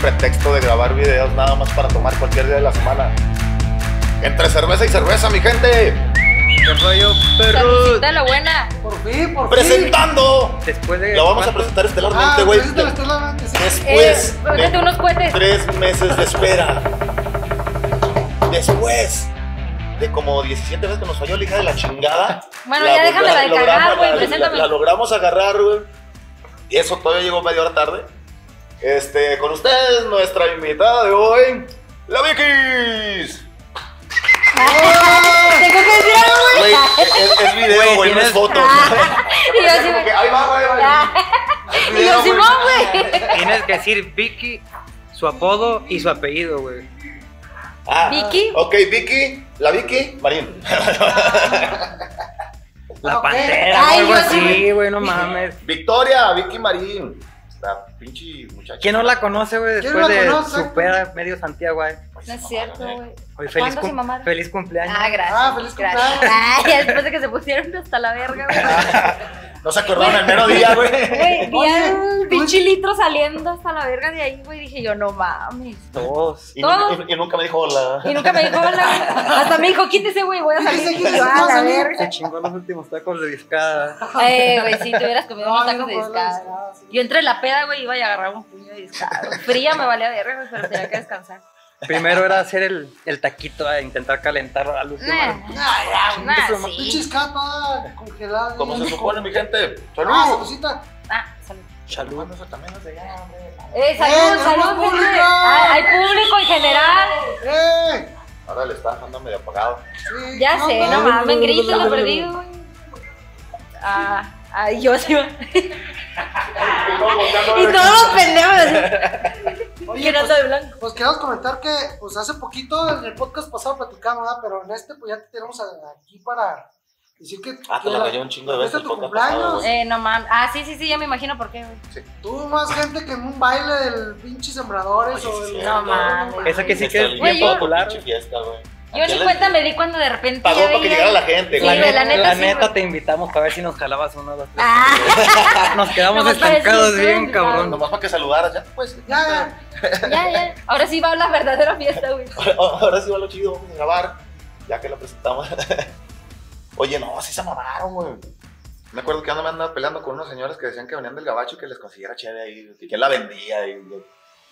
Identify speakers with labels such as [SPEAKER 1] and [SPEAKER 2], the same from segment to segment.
[SPEAKER 1] pretexto de grabar videos nada más para tomar cualquier día de la semana. Entre cerveza y cerveza, mi gente.
[SPEAKER 2] ¿Qué rollo, perros?
[SPEAKER 3] Saludcita la buena.
[SPEAKER 4] Por fin, por fin.
[SPEAKER 1] Presentando.
[SPEAKER 2] Después de.
[SPEAKER 1] Lo vamos a
[SPEAKER 2] ¿cuánto?
[SPEAKER 1] presentar
[SPEAKER 4] Ah,
[SPEAKER 1] estelarmente, güey.
[SPEAKER 4] preséntalo, está la banda, sí.
[SPEAKER 1] Después
[SPEAKER 3] Eh, bájate
[SPEAKER 1] de
[SPEAKER 3] unos cohetes.
[SPEAKER 1] tres meses de espera. Después de como 17 veces que nos falló la hija de la chingada.
[SPEAKER 3] Bueno, ya déjame la de
[SPEAKER 1] logramos-
[SPEAKER 3] cagar, güey,
[SPEAKER 1] la- la-
[SPEAKER 3] preséntame.
[SPEAKER 1] La, logramos agarrar, güey. Y eso todavía llegó media hora tarde. Este, con ustedes, nuestra invitada de hoy, la Vicky.
[SPEAKER 3] Tengo que decir algo,
[SPEAKER 1] Güey,
[SPEAKER 3] güey.
[SPEAKER 1] es, es- es video,
[SPEAKER 2] Güey,
[SPEAKER 1] güey, no es
[SPEAKER 2] tienes-
[SPEAKER 1] foto.
[SPEAKER 3] Ah. Y yo así, ah,
[SPEAKER 1] Como que,
[SPEAKER 3] güey.
[SPEAKER 1] ahí va, güey, ahí va. Es
[SPEAKER 3] Y
[SPEAKER 1] video,
[SPEAKER 3] yo,
[SPEAKER 1] güey.
[SPEAKER 3] Simón, güey.
[SPEAKER 2] Tienes que decir Vicky, su apodo y su apellido, güey.
[SPEAKER 1] Ah,
[SPEAKER 3] Vicky.
[SPEAKER 1] Ok, Vicky, la Vicky, Marín.
[SPEAKER 2] La
[SPEAKER 4] Ok.
[SPEAKER 2] pantera,
[SPEAKER 3] Ay,
[SPEAKER 2] o algo
[SPEAKER 3] yo sí
[SPEAKER 2] así, güey, no mames.
[SPEAKER 1] Victoria, Vicky Marín. La pinche muchacha.
[SPEAKER 2] ¿Quién no la conoce, güey?
[SPEAKER 4] ¿Quién
[SPEAKER 2] Después
[SPEAKER 4] no la
[SPEAKER 2] de
[SPEAKER 4] conoce?
[SPEAKER 2] supera medio Santiago, güey.
[SPEAKER 1] Pues,
[SPEAKER 3] No es cierto,
[SPEAKER 1] Eh,
[SPEAKER 3] güey.
[SPEAKER 2] Hoy feliz,
[SPEAKER 3] ¿Cuándo se
[SPEAKER 2] cum-
[SPEAKER 3] mamaron?
[SPEAKER 2] feliz cumpleaños.
[SPEAKER 3] Ah, gracias.
[SPEAKER 4] Ah, feliz
[SPEAKER 3] gracias.
[SPEAKER 4] cumpleaños.
[SPEAKER 3] Ay, después de que se pusieron hasta la verga, güey.
[SPEAKER 1] No se acordaron el mero día, güey.
[SPEAKER 3] Güey, vi
[SPEAKER 4] Oye,
[SPEAKER 3] a un
[SPEAKER 4] tú-
[SPEAKER 3] pinche litro saliendo hasta la verga de ahí, güey. Dije yo, no mames.
[SPEAKER 2] Todos.
[SPEAKER 1] Y, nunca-
[SPEAKER 3] Todo.
[SPEAKER 1] y- y nunca me dijo hola.
[SPEAKER 3] Y nunca me dijo hola, güey. Hasta me dijo, quítese, güey, voy a salir.
[SPEAKER 4] Quítese,
[SPEAKER 3] Y
[SPEAKER 4] quítese,
[SPEAKER 3] yo, a
[SPEAKER 4] vamos
[SPEAKER 3] la
[SPEAKER 4] a salir".
[SPEAKER 3] verga.
[SPEAKER 2] Se chingó los últimos tacos de discada.
[SPEAKER 3] Eh, güey, si te hubieras comido unos
[SPEAKER 4] Ay,
[SPEAKER 3] tacos
[SPEAKER 4] no
[SPEAKER 3] de
[SPEAKER 4] puedo
[SPEAKER 3] discado.
[SPEAKER 4] descansar, sí.
[SPEAKER 3] Yo entre la peda, güey, iba y agarraba un puño de discado. Fría me valía verga, güey, pero tenía que descansar.
[SPEAKER 2] Primero era hacer el, el taquito, eh, intentar calentar al último.
[SPEAKER 3] Nah,
[SPEAKER 4] Ah, ya,
[SPEAKER 3] nah,
[SPEAKER 4] güey. Pinche
[SPEAKER 3] sí.
[SPEAKER 4] escapa congelada.
[SPEAKER 1] Como se
[SPEAKER 4] ya,
[SPEAKER 1] supone, mi gente.
[SPEAKER 4] Ah,
[SPEAKER 1] ¡Salud!
[SPEAKER 4] salucita.
[SPEAKER 3] Ah, salud.
[SPEAKER 2] Salud.
[SPEAKER 1] Bueno, eso también es de allá, hombre.
[SPEAKER 3] Eh,
[SPEAKER 4] Eh,
[SPEAKER 3] salud,
[SPEAKER 4] tenemos
[SPEAKER 3] salud,
[SPEAKER 4] público.
[SPEAKER 3] señores. Ah, Hay público en general.
[SPEAKER 4] ¡Eh!
[SPEAKER 1] Ahora le está dejando medio apagado.
[SPEAKER 4] Sí,
[SPEAKER 3] Ya sé, no
[SPEAKER 4] mames.
[SPEAKER 3] mames, grito lo perdido, güey. Ah, ay, yo sí. Y todos los pendejos. así,
[SPEAKER 4] Oye,
[SPEAKER 3] Que no
[SPEAKER 4] pues-
[SPEAKER 3] soy blanco.
[SPEAKER 4] Pues queremos comentar que pues hace poquito en el podcast pasado platicamos, ¿verdad? pero en este pues ya te tenemos a- aquí para decir que...
[SPEAKER 1] Ah, te
[SPEAKER 4] que
[SPEAKER 1] la
[SPEAKER 4] la-
[SPEAKER 1] rayé un chingo de
[SPEAKER 4] la
[SPEAKER 3] Pues,
[SPEAKER 1] veces.
[SPEAKER 4] fiesta
[SPEAKER 1] el
[SPEAKER 4] de tu
[SPEAKER 1] podcast pasado,
[SPEAKER 4] cumpleaños.
[SPEAKER 1] güey.
[SPEAKER 3] Eh, no mames. Ah, sí, sí, sí, ya me imagino por qué, güey.
[SPEAKER 4] Tú más gente que en un baile del pinche sembradores
[SPEAKER 1] Oye,
[SPEAKER 4] o
[SPEAKER 1] sí,
[SPEAKER 4] del...
[SPEAKER 1] sí,
[SPEAKER 3] No mames.
[SPEAKER 2] Esa que sí
[SPEAKER 1] Me
[SPEAKER 2] que es
[SPEAKER 1] salí
[SPEAKER 3] Güey,
[SPEAKER 2] bien
[SPEAKER 3] yo-
[SPEAKER 1] todo por
[SPEAKER 2] popular.
[SPEAKER 1] pinche fiesta, güey.
[SPEAKER 3] Yo
[SPEAKER 1] Aquí
[SPEAKER 3] ni
[SPEAKER 1] la-
[SPEAKER 3] cuenta me di cuando de repente.
[SPEAKER 1] Pagó
[SPEAKER 3] ya
[SPEAKER 1] para que
[SPEAKER 3] veía-
[SPEAKER 1] llegara la gente,
[SPEAKER 3] Sí,
[SPEAKER 2] La
[SPEAKER 1] güey.
[SPEAKER 3] güey,
[SPEAKER 2] neta,
[SPEAKER 3] la neta
[SPEAKER 2] la
[SPEAKER 3] sí,
[SPEAKER 2] neta
[SPEAKER 3] güey.
[SPEAKER 2] te invitamos para ver si nos jalabas uno, dos, tres.
[SPEAKER 3] Ah.
[SPEAKER 2] Nos quedamos
[SPEAKER 3] Nomás para
[SPEAKER 2] estancados
[SPEAKER 3] decir,
[SPEAKER 2] bien,
[SPEAKER 3] claro.
[SPEAKER 2] cabrón.
[SPEAKER 1] Nomás para que saludaras, ya, pues.
[SPEAKER 4] Ya,
[SPEAKER 3] Ya, ya. Ahora sí va la verdadera fiesta, güey.
[SPEAKER 1] Ahora ahora sí va lo chido, vamos a grabar. Ya que lo presentamos. Oye, no, sí se mamaron, güey. Me acuerdo que ando me andaba peleando con unos señores que decían que venían del gabacho y que les consiguiera chévere ahí, que quién la vendía y,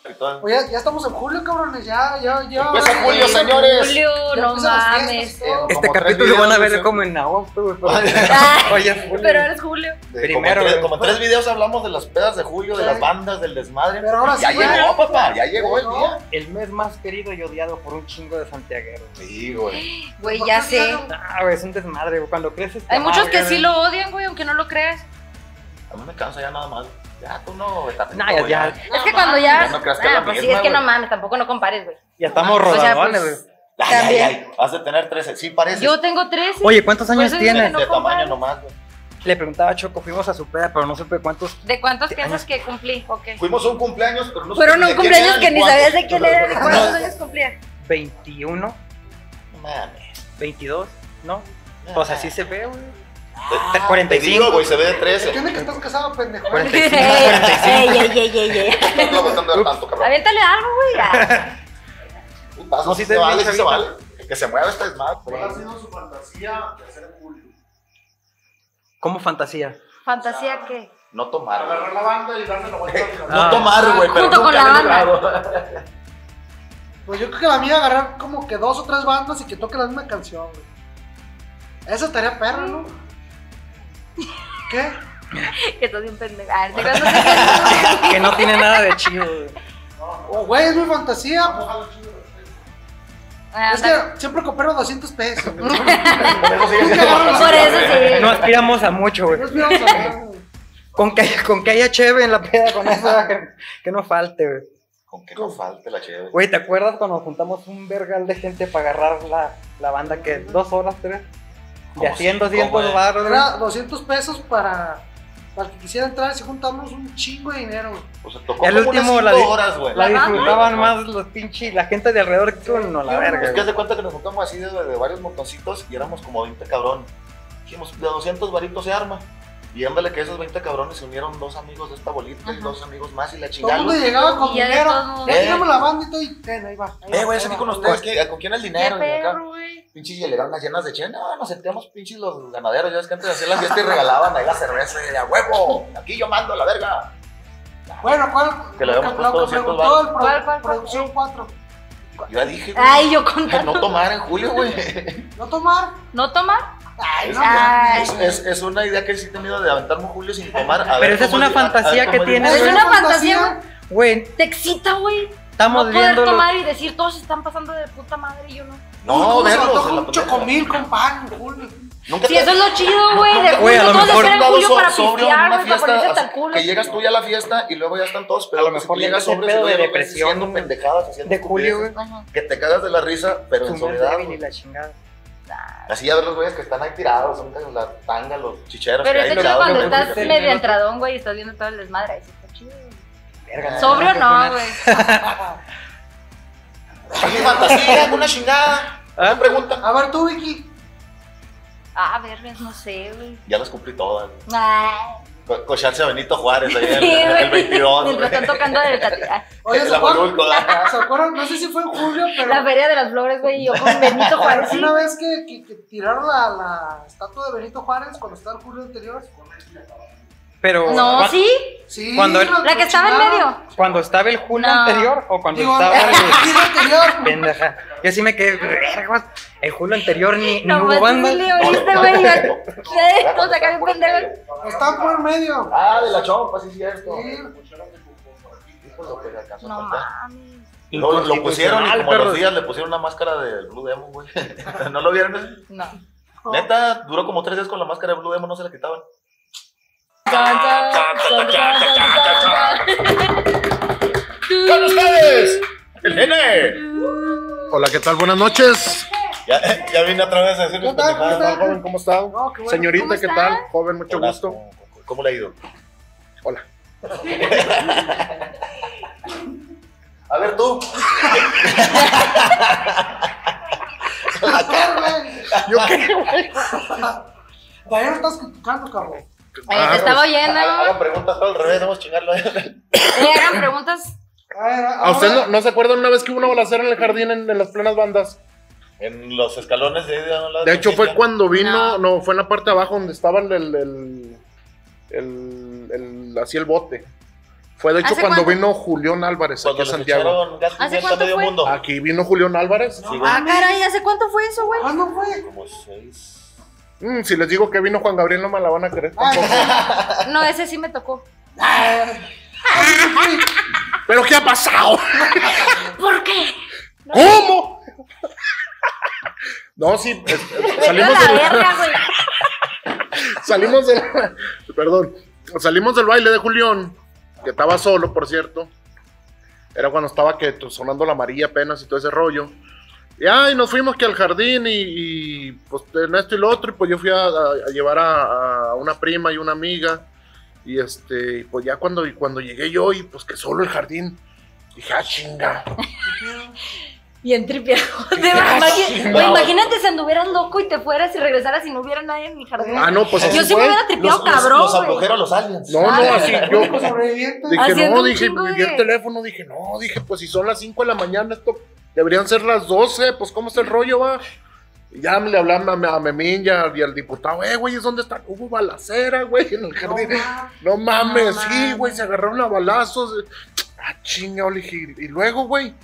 [SPEAKER 1] y todo.
[SPEAKER 4] pues ya, ya estamos en julio, cabrones, ya, ya, ya.
[SPEAKER 1] Empieza
[SPEAKER 4] ya-
[SPEAKER 1] julio, señores.
[SPEAKER 3] Julio,
[SPEAKER 4] ya
[SPEAKER 3] no
[SPEAKER 4] empiezan las fiestas y
[SPEAKER 3] mames.
[SPEAKER 4] todo.
[SPEAKER 1] Es-
[SPEAKER 2] Este
[SPEAKER 1] Como tres
[SPEAKER 2] capítulo lo van a
[SPEAKER 1] videos,
[SPEAKER 2] ver
[SPEAKER 1] güey.
[SPEAKER 2] como en agosto, güey. pero-
[SPEAKER 3] Ah,
[SPEAKER 2] Oye, Julio.
[SPEAKER 3] Pero ahora es Julio.
[SPEAKER 1] De-
[SPEAKER 2] Primero,
[SPEAKER 1] como, en tres,
[SPEAKER 2] güey.
[SPEAKER 1] como en tres videos hablamos de las pedas de julio, de
[SPEAKER 4] Sí.
[SPEAKER 1] las bandas, del desmadre.
[SPEAKER 4] Pero ahora
[SPEAKER 1] ya
[SPEAKER 4] sí, güey.
[SPEAKER 1] llegó, papá, ya llegó el
[SPEAKER 4] Llegó.
[SPEAKER 1] día.
[SPEAKER 2] El mes más querido y odiado por un chingo de santiagueros.
[SPEAKER 1] Sí, güey.
[SPEAKER 3] Güey, Pues ya sé.
[SPEAKER 2] Ah, güey, es un desmadre, güey. Cuando creces. te
[SPEAKER 3] Hay muchos que
[SPEAKER 2] amargas,
[SPEAKER 3] sí
[SPEAKER 2] güey.
[SPEAKER 3] lo odian, güey, aunque no lo creas.
[SPEAKER 1] A mí me cansa ya nada más. Ya tú no, estás
[SPEAKER 2] Nah, ya, ya,
[SPEAKER 3] Es que cuando ya.
[SPEAKER 1] ya no creas que es la
[SPEAKER 3] Ah, pues sí,
[SPEAKER 1] misma,
[SPEAKER 3] es que no
[SPEAKER 1] güey.
[SPEAKER 3] mames, tampoco no compares, güey.
[SPEAKER 2] ya estamos
[SPEAKER 3] O sea,
[SPEAKER 2] rodadones, güey.
[SPEAKER 3] pues,
[SPEAKER 1] Ay, ay, ay, Vas a tener 13, sí parece.
[SPEAKER 3] Yo tengo 13.
[SPEAKER 2] Oye, ¿cuántos
[SPEAKER 3] Por
[SPEAKER 2] años
[SPEAKER 3] eso digo
[SPEAKER 2] tienes?
[SPEAKER 1] de,
[SPEAKER 3] no
[SPEAKER 1] de tamaño
[SPEAKER 3] compares.
[SPEAKER 1] nomás, güey.
[SPEAKER 2] Le preguntaba a Choco, fuimos a su peda, pero no supe cuántos.
[SPEAKER 3] ¿De cuántos piensas que cumplí? Ok.
[SPEAKER 1] Fuimos a un cumpleaños, pero no
[SPEAKER 3] Fueron
[SPEAKER 1] sabía
[SPEAKER 3] un
[SPEAKER 1] Pues, de quién
[SPEAKER 3] cumpleaños
[SPEAKER 1] era
[SPEAKER 3] que ni
[SPEAKER 1] cuándo.
[SPEAKER 3] sabías de quién era, de cuántos
[SPEAKER 1] No,
[SPEAKER 3] años cumplía.
[SPEAKER 2] 21,
[SPEAKER 1] no mames.
[SPEAKER 2] 22, ¿no? O sea, sí se ve, güey.
[SPEAKER 4] Ah,
[SPEAKER 1] Te
[SPEAKER 2] 45.
[SPEAKER 1] digo, güey, se ve de 13.
[SPEAKER 4] Entiende que estás casado, pendejo.
[SPEAKER 2] Bueno.
[SPEAKER 3] Ey,
[SPEAKER 2] 45,
[SPEAKER 3] ey, ey, ey, ey, ey.
[SPEAKER 1] No estoy aguantando de tanto, cabrón.
[SPEAKER 3] Aviéntale algo, güey. Ah,
[SPEAKER 1] Vas,
[SPEAKER 2] No,
[SPEAKER 1] sí
[SPEAKER 2] sí
[SPEAKER 1] se
[SPEAKER 2] te
[SPEAKER 1] vale,
[SPEAKER 2] vi,
[SPEAKER 1] sí se vale.
[SPEAKER 2] chavita.
[SPEAKER 1] Que se mueva esta es más. güey.
[SPEAKER 5] ¿Cuál ha sido su fantasía de hacer en julio?
[SPEAKER 2] Como fantasía.
[SPEAKER 3] ¿Fantasía qué?
[SPEAKER 1] No tomar. güey.
[SPEAKER 5] Agarrar la banda y darme la vuelta. a la-
[SPEAKER 1] No
[SPEAKER 2] Ah.
[SPEAKER 1] tomar, güey, pero
[SPEAKER 3] Junto con
[SPEAKER 1] nunca
[SPEAKER 3] la
[SPEAKER 1] lo he
[SPEAKER 3] banda.
[SPEAKER 1] logrado.
[SPEAKER 4] Pues yo creo que la mía agarrar como que dos o tres bandas y que toque la misma canción, güey. Eso estaría perro, ¿no? ¿Qué?
[SPEAKER 3] Que estás bien pendejo. Ah, te creas, no sé qué.
[SPEAKER 2] Que no tiene nada de chido, güey.
[SPEAKER 4] O Oh, güey, es mi fantasía. pues.
[SPEAKER 5] Ojalá chido, respeto.
[SPEAKER 3] Ah,
[SPEAKER 4] Es que siempre coopero 200 pesos, güey.
[SPEAKER 1] Eso sigue siendo
[SPEAKER 4] Por
[SPEAKER 1] fantasía,
[SPEAKER 3] eso
[SPEAKER 1] güey.
[SPEAKER 3] sí.
[SPEAKER 2] No aspiramos a mucho, güey.
[SPEAKER 4] No es mi fantasía, güey.
[SPEAKER 2] Con que, haya- con que haya cheve en la peda, con eso, que, que no falte, güey.
[SPEAKER 1] Con que no falte la chévere.
[SPEAKER 2] Güey, ¿te acuerdas cuando nos juntamos un vergal de gente para agarrar la, la banda que dos horas, tres? Y
[SPEAKER 1] Como
[SPEAKER 2] haciendo
[SPEAKER 1] cinco,
[SPEAKER 2] 200
[SPEAKER 1] güey.
[SPEAKER 2] barros, güey.
[SPEAKER 4] Era 200 pesos para, para el que quisiera entrar, si juntamos un chingo de dinero. güey.
[SPEAKER 1] O sea, tocó
[SPEAKER 2] El
[SPEAKER 1] como unas
[SPEAKER 2] último,
[SPEAKER 1] cinco
[SPEAKER 2] la di-
[SPEAKER 1] horas, güey.
[SPEAKER 2] La
[SPEAKER 3] Ajá.
[SPEAKER 2] disfrutaban más los pinches, la gente de alrededor que tú, no, la verga.
[SPEAKER 1] Es Pues que
[SPEAKER 2] güey.
[SPEAKER 1] haz de cuenta que nos juntamos así de, de varios montoncitos y éramos como 20 cabrón. Dijimos, de 200 varitos se arma. Y ándale que esos 20 cabrones se unieron dos amigos de esta bolita y
[SPEAKER 3] Ajá.
[SPEAKER 1] dos amigos más y la
[SPEAKER 4] Todo el
[SPEAKER 1] chingada. Eh,
[SPEAKER 4] mundo llegaba con
[SPEAKER 3] Y ya de
[SPEAKER 4] dinero.
[SPEAKER 3] todos modos.
[SPEAKER 4] Ya teníamos la banda y todo, y ten, ahí va. ahí
[SPEAKER 1] Eh,
[SPEAKER 4] va,
[SPEAKER 1] güey,
[SPEAKER 4] ahí
[SPEAKER 1] salí
[SPEAKER 4] va.
[SPEAKER 1] con ustedes. ¿qué? ¿Con quién el
[SPEAKER 3] Qué
[SPEAKER 1] dinero? Y acá,
[SPEAKER 3] perro, güey.
[SPEAKER 1] pinches hieleronas llenas de chela. No, nos sentíamos pinches los ganaderos. Ya ves que antes hacían la fiesta y regalaban ahí la cerveza. Y de "A huevo, aquí yo mando la verga.
[SPEAKER 4] Bueno, ¿cuál?
[SPEAKER 1] Que le habíamos
[SPEAKER 4] lo
[SPEAKER 1] puesto
[SPEAKER 4] que
[SPEAKER 1] 200
[SPEAKER 4] preguntó el
[SPEAKER 1] varos.
[SPEAKER 4] pro-
[SPEAKER 3] ¿Cuál, cuál, cuál?
[SPEAKER 4] producción 4.
[SPEAKER 1] Yo ya dije, güey,
[SPEAKER 3] Ay, yo con
[SPEAKER 1] no tomar en julio, güey.
[SPEAKER 4] ¿No tomar?
[SPEAKER 3] ¿No tomar?
[SPEAKER 4] Ay, no.
[SPEAKER 3] Ay.
[SPEAKER 1] Es, es- es una idea que sí he tenido de aventarme un julio sin tomar. A
[SPEAKER 6] Pero
[SPEAKER 1] ver
[SPEAKER 6] esa es
[SPEAKER 1] cómo
[SPEAKER 6] una
[SPEAKER 1] di- a- a ver
[SPEAKER 6] fantasía
[SPEAKER 1] cómo
[SPEAKER 6] que
[SPEAKER 1] di-
[SPEAKER 6] tienes,
[SPEAKER 4] Es
[SPEAKER 3] Es
[SPEAKER 4] una
[SPEAKER 3] una fantasía,
[SPEAKER 4] fantasía.
[SPEAKER 3] güey.
[SPEAKER 6] Güey,
[SPEAKER 3] Te excita, güey. No
[SPEAKER 6] estamos
[SPEAKER 3] poder
[SPEAKER 6] viendo.
[SPEAKER 3] tomar y decir, todos se están pasando de puta madre y yo no.
[SPEAKER 1] No,
[SPEAKER 4] ¿Cómo se
[SPEAKER 1] verlos.
[SPEAKER 4] antoja
[SPEAKER 1] en la
[SPEAKER 4] un
[SPEAKER 1] pendeja.
[SPEAKER 4] chocomil con pan, Julio.
[SPEAKER 1] Nunca
[SPEAKER 3] Sí,
[SPEAKER 1] te-
[SPEAKER 3] eso es lo chido, güey. De
[SPEAKER 6] Güey, a
[SPEAKER 3] julio,
[SPEAKER 6] lo
[SPEAKER 3] todos
[SPEAKER 6] mejor
[SPEAKER 3] esperan
[SPEAKER 1] Estado
[SPEAKER 3] julio
[SPEAKER 1] so-
[SPEAKER 3] para
[SPEAKER 1] sobrio en
[SPEAKER 3] pistear,
[SPEAKER 1] una
[SPEAKER 3] güey, para
[SPEAKER 1] fiesta,
[SPEAKER 3] ponerse
[SPEAKER 1] así
[SPEAKER 3] tan culo.
[SPEAKER 1] que llegas tú ya a la fiesta y luego ya están todos pedos.
[SPEAKER 6] A lo mejor
[SPEAKER 1] si tú llegas
[SPEAKER 6] viene ese
[SPEAKER 1] sobrio, si
[SPEAKER 6] pedo
[SPEAKER 1] tú
[SPEAKER 6] de
[SPEAKER 1] llegas
[SPEAKER 6] depresión,
[SPEAKER 1] haciendo
[SPEAKER 6] ¿no?
[SPEAKER 1] pendejadas, haciendo
[SPEAKER 6] De julio, güey.
[SPEAKER 1] estupideces,
[SPEAKER 3] Ajá.
[SPEAKER 1] Que te cagas de la risa, pero en
[SPEAKER 6] Su madre
[SPEAKER 1] soledad.
[SPEAKER 6] débil y
[SPEAKER 1] güey.
[SPEAKER 6] la chingada.
[SPEAKER 1] Así ya ves los güeyes que están ahí tirados, son de la tanga, los chicheros.
[SPEAKER 3] Pero
[SPEAKER 1] que ahí
[SPEAKER 3] está chido
[SPEAKER 1] tirados,
[SPEAKER 3] cuando
[SPEAKER 1] güey,
[SPEAKER 3] estás
[SPEAKER 1] porque-
[SPEAKER 3] medio entradón, güey, y estás viendo todo el desmadre. ahí sí está chido.
[SPEAKER 1] Ah,
[SPEAKER 6] Verga, tengo
[SPEAKER 3] Sobrio
[SPEAKER 6] que
[SPEAKER 3] no,
[SPEAKER 6] poner-
[SPEAKER 3] güey.
[SPEAKER 1] Ay, fantasía, una chingada.
[SPEAKER 6] Ah.
[SPEAKER 1] Una pregunta.
[SPEAKER 4] A ver tú, Vicky.
[SPEAKER 3] Ah, vergas, no sé, güey.
[SPEAKER 1] Ya las cumplí todas.
[SPEAKER 3] Ay,
[SPEAKER 1] Co- Cocharse a Benito Juárez ahí en
[SPEAKER 3] Sí,
[SPEAKER 1] el,
[SPEAKER 3] güey.
[SPEAKER 1] el 22.
[SPEAKER 3] Mientras
[SPEAKER 1] güey.
[SPEAKER 3] están tocando el tatiá.
[SPEAKER 4] Oye,
[SPEAKER 1] El
[SPEAKER 4] ¿se acuerdan?
[SPEAKER 1] abuelulco, ¿verdad?
[SPEAKER 4] ¿Se acuerdan? No sé si fue en julio, pero.
[SPEAKER 3] La feria de las flores, güey, y yo con Benito Juárez.
[SPEAKER 4] Una vez que, que- que tiraron la, la estatua de Benito Juárez cuando estaba el julio anterior.
[SPEAKER 6] Pero
[SPEAKER 3] No,
[SPEAKER 6] ¿cu-
[SPEAKER 3] sí.
[SPEAKER 4] Sí,
[SPEAKER 6] Cuando el-
[SPEAKER 4] lo-
[SPEAKER 3] La que
[SPEAKER 4] lo
[SPEAKER 3] estaba en
[SPEAKER 4] chinaron.
[SPEAKER 3] medio.
[SPEAKER 6] cuando estaba el Julio
[SPEAKER 3] No.
[SPEAKER 6] anterior o cuando
[SPEAKER 4] Digo,
[SPEAKER 6] estaba el
[SPEAKER 4] julio anterior.
[SPEAKER 6] pendeja. Yo sí me quedé verga. El Julio anterior ni, ni
[SPEAKER 3] No,
[SPEAKER 6] hubo banda.
[SPEAKER 3] le oíste,
[SPEAKER 1] No,
[SPEAKER 3] este güey.
[SPEAKER 1] no,
[SPEAKER 3] y-
[SPEAKER 1] no.
[SPEAKER 3] ¿Qué? O sea, acá un pendejo.
[SPEAKER 4] Estaba por en medio.
[SPEAKER 1] Ah, de la chompa, sí, cierto.
[SPEAKER 4] Sí.
[SPEAKER 3] No mames.
[SPEAKER 1] Lo, lo pusieron
[SPEAKER 6] Inconstitucional,
[SPEAKER 1] y como a los
[SPEAKER 6] perros.
[SPEAKER 1] días le pusieron una máscara de Blue Demon, güey. ¿No lo vieron? ese?
[SPEAKER 3] No.
[SPEAKER 1] Neta, duró como tres días con la máscara de Blue Demon, no se la quitaban.
[SPEAKER 3] Tan, tan,
[SPEAKER 1] Ah,
[SPEAKER 3] tan, tan, tan, tan, tan.
[SPEAKER 7] ¡Con ustedes! ¡El nene! Hola, ¿qué tal? Buenas noches.
[SPEAKER 1] Ya, ya vine otra vez a decir
[SPEAKER 4] ¿Qué
[SPEAKER 1] pendejadas,
[SPEAKER 4] tal? ¿Cómo
[SPEAKER 1] ¿no?
[SPEAKER 4] estás?
[SPEAKER 7] Joven, ¿cómo está?
[SPEAKER 4] No, qué bueno.
[SPEAKER 7] Señorita,
[SPEAKER 3] ¿cómo
[SPEAKER 7] ¿qué
[SPEAKER 3] está?
[SPEAKER 7] tal? Joven, mucho
[SPEAKER 1] Hola,
[SPEAKER 7] gusto.
[SPEAKER 1] ¿cómo- ¿Cómo le ha ido?
[SPEAKER 7] Hola.
[SPEAKER 1] A ver tú.
[SPEAKER 7] ¿Yo qué, güey?
[SPEAKER 4] Dayan lo estás criticando, cabrón.
[SPEAKER 1] pues.
[SPEAKER 3] Ay, Te estaba oyendo.
[SPEAKER 1] Hagan hagan preguntas al revés, vamos a chingarlo. ¿eh?
[SPEAKER 3] Le hagan preguntas.
[SPEAKER 4] A ver,
[SPEAKER 7] ¿A
[SPEAKER 4] ahora-
[SPEAKER 7] usted no, no se acuerdan una vez que hubo una balacera en el jardín en, en las plenas bandas?
[SPEAKER 1] En los escalones de ahí, ¿no? La
[SPEAKER 7] De hecho, fue
[SPEAKER 1] justicia.
[SPEAKER 7] cuando vino,
[SPEAKER 3] No.
[SPEAKER 7] no, fue en la parte de abajo donde estaba el, el, el, el- el- así el bote. Fue de hecho
[SPEAKER 3] ¿Hace
[SPEAKER 7] cuando
[SPEAKER 3] cuánto?
[SPEAKER 7] vino Julián Álvarez aquí
[SPEAKER 1] Cuando
[SPEAKER 7] a
[SPEAKER 1] les
[SPEAKER 7] Santiago.
[SPEAKER 1] echaron gas
[SPEAKER 3] ¿Hace
[SPEAKER 1] pimienta a
[SPEAKER 3] cuánto
[SPEAKER 1] medio
[SPEAKER 3] fue?
[SPEAKER 1] mundo.
[SPEAKER 7] Aquí vino Julián Álvarez.
[SPEAKER 1] Sí, güey.
[SPEAKER 3] Ah, caray, ¿hace cuánto fue eso, güey?
[SPEAKER 4] ¿Cuándo Ah, fue?
[SPEAKER 1] Como seis.
[SPEAKER 7] Mm, si les digo que vino Juan Gabriel, no me la van a creer
[SPEAKER 4] Ay,
[SPEAKER 7] tampoco.
[SPEAKER 3] No, ese sí me tocó. Ah.
[SPEAKER 7] ¿Pero qué ha pasado?
[SPEAKER 3] ¿Por qué?
[SPEAKER 7] ¿Cómo? No, sí, es- es-
[SPEAKER 3] Me dio
[SPEAKER 7] salimos
[SPEAKER 3] la
[SPEAKER 7] del,
[SPEAKER 3] verga, güey.
[SPEAKER 7] salimos del, perdón, salimos del baile de Julián, que estaba solo, por cierto. Era cuando estaba que to- sonando la amarilla apenas y todo ese rollo. Y ay, nos fuimos que al jardín y, y, pues en esto y lo otro, y pues yo fui a, a- a llevar a, a una prima y una amiga. Y este, y, pues ya cuando, y cuando llegué yo, y pues que solo el jardín. Dije, ah, chinga.
[SPEAKER 3] Bien tripiado. imagínate si anduvieras loco y te fueras y regresaras y no hubiera nadie en mi jardín.
[SPEAKER 7] Ah, no, pues así
[SPEAKER 3] Yo sí me
[SPEAKER 7] fue.
[SPEAKER 3] hubiera tripeado,
[SPEAKER 1] los,
[SPEAKER 3] cabrón.
[SPEAKER 1] los
[SPEAKER 3] güey.
[SPEAKER 1] agujeros, los aliens.
[SPEAKER 7] No, no, así yo.
[SPEAKER 4] único sobreviviente.
[SPEAKER 7] Dije,
[SPEAKER 3] Haciendo
[SPEAKER 7] no,
[SPEAKER 3] un
[SPEAKER 7] dije,
[SPEAKER 3] chingo
[SPEAKER 7] vi el
[SPEAKER 3] de-
[SPEAKER 7] teléfono, dije, no, dije, pues si son las 5 de la mañana, esto deberían ser las 12, pues cómo está el rollo, va. Y ya me le hablan a, a Memín y, a- y al diputado, eh, güey, ¿es dónde están? Hubo balacera, güey, en el jardín. No, mames,
[SPEAKER 3] No
[SPEAKER 7] sí,
[SPEAKER 3] mames.
[SPEAKER 7] güey, se agarraron a balazos. Ah, chinga, le dije, y luego, güey.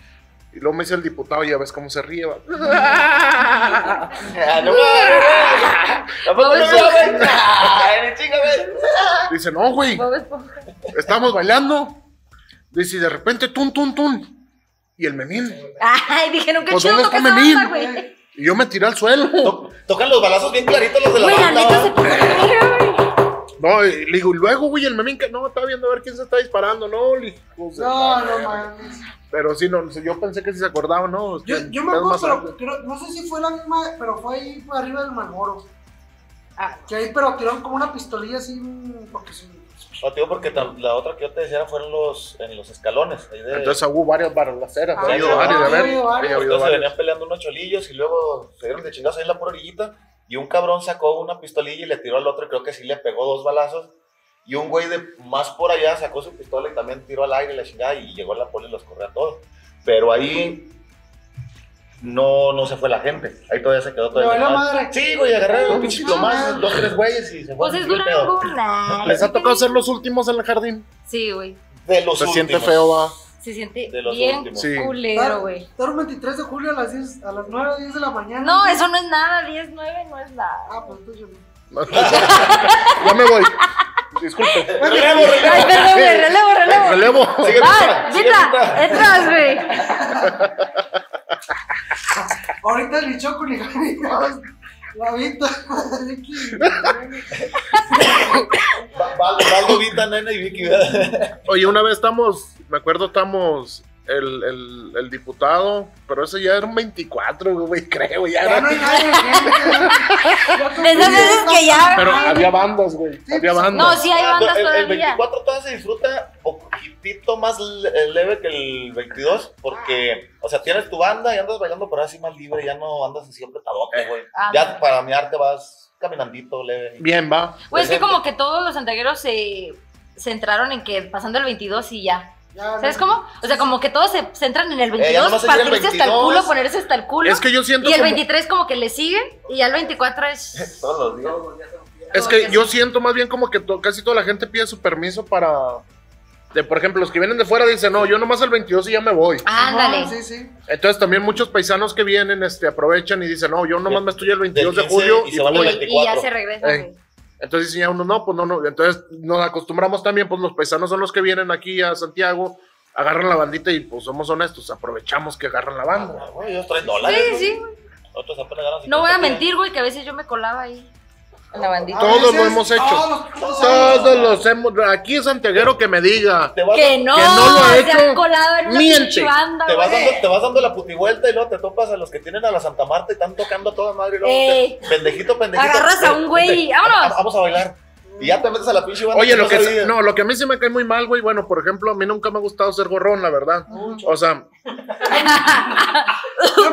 [SPEAKER 7] Y luego me dice el diputado, ya ves cómo se ríe, va.
[SPEAKER 1] Ah, no mames. Tampoco lo saben. Ay, chingame.
[SPEAKER 7] Dice, no, güey.
[SPEAKER 3] Bob Esponja.
[SPEAKER 7] Estamos bailando. Dice, y de repente, tun, tun, tun. Y el memín.
[SPEAKER 3] Ay, dije, no, qué
[SPEAKER 7] Pues,
[SPEAKER 3] chido
[SPEAKER 7] ¿dónde
[SPEAKER 3] toca
[SPEAKER 7] está
[SPEAKER 3] esa
[SPEAKER 7] Memín?
[SPEAKER 3] banda, güey.
[SPEAKER 7] Y yo me tiré al suelo.
[SPEAKER 1] To- Tocan los balazos bien claritos los de la
[SPEAKER 3] Güey, la
[SPEAKER 1] banda,
[SPEAKER 3] neta se
[SPEAKER 1] ¿verdad?
[SPEAKER 3] puso de verga, güey.
[SPEAKER 7] No, y le digo, y luego, güey, el memín que no, estaba viendo a ver quién se está disparando, no, le dije, pues,
[SPEAKER 4] No,
[SPEAKER 7] eh,
[SPEAKER 4] no mames.
[SPEAKER 7] Pero sí, no, yo pensé que sí se acordaba, no.
[SPEAKER 4] Yo,
[SPEAKER 7] este,
[SPEAKER 4] yo me
[SPEAKER 7] es
[SPEAKER 4] acuerdo,
[SPEAKER 7] más
[SPEAKER 4] pero
[SPEAKER 7] grande.
[SPEAKER 4] creo- no sé si fue la misma, pero fue ahí arriba del Malboro.
[SPEAKER 3] Ah.
[SPEAKER 4] Que ahí, pero tiraron como una pistolilla así, un- porque sí.
[SPEAKER 1] No, tío, porque tam- la otra que yo te decía fueron los, en los escalones. ahí de-
[SPEAKER 7] Entonces hubo varias balaceras,
[SPEAKER 4] Ah,
[SPEAKER 7] ha habido
[SPEAKER 1] sí,
[SPEAKER 7] varias,
[SPEAKER 1] ha
[SPEAKER 7] a ver,
[SPEAKER 4] habido
[SPEAKER 7] sí, ha
[SPEAKER 4] varias.
[SPEAKER 7] habido
[SPEAKER 1] Entonces se
[SPEAKER 7] varias.
[SPEAKER 1] venían peleando unos cholillos y luego se dieron de chingados ahí en la pura orillita. Y un cabrón sacó una pistolilla y le tiró al otro, y creo que sí le pegó dos balazos. Y un güey de más por allá sacó su pistola y también tiró al aire la chingada y llegó la poli y los corrió a todos. Pero ahí no, no se fue la gente. Ahí todavía se quedó todo
[SPEAKER 4] Le
[SPEAKER 1] el
[SPEAKER 4] valió
[SPEAKER 1] desmadre.
[SPEAKER 4] madre.
[SPEAKER 1] Sí, güey, agarraron un pinche
[SPEAKER 4] No,
[SPEAKER 1] más,
[SPEAKER 4] mames.
[SPEAKER 1] dos, tres güeyes y se fue.
[SPEAKER 3] Pues es Durango. nah,
[SPEAKER 7] ¿Les ha
[SPEAKER 3] sí
[SPEAKER 7] tocado
[SPEAKER 3] te-
[SPEAKER 7] ser los últimos en el jardín?
[SPEAKER 3] Sí, güey.
[SPEAKER 1] De los
[SPEAKER 7] Se siente
[SPEAKER 1] últimos.
[SPEAKER 7] feo, va.
[SPEAKER 3] Se siente
[SPEAKER 1] De los
[SPEAKER 3] bien
[SPEAKER 1] últimos.
[SPEAKER 7] Sí.
[SPEAKER 3] culero, güey.
[SPEAKER 4] Dar un 23 de julio a las, 10, a las 9, 10 de la mañana.
[SPEAKER 3] No, eso no es nada. 10, 9 no es nada.
[SPEAKER 4] Ah, pues entonces yo no.
[SPEAKER 7] ya me voy. Disculpe.
[SPEAKER 1] Relevo,
[SPEAKER 3] Ay,
[SPEAKER 1] relevo.
[SPEAKER 3] perdón, güey. Relevo, relevo.
[SPEAKER 7] Relevo.
[SPEAKER 1] Sigue tú,
[SPEAKER 3] Ah,
[SPEAKER 1] sigue tú,
[SPEAKER 3] entra, detrás, güey.
[SPEAKER 4] Ahorita el Ichoco ni la Vita.
[SPEAKER 1] Va- va- Valdo, Vita, Nena y Vicky. ¿verdad?
[SPEAKER 7] Oye, una vez estamos, me acuerdo, estamos el, el, el diputado, pero ese ya era un 24, güey, creo, ya
[SPEAKER 4] Ya
[SPEAKER 7] era.
[SPEAKER 4] no hay nadie. gente.
[SPEAKER 3] De esas veces que ya.
[SPEAKER 7] Pero había bandas, güey. Había
[SPEAKER 3] No,
[SPEAKER 7] bandas.
[SPEAKER 3] sí hay bandas
[SPEAKER 1] el, el
[SPEAKER 3] todavía.
[SPEAKER 1] 24 todavía se disfruta un poquitito más le- eh, leve que el 22 porque, o sea, tienes tu banda y andas bailando por ahí así más libre, ya no andas así apretadote, güey.
[SPEAKER 3] Ah,
[SPEAKER 1] Ya para mearte vas caminandito leve.
[SPEAKER 7] Bien, va.
[SPEAKER 3] Güey, Pues es que como que todos los santiagueros se centraron en que pasando el 22 y ya. ¿Sabes cómo? O sea, como que todos se centran en el
[SPEAKER 1] Eh, ya
[SPEAKER 3] 22,
[SPEAKER 1] nomás se llega el
[SPEAKER 3] partirse hasta el
[SPEAKER 1] 22.
[SPEAKER 3] culo, ponerse hasta el culo.
[SPEAKER 7] Es que yo siento
[SPEAKER 3] y el
[SPEAKER 7] como-
[SPEAKER 3] 23 como que le siguen y ya el 24 es...
[SPEAKER 1] Todos los días.
[SPEAKER 7] Es que yo siento más bien como que to- casi toda la gente pide su permiso para. De, por ejemplo, los que vienen de fuera dicen, no, yo nomás el 22 y ya me voy.
[SPEAKER 3] Ah. Ándale.
[SPEAKER 4] Sí, sí.
[SPEAKER 7] Entonces también muchos paisanos que vienen este, aprovechan y dicen, no, yo nomás me estoy el 22 de
[SPEAKER 1] 15
[SPEAKER 7] julio
[SPEAKER 1] y
[SPEAKER 7] y
[SPEAKER 1] se van
[SPEAKER 7] voy".
[SPEAKER 1] el
[SPEAKER 3] Y- y, ya
[SPEAKER 1] 24.
[SPEAKER 3] se regresa.
[SPEAKER 7] Ey.
[SPEAKER 3] güey.
[SPEAKER 7] Entonces dicen ya uno, no, pues no, no. Entonces nos acostumbramos también, pues los paisanos son los que vienen aquí a Santiago, agarran la bandita y pues somos honestos, aprovechamos que agarran la banda.
[SPEAKER 1] Ah, güey, ellos traen dólares.
[SPEAKER 3] Sí,
[SPEAKER 1] güey.
[SPEAKER 3] sí, güey.
[SPEAKER 1] Otros apenas ganan
[SPEAKER 3] No voy a
[SPEAKER 1] 50
[SPEAKER 3] mentir, güey, que a veces yo me colaba ahí en la bandita.
[SPEAKER 7] Todos
[SPEAKER 4] A veces,
[SPEAKER 7] lo hemos hecho.
[SPEAKER 4] Todos,
[SPEAKER 7] Todos los hemos, aquí es santiaguero que me diga,
[SPEAKER 1] Te vas,
[SPEAKER 3] Que no,
[SPEAKER 7] Que no lo he
[SPEAKER 3] se han
[SPEAKER 7] hecho.
[SPEAKER 3] colado en una
[SPEAKER 7] Miente.
[SPEAKER 3] pinche banda,
[SPEAKER 1] te vas
[SPEAKER 3] güey.
[SPEAKER 1] dando, te vas dando la putivuelta y luego te topas a los que tienen a la Santa Marta y están tocando a toda madre. Y luego
[SPEAKER 3] Ey.
[SPEAKER 1] te- pendejito, pendejito.
[SPEAKER 3] Agarras a un güey y
[SPEAKER 1] Vente,
[SPEAKER 3] vámonos.
[SPEAKER 1] va- Vamos a bailar. Y ya te metes a la pinche banda.
[SPEAKER 7] Oye, lo que,
[SPEAKER 1] sabías.
[SPEAKER 7] no, lo que a mí sí me cae muy mal, güey, bueno, por ejemplo, a mí nunca me ha gustado ser gorrón, la verdad. O sea,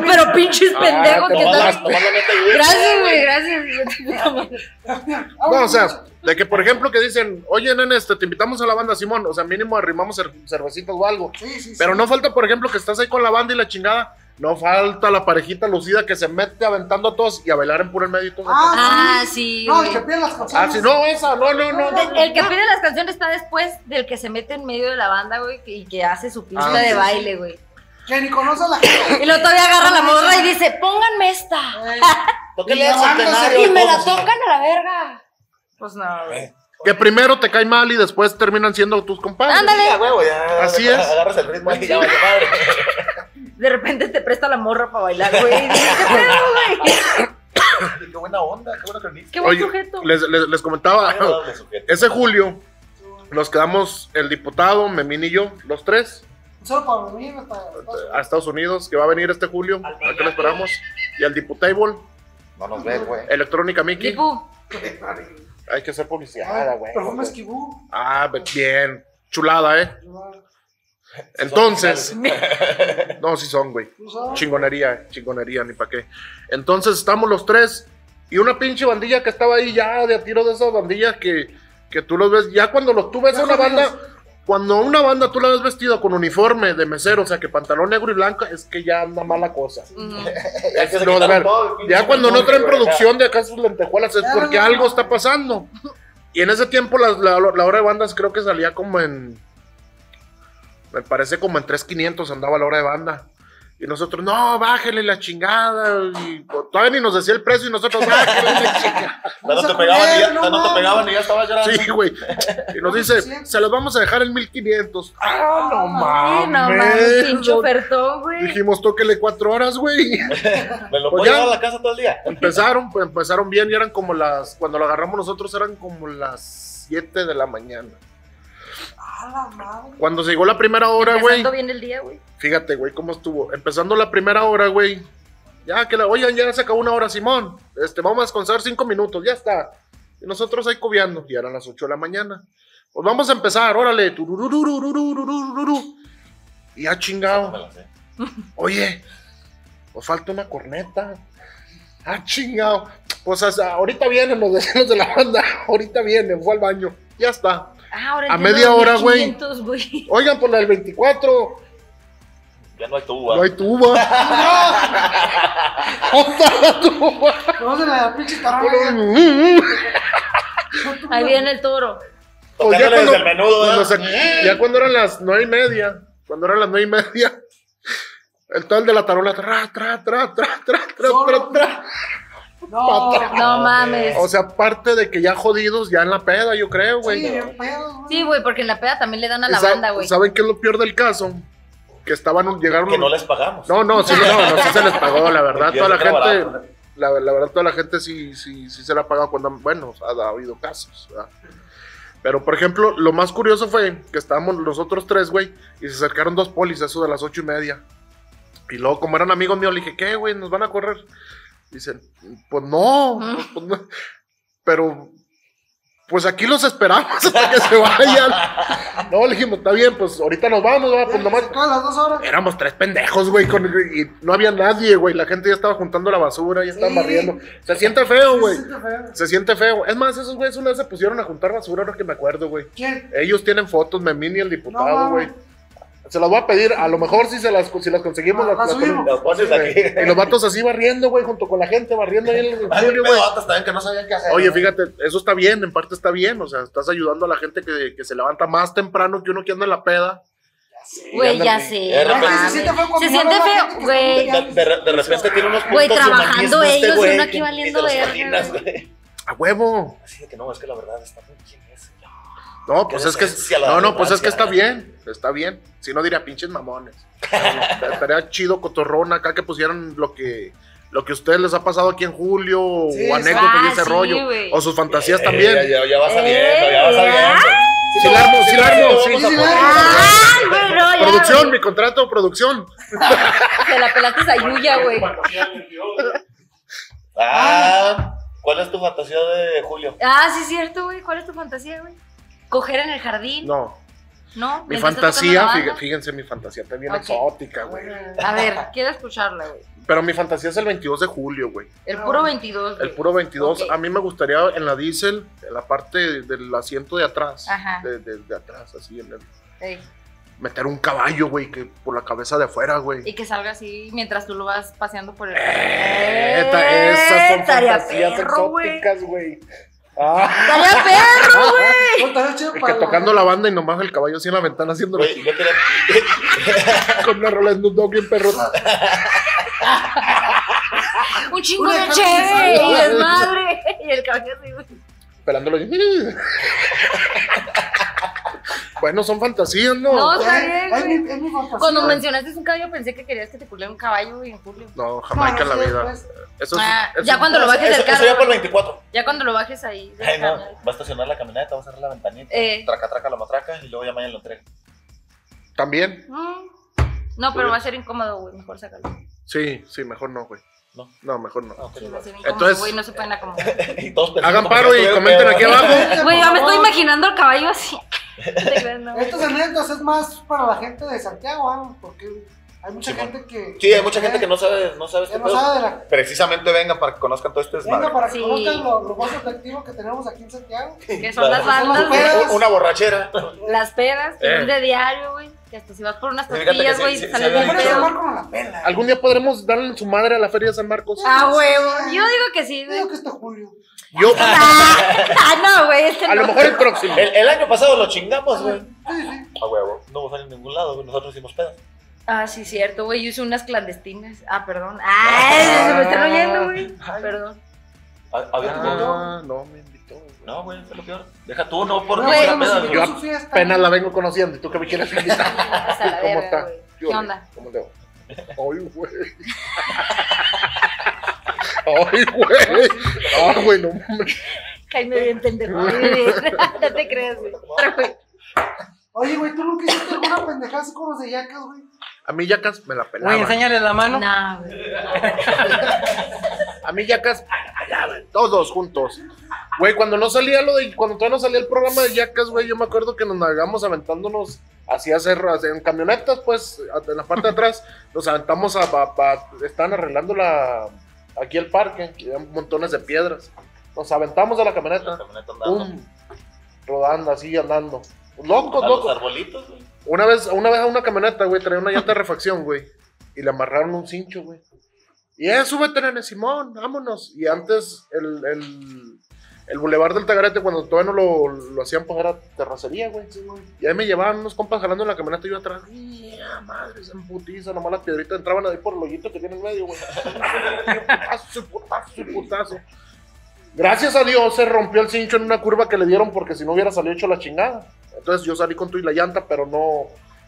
[SPEAKER 3] Pero pinches
[SPEAKER 7] Ah,
[SPEAKER 3] pendejos
[SPEAKER 7] te
[SPEAKER 3] que
[SPEAKER 1] Nomás la-
[SPEAKER 3] están...
[SPEAKER 7] mamaste.
[SPEAKER 1] nomás la neta y-
[SPEAKER 3] Gracias, güey, gracias.
[SPEAKER 7] Oh, no, o sea, de que por ejemplo que dicen, oye, nene, este, te invitamos a la banda, Simón, o sea, mínimo arrimamos cer- cervecitas o algo.
[SPEAKER 4] Sí, sí, sí.
[SPEAKER 7] Pero no falta, por ejemplo, que estás ahí con la banda y la chingada. No falta la parejita lucida que se mete aventando a todos y a bailar en puro en medio y todo. Ah,
[SPEAKER 4] Ah,
[SPEAKER 3] Ah, sí,
[SPEAKER 4] No,
[SPEAKER 3] güey.
[SPEAKER 4] el que pide las canciones.
[SPEAKER 7] sí, no, esa, no, no, no. no.
[SPEAKER 3] El que pide las canciones está después del que se mete en medio de la banda, güey, y que hace su pinta
[SPEAKER 7] Ah,
[SPEAKER 3] de
[SPEAKER 7] sí,
[SPEAKER 3] baile, güey.
[SPEAKER 4] Que ni conoce a la gente.
[SPEAKER 3] Y luego todavía agarra la morra y dice, pónganme esta.
[SPEAKER 4] Eh,
[SPEAKER 1] Tóquenle
[SPEAKER 4] Y
[SPEAKER 1] al
[SPEAKER 4] grabándose,
[SPEAKER 1] centenario
[SPEAKER 3] Y me la
[SPEAKER 1] todos.
[SPEAKER 3] tocan a la verga. Ah, Pues no, güey.
[SPEAKER 7] Que primero te cae mal y después terminan siendo tus compadres.
[SPEAKER 3] Ándale.
[SPEAKER 1] Sí, a huevo, ya.
[SPEAKER 7] Así es.
[SPEAKER 1] Agarras el ritmo y ya vale madre.
[SPEAKER 3] De repente te presta la morra para bailar, güey. Y dices, ¿Qué pedo, güey?
[SPEAKER 1] Qué buena onda, qué buena cronista.
[SPEAKER 3] Qué buen
[SPEAKER 7] Oye,
[SPEAKER 3] sujeto.
[SPEAKER 7] les, les- les comentaba,
[SPEAKER 1] Qué adorable sujeto.
[SPEAKER 7] ese julio nos quedamos el diputado, Memín y yo, los tres,
[SPEAKER 4] Solo para venir hasta.
[SPEAKER 7] a Estados Unidos, que va a venir este julio, ¿a qué lo esperamos? Y al Diputable,
[SPEAKER 1] No nos ves,
[SPEAKER 7] Eh,
[SPEAKER 1] güey.
[SPEAKER 7] Electrónica Mickey,
[SPEAKER 3] Dipu,
[SPEAKER 7] hay que hacer
[SPEAKER 4] Ah,
[SPEAKER 7] publicidad, güey.
[SPEAKER 4] Perfume esquibú.
[SPEAKER 7] Ah, bien, chulada, ¿eh? Entonces, no, sí son, güey.
[SPEAKER 4] Pues,
[SPEAKER 7] Chingonería, chingonería, ni para qué. Entonces estamos los tres y una pinche bandilla que estaba ahí ya de a tiro de esas bandillas que, que tú los ves. Ya cuando los, tú ves a
[SPEAKER 4] Ya
[SPEAKER 7] una
[SPEAKER 4] jodidos.
[SPEAKER 7] banda, cuando a una banda tú la ves vestida con uniforme de mesero, o sea que pantalón negro y blanco, es que ya anda mala cosa.
[SPEAKER 3] mm,
[SPEAKER 1] Ya que se
[SPEAKER 7] eh, No, de
[SPEAKER 1] quitaron
[SPEAKER 7] ver,
[SPEAKER 1] todo el pinche
[SPEAKER 7] ya cuando no
[SPEAKER 1] menú,
[SPEAKER 7] traen
[SPEAKER 1] güey, acá.
[SPEAKER 7] producción de acá sus lentejuelas es
[SPEAKER 4] Ya,
[SPEAKER 7] porque
[SPEAKER 4] no, no,
[SPEAKER 7] algo
[SPEAKER 4] no.
[SPEAKER 7] está pasando. Y en ese tiempo la, la- la hora de bandas creo que salía como en... Me parece como en 3.500 andaba la hora de banda. Y nosotros, no, bájele la chingada. Y pues, todavía ni nos decía el precio y nosotros, bájele la chingada.
[SPEAKER 1] No te
[SPEAKER 4] Vamos a
[SPEAKER 1] pegaban y ya-
[SPEAKER 4] comer, no
[SPEAKER 1] no te
[SPEAKER 4] mames.
[SPEAKER 1] pegaban y ya estaba llorando.
[SPEAKER 7] Sí, güey. Y nos dice,
[SPEAKER 4] 100.
[SPEAKER 7] se los vamos a dejar en 1.500. Ah, no mames.
[SPEAKER 3] Sí, no mames, pinche ofertón, güey.
[SPEAKER 7] Dijimos, tóquele cuatro horas, güey.
[SPEAKER 1] Me lo
[SPEAKER 7] Pues
[SPEAKER 1] puedo
[SPEAKER 7] ya.
[SPEAKER 1] llevar a la casa todo el día.
[SPEAKER 7] Empezaron, pues empezaron bien y eran como las, cuando lo agarramos nosotros eran como las 7 de la mañana.
[SPEAKER 4] A la madre.
[SPEAKER 7] Cuando se llegó la primera hora, güey,
[SPEAKER 3] Empezando bien el día, güey.
[SPEAKER 7] fíjate, güey, cómo estuvo. Empezando la primera hora, güey, ya que la, oigan, ya se acabó una hora, Simón, este, vamos a descansar cinco minutos, ya está. Y nosotros ahí cobiando, y eran las 8 de la mañana. Pues vamos a empezar, órale, turururururururururu. Y ya
[SPEAKER 1] No
[SPEAKER 7] chingado,
[SPEAKER 1] me la sé.
[SPEAKER 7] oye, nos falta una corneta. Ah, chingado. Pues hasta ahorita vienen los vecinos de la banda. Ahorita vienen, fue al baño. Ya está.
[SPEAKER 3] Ah, ahora
[SPEAKER 7] A
[SPEAKER 3] entiendo
[SPEAKER 7] media
[SPEAKER 3] los
[SPEAKER 7] hora, güey.
[SPEAKER 3] 1500, güey.
[SPEAKER 7] Oigan, por la del 24.
[SPEAKER 1] Ya no hay tuba.
[SPEAKER 7] No hay tuba. ¿Dónde está la tuba?
[SPEAKER 4] Vamos a la pinche tarola. ya.
[SPEAKER 3] Ahí viene el toro.
[SPEAKER 7] Pues ya
[SPEAKER 1] Tocándole
[SPEAKER 7] cuando-
[SPEAKER 1] desde el menudo,
[SPEAKER 7] cuando
[SPEAKER 1] ¿verdad?
[SPEAKER 7] se- ya cuando eran las nueve y media, cuando eran las nueve y media, el tal de la tarola, tra, tra, tra, tra, tra, tra, tra,
[SPEAKER 4] Solo.
[SPEAKER 7] tra.
[SPEAKER 4] No,
[SPEAKER 1] Ah,
[SPEAKER 3] No mames.
[SPEAKER 7] O sea, aparte de que ya jodidos, ya en la peda, yo creo, güey.
[SPEAKER 4] sí, bien pedo, güey.
[SPEAKER 3] Sí, güey, porque en la peda también le dan a
[SPEAKER 7] Y
[SPEAKER 3] la
[SPEAKER 7] sa-
[SPEAKER 3] banda, güey.
[SPEAKER 7] ¿Saben qué es lo peor del caso? Que estaban, llegaron...
[SPEAKER 1] Que no les pagamos.
[SPEAKER 7] No, no, sí, no, no, sí se les pagó, la verdad,
[SPEAKER 1] Porque
[SPEAKER 7] toda la
[SPEAKER 1] yo creo
[SPEAKER 7] gente,
[SPEAKER 1] barato.
[SPEAKER 7] la, la verdad, toda la gente sí, sí, sí se la ha pagado cuando, han- bueno, ha, ha habido casos, ¿verdad? Pero, por ejemplo, lo más curioso fue que estábamos nosotros tres, güey, y se acercaron dos polis, eso de las ocho y media. Y luego, como eran amigos míos, le dije, ¿qué, güey? ¿Nos van a correr? Dicen, pues no, pues, pues no. Pero, pues aquí los esperamos hasta que se vayan. No, le dijimos, está bien, pues ahorita nos vamos, ¿verdad? pues nomás
[SPEAKER 4] Todas las dos horas.
[SPEAKER 7] Éramos tres pendejos, güey, con- y no había nadie, güey. La gente ya estaba juntando la basura, ya estaba
[SPEAKER 4] Sí.
[SPEAKER 7] barriendo. Se siente feo, güey.
[SPEAKER 4] Sí, sí, feo.
[SPEAKER 7] Se siente feo. Es más, esos güeyes una vez se pusieron a juntar basura, ahora que me acuerdo, güey.
[SPEAKER 4] ¿Quién?
[SPEAKER 7] Ellos tienen fotos, Memín y el
[SPEAKER 4] No,
[SPEAKER 7] diputado,
[SPEAKER 4] mames.
[SPEAKER 7] güey. Se las voy a pedir, a lo mejor si, se las, si las conseguimos,
[SPEAKER 4] Ah,
[SPEAKER 7] las,
[SPEAKER 4] las
[SPEAKER 7] las-
[SPEAKER 4] subimos.
[SPEAKER 1] Lo pones aquí.
[SPEAKER 7] Y los vatos así barriendo, güey, junto con la gente, barriendo ahí en el
[SPEAKER 1] Hay
[SPEAKER 7] julio, güey.
[SPEAKER 1] pedotas también que no sabían qué hacer.
[SPEAKER 7] Oye,
[SPEAKER 1] ¿no?
[SPEAKER 7] fíjate, eso está bien, en parte está bien. O sea, estás ayudando a la gente que, que se levanta más temprano que uno que anda en la peda.
[SPEAKER 3] Güey,
[SPEAKER 1] ándale.
[SPEAKER 3] ya sé.
[SPEAKER 4] Ah,
[SPEAKER 1] De
[SPEAKER 3] no
[SPEAKER 1] repente se
[SPEAKER 3] mames.
[SPEAKER 4] siente feo cuando
[SPEAKER 3] Se
[SPEAKER 4] no
[SPEAKER 3] siente
[SPEAKER 4] habla la
[SPEAKER 3] feo,
[SPEAKER 4] gente
[SPEAKER 1] De,
[SPEAKER 4] que
[SPEAKER 3] güey.
[SPEAKER 4] está
[SPEAKER 1] de- de- de repente tiene unos puntos
[SPEAKER 3] Güey,
[SPEAKER 1] de
[SPEAKER 3] trabajando
[SPEAKER 1] humanismo este
[SPEAKER 3] ellos y
[SPEAKER 1] güey,
[SPEAKER 3] uno aquí
[SPEAKER 1] que- que
[SPEAKER 3] valiendo
[SPEAKER 1] te los
[SPEAKER 3] verga,
[SPEAKER 1] imaginas,
[SPEAKER 3] güey.
[SPEAKER 1] güey.
[SPEAKER 7] A huevo.
[SPEAKER 1] Así de que no, es que la verdad está muy quién es.
[SPEAKER 7] No, pues es que
[SPEAKER 1] decencia la
[SPEAKER 7] no, no, pues es que
[SPEAKER 1] arrogancia,
[SPEAKER 7] está
[SPEAKER 1] ¿no?
[SPEAKER 7] bien, está bien. Si no diría pinches mamones. Pero no, Estaría chido cotorrón acá que pusieran lo que lo que a ustedes les ha pasado aquí en julio
[SPEAKER 4] Sí,
[SPEAKER 7] o anécdotas
[SPEAKER 3] ah,
[SPEAKER 7] y ese
[SPEAKER 3] sí,
[SPEAKER 7] rollo
[SPEAKER 3] güey.
[SPEAKER 7] o sus fantasías
[SPEAKER 1] Eh,
[SPEAKER 7] también.
[SPEAKER 1] Ya, ya, ya va saliendo,
[SPEAKER 3] Eh,
[SPEAKER 1] ya va saliendo.
[SPEAKER 7] Sí la armo, sí la armo, sí.
[SPEAKER 1] vamos
[SPEAKER 4] sí,
[SPEAKER 1] a
[SPEAKER 4] la-
[SPEAKER 1] poner.
[SPEAKER 3] Ay, güey, no, Ah, ya.
[SPEAKER 7] Producción,
[SPEAKER 3] güey.
[SPEAKER 7] mi contrato, producción.
[SPEAKER 3] Te la pelaste a Yuya, güey.
[SPEAKER 1] Ah, ¿cuál es tu fantasía de Julio?
[SPEAKER 3] Ah, sí, es cierto, güey. ¿Cuál es tu fantasía, güey? Coger en el jardín, ¿no?
[SPEAKER 7] No, mi
[SPEAKER 3] Mientras está tocando
[SPEAKER 7] fantasía,
[SPEAKER 3] la
[SPEAKER 7] fíjense,
[SPEAKER 3] banda.
[SPEAKER 7] fíjense mi fantasía está bien
[SPEAKER 3] Ok.
[SPEAKER 7] exótica, güey.
[SPEAKER 3] A ver, quiero escucharla, güey.
[SPEAKER 7] Pero mi fantasía es el 22 de julio, güey.
[SPEAKER 3] El puro 22.
[SPEAKER 7] El
[SPEAKER 3] güey.
[SPEAKER 7] puro 22,
[SPEAKER 3] Ok.
[SPEAKER 7] a mí me gustaría en la diésel, en la parte del asiento de atrás,
[SPEAKER 3] Ajá.
[SPEAKER 7] de, de- de atrás, así, en el-
[SPEAKER 3] Ey,
[SPEAKER 7] meter un caballo, güey, que por la cabeza de afuera, güey.
[SPEAKER 3] Y que salga así mientras tú lo vas paseando por el. Eh,
[SPEAKER 7] Neta, Eh, esas son
[SPEAKER 3] Estaría
[SPEAKER 7] fantasías
[SPEAKER 3] perro, güey.
[SPEAKER 7] exóticas, güey. Ah,
[SPEAKER 3] Estaría perro.
[SPEAKER 4] No, estaría chido
[SPEAKER 7] y que
[SPEAKER 4] para
[SPEAKER 3] Pues,
[SPEAKER 4] la-
[SPEAKER 7] tocando la banda y nomás el caballo así en la ventana haciéndolo
[SPEAKER 1] Güey, yo quería.
[SPEAKER 7] con una rola de Snoop Dogg bien perro.
[SPEAKER 3] Un chingo
[SPEAKER 4] Una
[SPEAKER 3] de
[SPEAKER 4] camisa.
[SPEAKER 3] chévere y desmadre. Y el caballo así, güey.
[SPEAKER 7] Pelándolo. así. bueno, son fantasías, ¿no?
[SPEAKER 3] No,
[SPEAKER 4] Ay,
[SPEAKER 3] está bien,
[SPEAKER 4] ay,
[SPEAKER 3] güey.
[SPEAKER 4] mi- es mi fantasía.
[SPEAKER 3] Cuando mencionaste un caballo pensé que querías que te culé un caballo, güey, en julio.
[SPEAKER 7] No,
[SPEAKER 4] No,
[SPEAKER 7] jamás en la
[SPEAKER 4] sí,
[SPEAKER 7] vida.
[SPEAKER 4] pues,
[SPEAKER 7] Eso es-
[SPEAKER 3] Ah,
[SPEAKER 7] eso
[SPEAKER 3] ya
[SPEAKER 7] es-
[SPEAKER 3] cuando lo bajes del
[SPEAKER 1] Eso, eso ya
[SPEAKER 3] carro.
[SPEAKER 1] por el
[SPEAKER 3] güey.
[SPEAKER 1] 24.
[SPEAKER 3] Ya cuando lo bajes ahí. del
[SPEAKER 1] Ay, no,
[SPEAKER 3] carro.
[SPEAKER 1] va a estacionar la camioneta, va a cerrar la ventanita.
[SPEAKER 3] Eh.
[SPEAKER 1] Traca, traca la matraca y luego ya mañana lo entrega.
[SPEAKER 7] También.
[SPEAKER 3] Mm. No, pero va a ser incómodo, güey. Mejor sacarlo.
[SPEAKER 7] Sí, sí, mejor no, güey.
[SPEAKER 1] No.
[SPEAKER 7] No, mejor no.
[SPEAKER 1] Ah, ok,
[SPEAKER 3] Sí, va a ser incómodo,
[SPEAKER 7] Entonces-
[SPEAKER 3] güey. No se pueden acomodar.
[SPEAKER 1] y todos pensando
[SPEAKER 7] Hagan
[SPEAKER 1] como
[SPEAKER 7] paro
[SPEAKER 1] que
[SPEAKER 7] y
[SPEAKER 1] estuviera
[SPEAKER 7] comenten
[SPEAKER 1] pedo.
[SPEAKER 7] aquí abajo.
[SPEAKER 4] Por
[SPEAKER 3] Güey, ya me estoy
[SPEAKER 4] favor.
[SPEAKER 3] imaginando el caballo así. No te creas, no.
[SPEAKER 4] Estas anécdotas es más para la gente de Santiago, ¿ah? porque hay mucha
[SPEAKER 1] Simón.
[SPEAKER 4] gente que.
[SPEAKER 1] Sí, hay mucha gente que no sabe, no sabe
[SPEAKER 4] que
[SPEAKER 1] este
[SPEAKER 4] no
[SPEAKER 1] pedo.
[SPEAKER 4] sabe de la.
[SPEAKER 1] Precisamente vengan para que conozcan todo este
[SPEAKER 4] Venga,
[SPEAKER 1] desmadre.
[SPEAKER 4] para que
[SPEAKER 3] Sí.
[SPEAKER 4] conozcan lo, lo más atractivo que tenemos aquí en Santiago.
[SPEAKER 3] Que son las
[SPEAKER 1] Claro.
[SPEAKER 3] bandas,
[SPEAKER 4] Son
[SPEAKER 3] güey.
[SPEAKER 4] las
[SPEAKER 1] U- Una borrachera.
[SPEAKER 3] Las pedas, que
[SPEAKER 7] Eh.
[SPEAKER 3] es de diario, güey. Que hasta si vas por unas
[SPEAKER 1] Sí, fíjate que
[SPEAKER 3] tortillas,
[SPEAKER 1] sí,
[SPEAKER 3] güey,
[SPEAKER 1] sí, sí
[SPEAKER 3] sales
[SPEAKER 1] había
[SPEAKER 3] bien
[SPEAKER 4] Pero
[SPEAKER 1] dicho.
[SPEAKER 3] pedo.
[SPEAKER 4] tomar como la pela.
[SPEAKER 7] Algún día podremos darle su madre a la Feria de San Marcos.
[SPEAKER 3] Ah, huevo. Yo digo que sí,
[SPEAKER 4] Digo
[SPEAKER 3] güey.
[SPEAKER 4] que este Julio.
[SPEAKER 7] Yo,
[SPEAKER 3] Ah, no, güey. Este
[SPEAKER 7] a lo
[SPEAKER 3] no.
[SPEAKER 7] mejor el próximo.
[SPEAKER 1] El, el año pasado lo chingamos, güey.
[SPEAKER 4] Sí, sí.
[SPEAKER 1] A huevo. No fue en ningún lado, güey. Nosotros hicimos pedas.
[SPEAKER 3] Ah, sí, cierto, güey. Yo hice unas clandestinas. Ah, perdón. Ah, se me están oyendo, güey. Perdón.
[SPEAKER 1] Ha- Había como-
[SPEAKER 7] Ah, no me invitó. güey.
[SPEAKER 1] No, güey, fue lo peor. Deja tú, no, por
[SPEAKER 3] Güey,
[SPEAKER 1] era
[SPEAKER 4] Nos
[SPEAKER 1] pedas,
[SPEAKER 4] invitó a
[SPEAKER 1] güey.
[SPEAKER 4] su fiesta.
[SPEAKER 7] Apenas la vengo conociendo y tú que me quieres invitar.
[SPEAKER 3] Hasta la
[SPEAKER 7] ¿Cómo
[SPEAKER 3] verga,
[SPEAKER 7] está?
[SPEAKER 3] güey.
[SPEAKER 7] Yo,
[SPEAKER 3] ¿Qué onda?
[SPEAKER 7] ¿Cómo te va? Ay, güey. Ay, güey. Ay, güey, no mames.
[SPEAKER 3] Jaime, bien pendejo. Muy bien. No te creas, güey. Pero, güey,
[SPEAKER 4] Oye, güey, tú nunca hiciste alguna pendejada así con los de yacas, güey.
[SPEAKER 7] A mí Yacas me la
[SPEAKER 6] Güey,
[SPEAKER 7] pelaban.
[SPEAKER 6] enséñale la mano.
[SPEAKER 3] Ah, No, güey.
[SPEAKER 7] A mí Yacas, todos juntos. Güey, cuando no salía lo de, cuando todavía no salía el programa de Yacas, güey, yo me acuerdo que nos navegamos aventándonos hacia cerros, en camionetas, pues, en la parte de atrás, nos aventamos a, a- a- estaban arreglando la aquí el parque, que eran montones de piedras. Nos aventamos de la
[SPEAKER 1] La
[SPEAKER 7] camioneta,
[SPEAKER 1] camioneta andando.
[SPEAKER 7] pum, rodando así, andando. Locos,
[SPEAKER 1] A Los
[SPEAKER 7] locos.
[SPEAKER 1] arbolitos, güey.
[SPEAKER 7] Una vez, una vez a una camioneta, güey, traía una llanta de refacción, güey. Y le amarraron un cincho, güey. Y eh, súbete, nene Simón, vámonos. Y antes, el, el, el bulevar del Tagarete, cuando todavía no lo, lo hacían, pues era terracería, güey. Y ahí me llevaban unos compas jalando en la camioneta y yo atrás. ¡Ya, madre, se emputiza! Nomás las piedritas entraban ahí por el hoyito que tiene en medio, güey. putazo, y putazo, y putazo. Gracias a Dios se rompió el cincho en una curva que le dieron porque si no hubiera salido hecho la chingada. Entonces yo salí con tu y la llanta, pero no.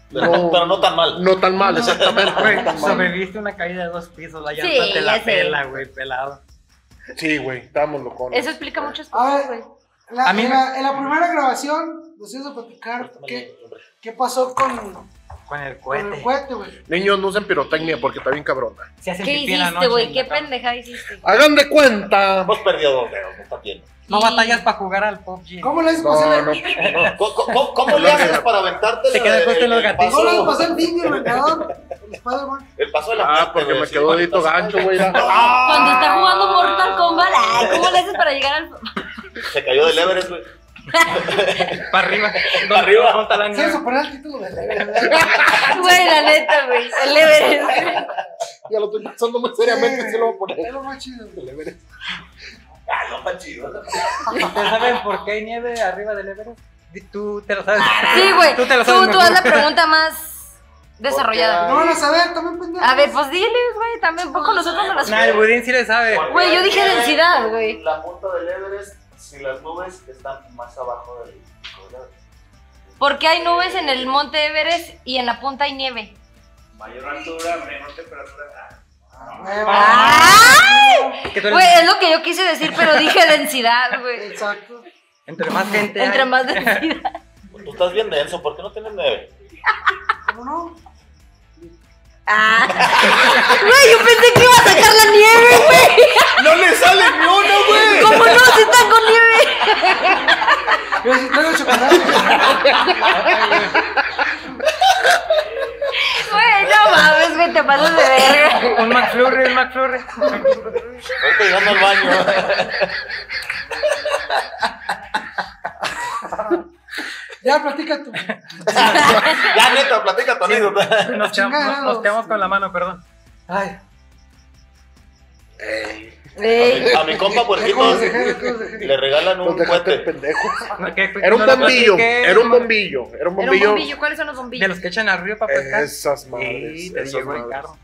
[SPEAKER 7] No,
[SPEAKER 1] Pero no tan mal.
[SPEAKER 7] no tan mal, exactamente.
[SPEAKER 2] Güey,
[SPEAKER 7] no tan mal.
[SPEAKER 2] sobreviviste a una caída de dos pisos, la llanta
[SPEAKER 3] Sí,
[SPEAKER 2] te la
[SPEAKER 3] ya sé.
[SPEAKER 2] pela, güey, pelado.
[SPEAKER 7] Sí, güey, estábamos locones.
[SPEAKER 3] Eso explica muchas
[SPEAKER 4] A
[SPEAKER 3] cosas,
[SPEAKER 4] ver.
[SPEAKER 3] güey.
[SPEAKER 4] En la-
[SPEAKER 2] A mí
[SPEAKER 4] en,
[SPEAKER 2] me-
[SPEAKER 4] la, en la primera grabación, nos ibas a platicar qué, qué pasó con, con
[SPEAKER 2] Con el
[SPEAKER 4] el
[SPEAKER 2] cohete.
[SPEAKER 4] cohete, güey.
[SPEAKER 7] Niños, no usen pirotecnia porque está bien cabrona.
[SPEAKER 2] Se hacen
[SPEAKER 3] ¿Qué
[SPEAKER 2] pipí en la
[SPEAKER 3] hiciste,
[SPEAKER 2] noche
[SPEAKER 3] güey?
[SPEAKER 2] en
[SPEAKER 3] ¿Qué
[SPEAKER 2] la cama.
[SPEAKER 3] pendeja hiciste?
[SPEAKER 7] Hagan de cuenta.
[SPEAKER 1] Hemos perdido dos dedos, no está bien.
[SPEAKER 2] No
[SPEAKER 3] Y-
[SPEAKER 2] batallas para jugar al PUBG.
[SPEAKER 4] ¿Cómo le hice
[SPEAKER 7] No,
[SPEAKER 4] pasar
[SPEAKER 7] no,
[SPEAKER 4] el
[SPEAKER 1] ¿Cómo, cómo, cómo le haces para aventarte
[SPEAKER 2] Te quedas
[SPEAKER 7] este
[SPEAKER 2] puesto en los gatillos.
[SPEAKER 4] ¿Cómo le pasé el Dinger, el vengador? El Spider-Man.
[SPEAKER 1] El paso de la
[SPEAKER 7] Ah,
[SPEAKER 1] muerte,
[SPEAKER 7] porque
[SPEAKER 1] güey,
[SPEAKER 7] me
[SPEAKER 1] sí,
[SPEAKER 7] quedó
[SPEAKER 1] palitas.
[SPEAKER 7] dedito gancho, Ah. güey. era-
[SPEAKER 1] Ah,
[SPEAKER 3] Cuando está jugando Mortal Kombat, ay, ¿cómo le haces para llegar al.?
[SPEAKER 1] Se cayó del Everest, güey.
[SPEAKER 2] Para arriba.
[SPEAKER 1] arriba.
[SPEAKER 2] Monta la
[SPEAKER 4] Se le
[SPEAKER 2] nieve.
[SPEAKER 4] supone el título del Everest.
[SPEAKER 3] Güey, la neta, güey. El Everest.
[SPEAKER 7] Ya lo estoy pensando muy seriamente, sí lo voy a poner.
[SPEAKER 4] Es lo más chido.
[SPEAKER 1] Ah, no, está chido.
[SPEAKER 2] ¿Ustedes saben por qué hay nieve arriba del Everest? Di- Tú te lo sabes.
[SPEAKER 3] Sí, güey.
[SPEAKER 2] Tú te lo sabes.
[SPEAKER 3] Tú, tú haz la
[SPEAKER 2] mejor.
[SPEAKER 3] pregunta más desarrollada.
[SPEAKER 4] No van a saber, también pendejo.
[SPEAKER 3] A ver, pues diles, güey. También poco nosotros nos las.
[SPEAKER 2] Nah, el budín sí le sabe.
[SPEAKER 3] Güey, yo dije densidad, güey.
[SPEAKER 8] La punta del Everest, si las nubes están más abajo del del
[SPEAKER 3] ¿Por qué hay nubes en el monte Everest y en la punta hay nieve?
[SPEAKER 8] Mayor altura, menor temperatura.
[SPEAKER 4] Ah,
[SPEAKER 3] ¡Ay!
[SPEAKER 2] Que tú eres-
[SPEAKER 3] Güey, es lo que yo quise decir, pero dije densidad, güey.
[SPEAKER 4] Exacto.
[SPEAKER 2] Entre más gente.
[SPEAKER 3] Entre
[SPEAKER 2] hay.
[SPEAKER 3] más densidad.
[SPEAKER 1] Tú estás bien denso, ¿por qué no tienes nueve?
[SPEAKER 4] ¿Cómo no?
[SPEAKER 3] Ah. Güey, yo pensé que iba a sacar la nieve, güey.
[SPEAKER 1] ¡No le sale ni uno, güey!
[SPEAKER 3] ¿Cómo no? Si está con nieve.
[SPEAKER 4] Yo sí traigo chocolate.
[SPEAKER 3] Güey, no mames, güey, te pasas de verga.
[SPEAKER 2] Un McFlurry, un McFlurry.
[SPEAKER 1] Ahorita llegando al baño.
[SPEAKER 4] Ya, platica tú.
[SPEAKER 1] ya, neta, platica tu anécdota.
[SPEAKER 2] Nos quedamos,
[SPEAKER 4] Chingados.
[SPEAKER 2] nos quedamos con la mano, perdón.
[SPEAKER 4] Ay.
[SPEAKER 3] Ey.
[SPEAKER 1] A mi compa
[SPEAKER 4] ¿Cómo
[SPEAKER 1] puerquito
[SPEAKER 4] los dejé? ¿Cómo los dejé?
[SPEAKER 1] le regalan
[SPEAKER 7] Los
[SPEAKER 1] un
[SPEAKER 7] dejaste
[SPEAKER 1] cohete.
[SPEAKER 7] pendejos.
[SPEAKER 2] No, que-
[SPEAKER 7] Pues Era un
[SPEAKER 2] no lo
[SPEAKER 7] bombillo,
[SPEAKER 2] platiqué,
[SPEAKER 7] era un
[SPEAKER 2] no lo-
[SPEAKER 7] bombillo, era un
[SPEAKER 3] Era un
[SPEAKER 7] bombillo.
[SPEAKER 3] bombillo. ¿Cuáles son los
[SPEAKER 2] De los
[SPEAKER 3] bombillos?
[SPEAKER 2] que echan al río para pescar.
[SPEAKER 7] Esas madres.
[SPEAKER 2] Sí, te
[SPEAKER 7] esas
[SPEAKER 2] llegó el
[SPEAKER 7] madres.
[SPEAKER 2] carro.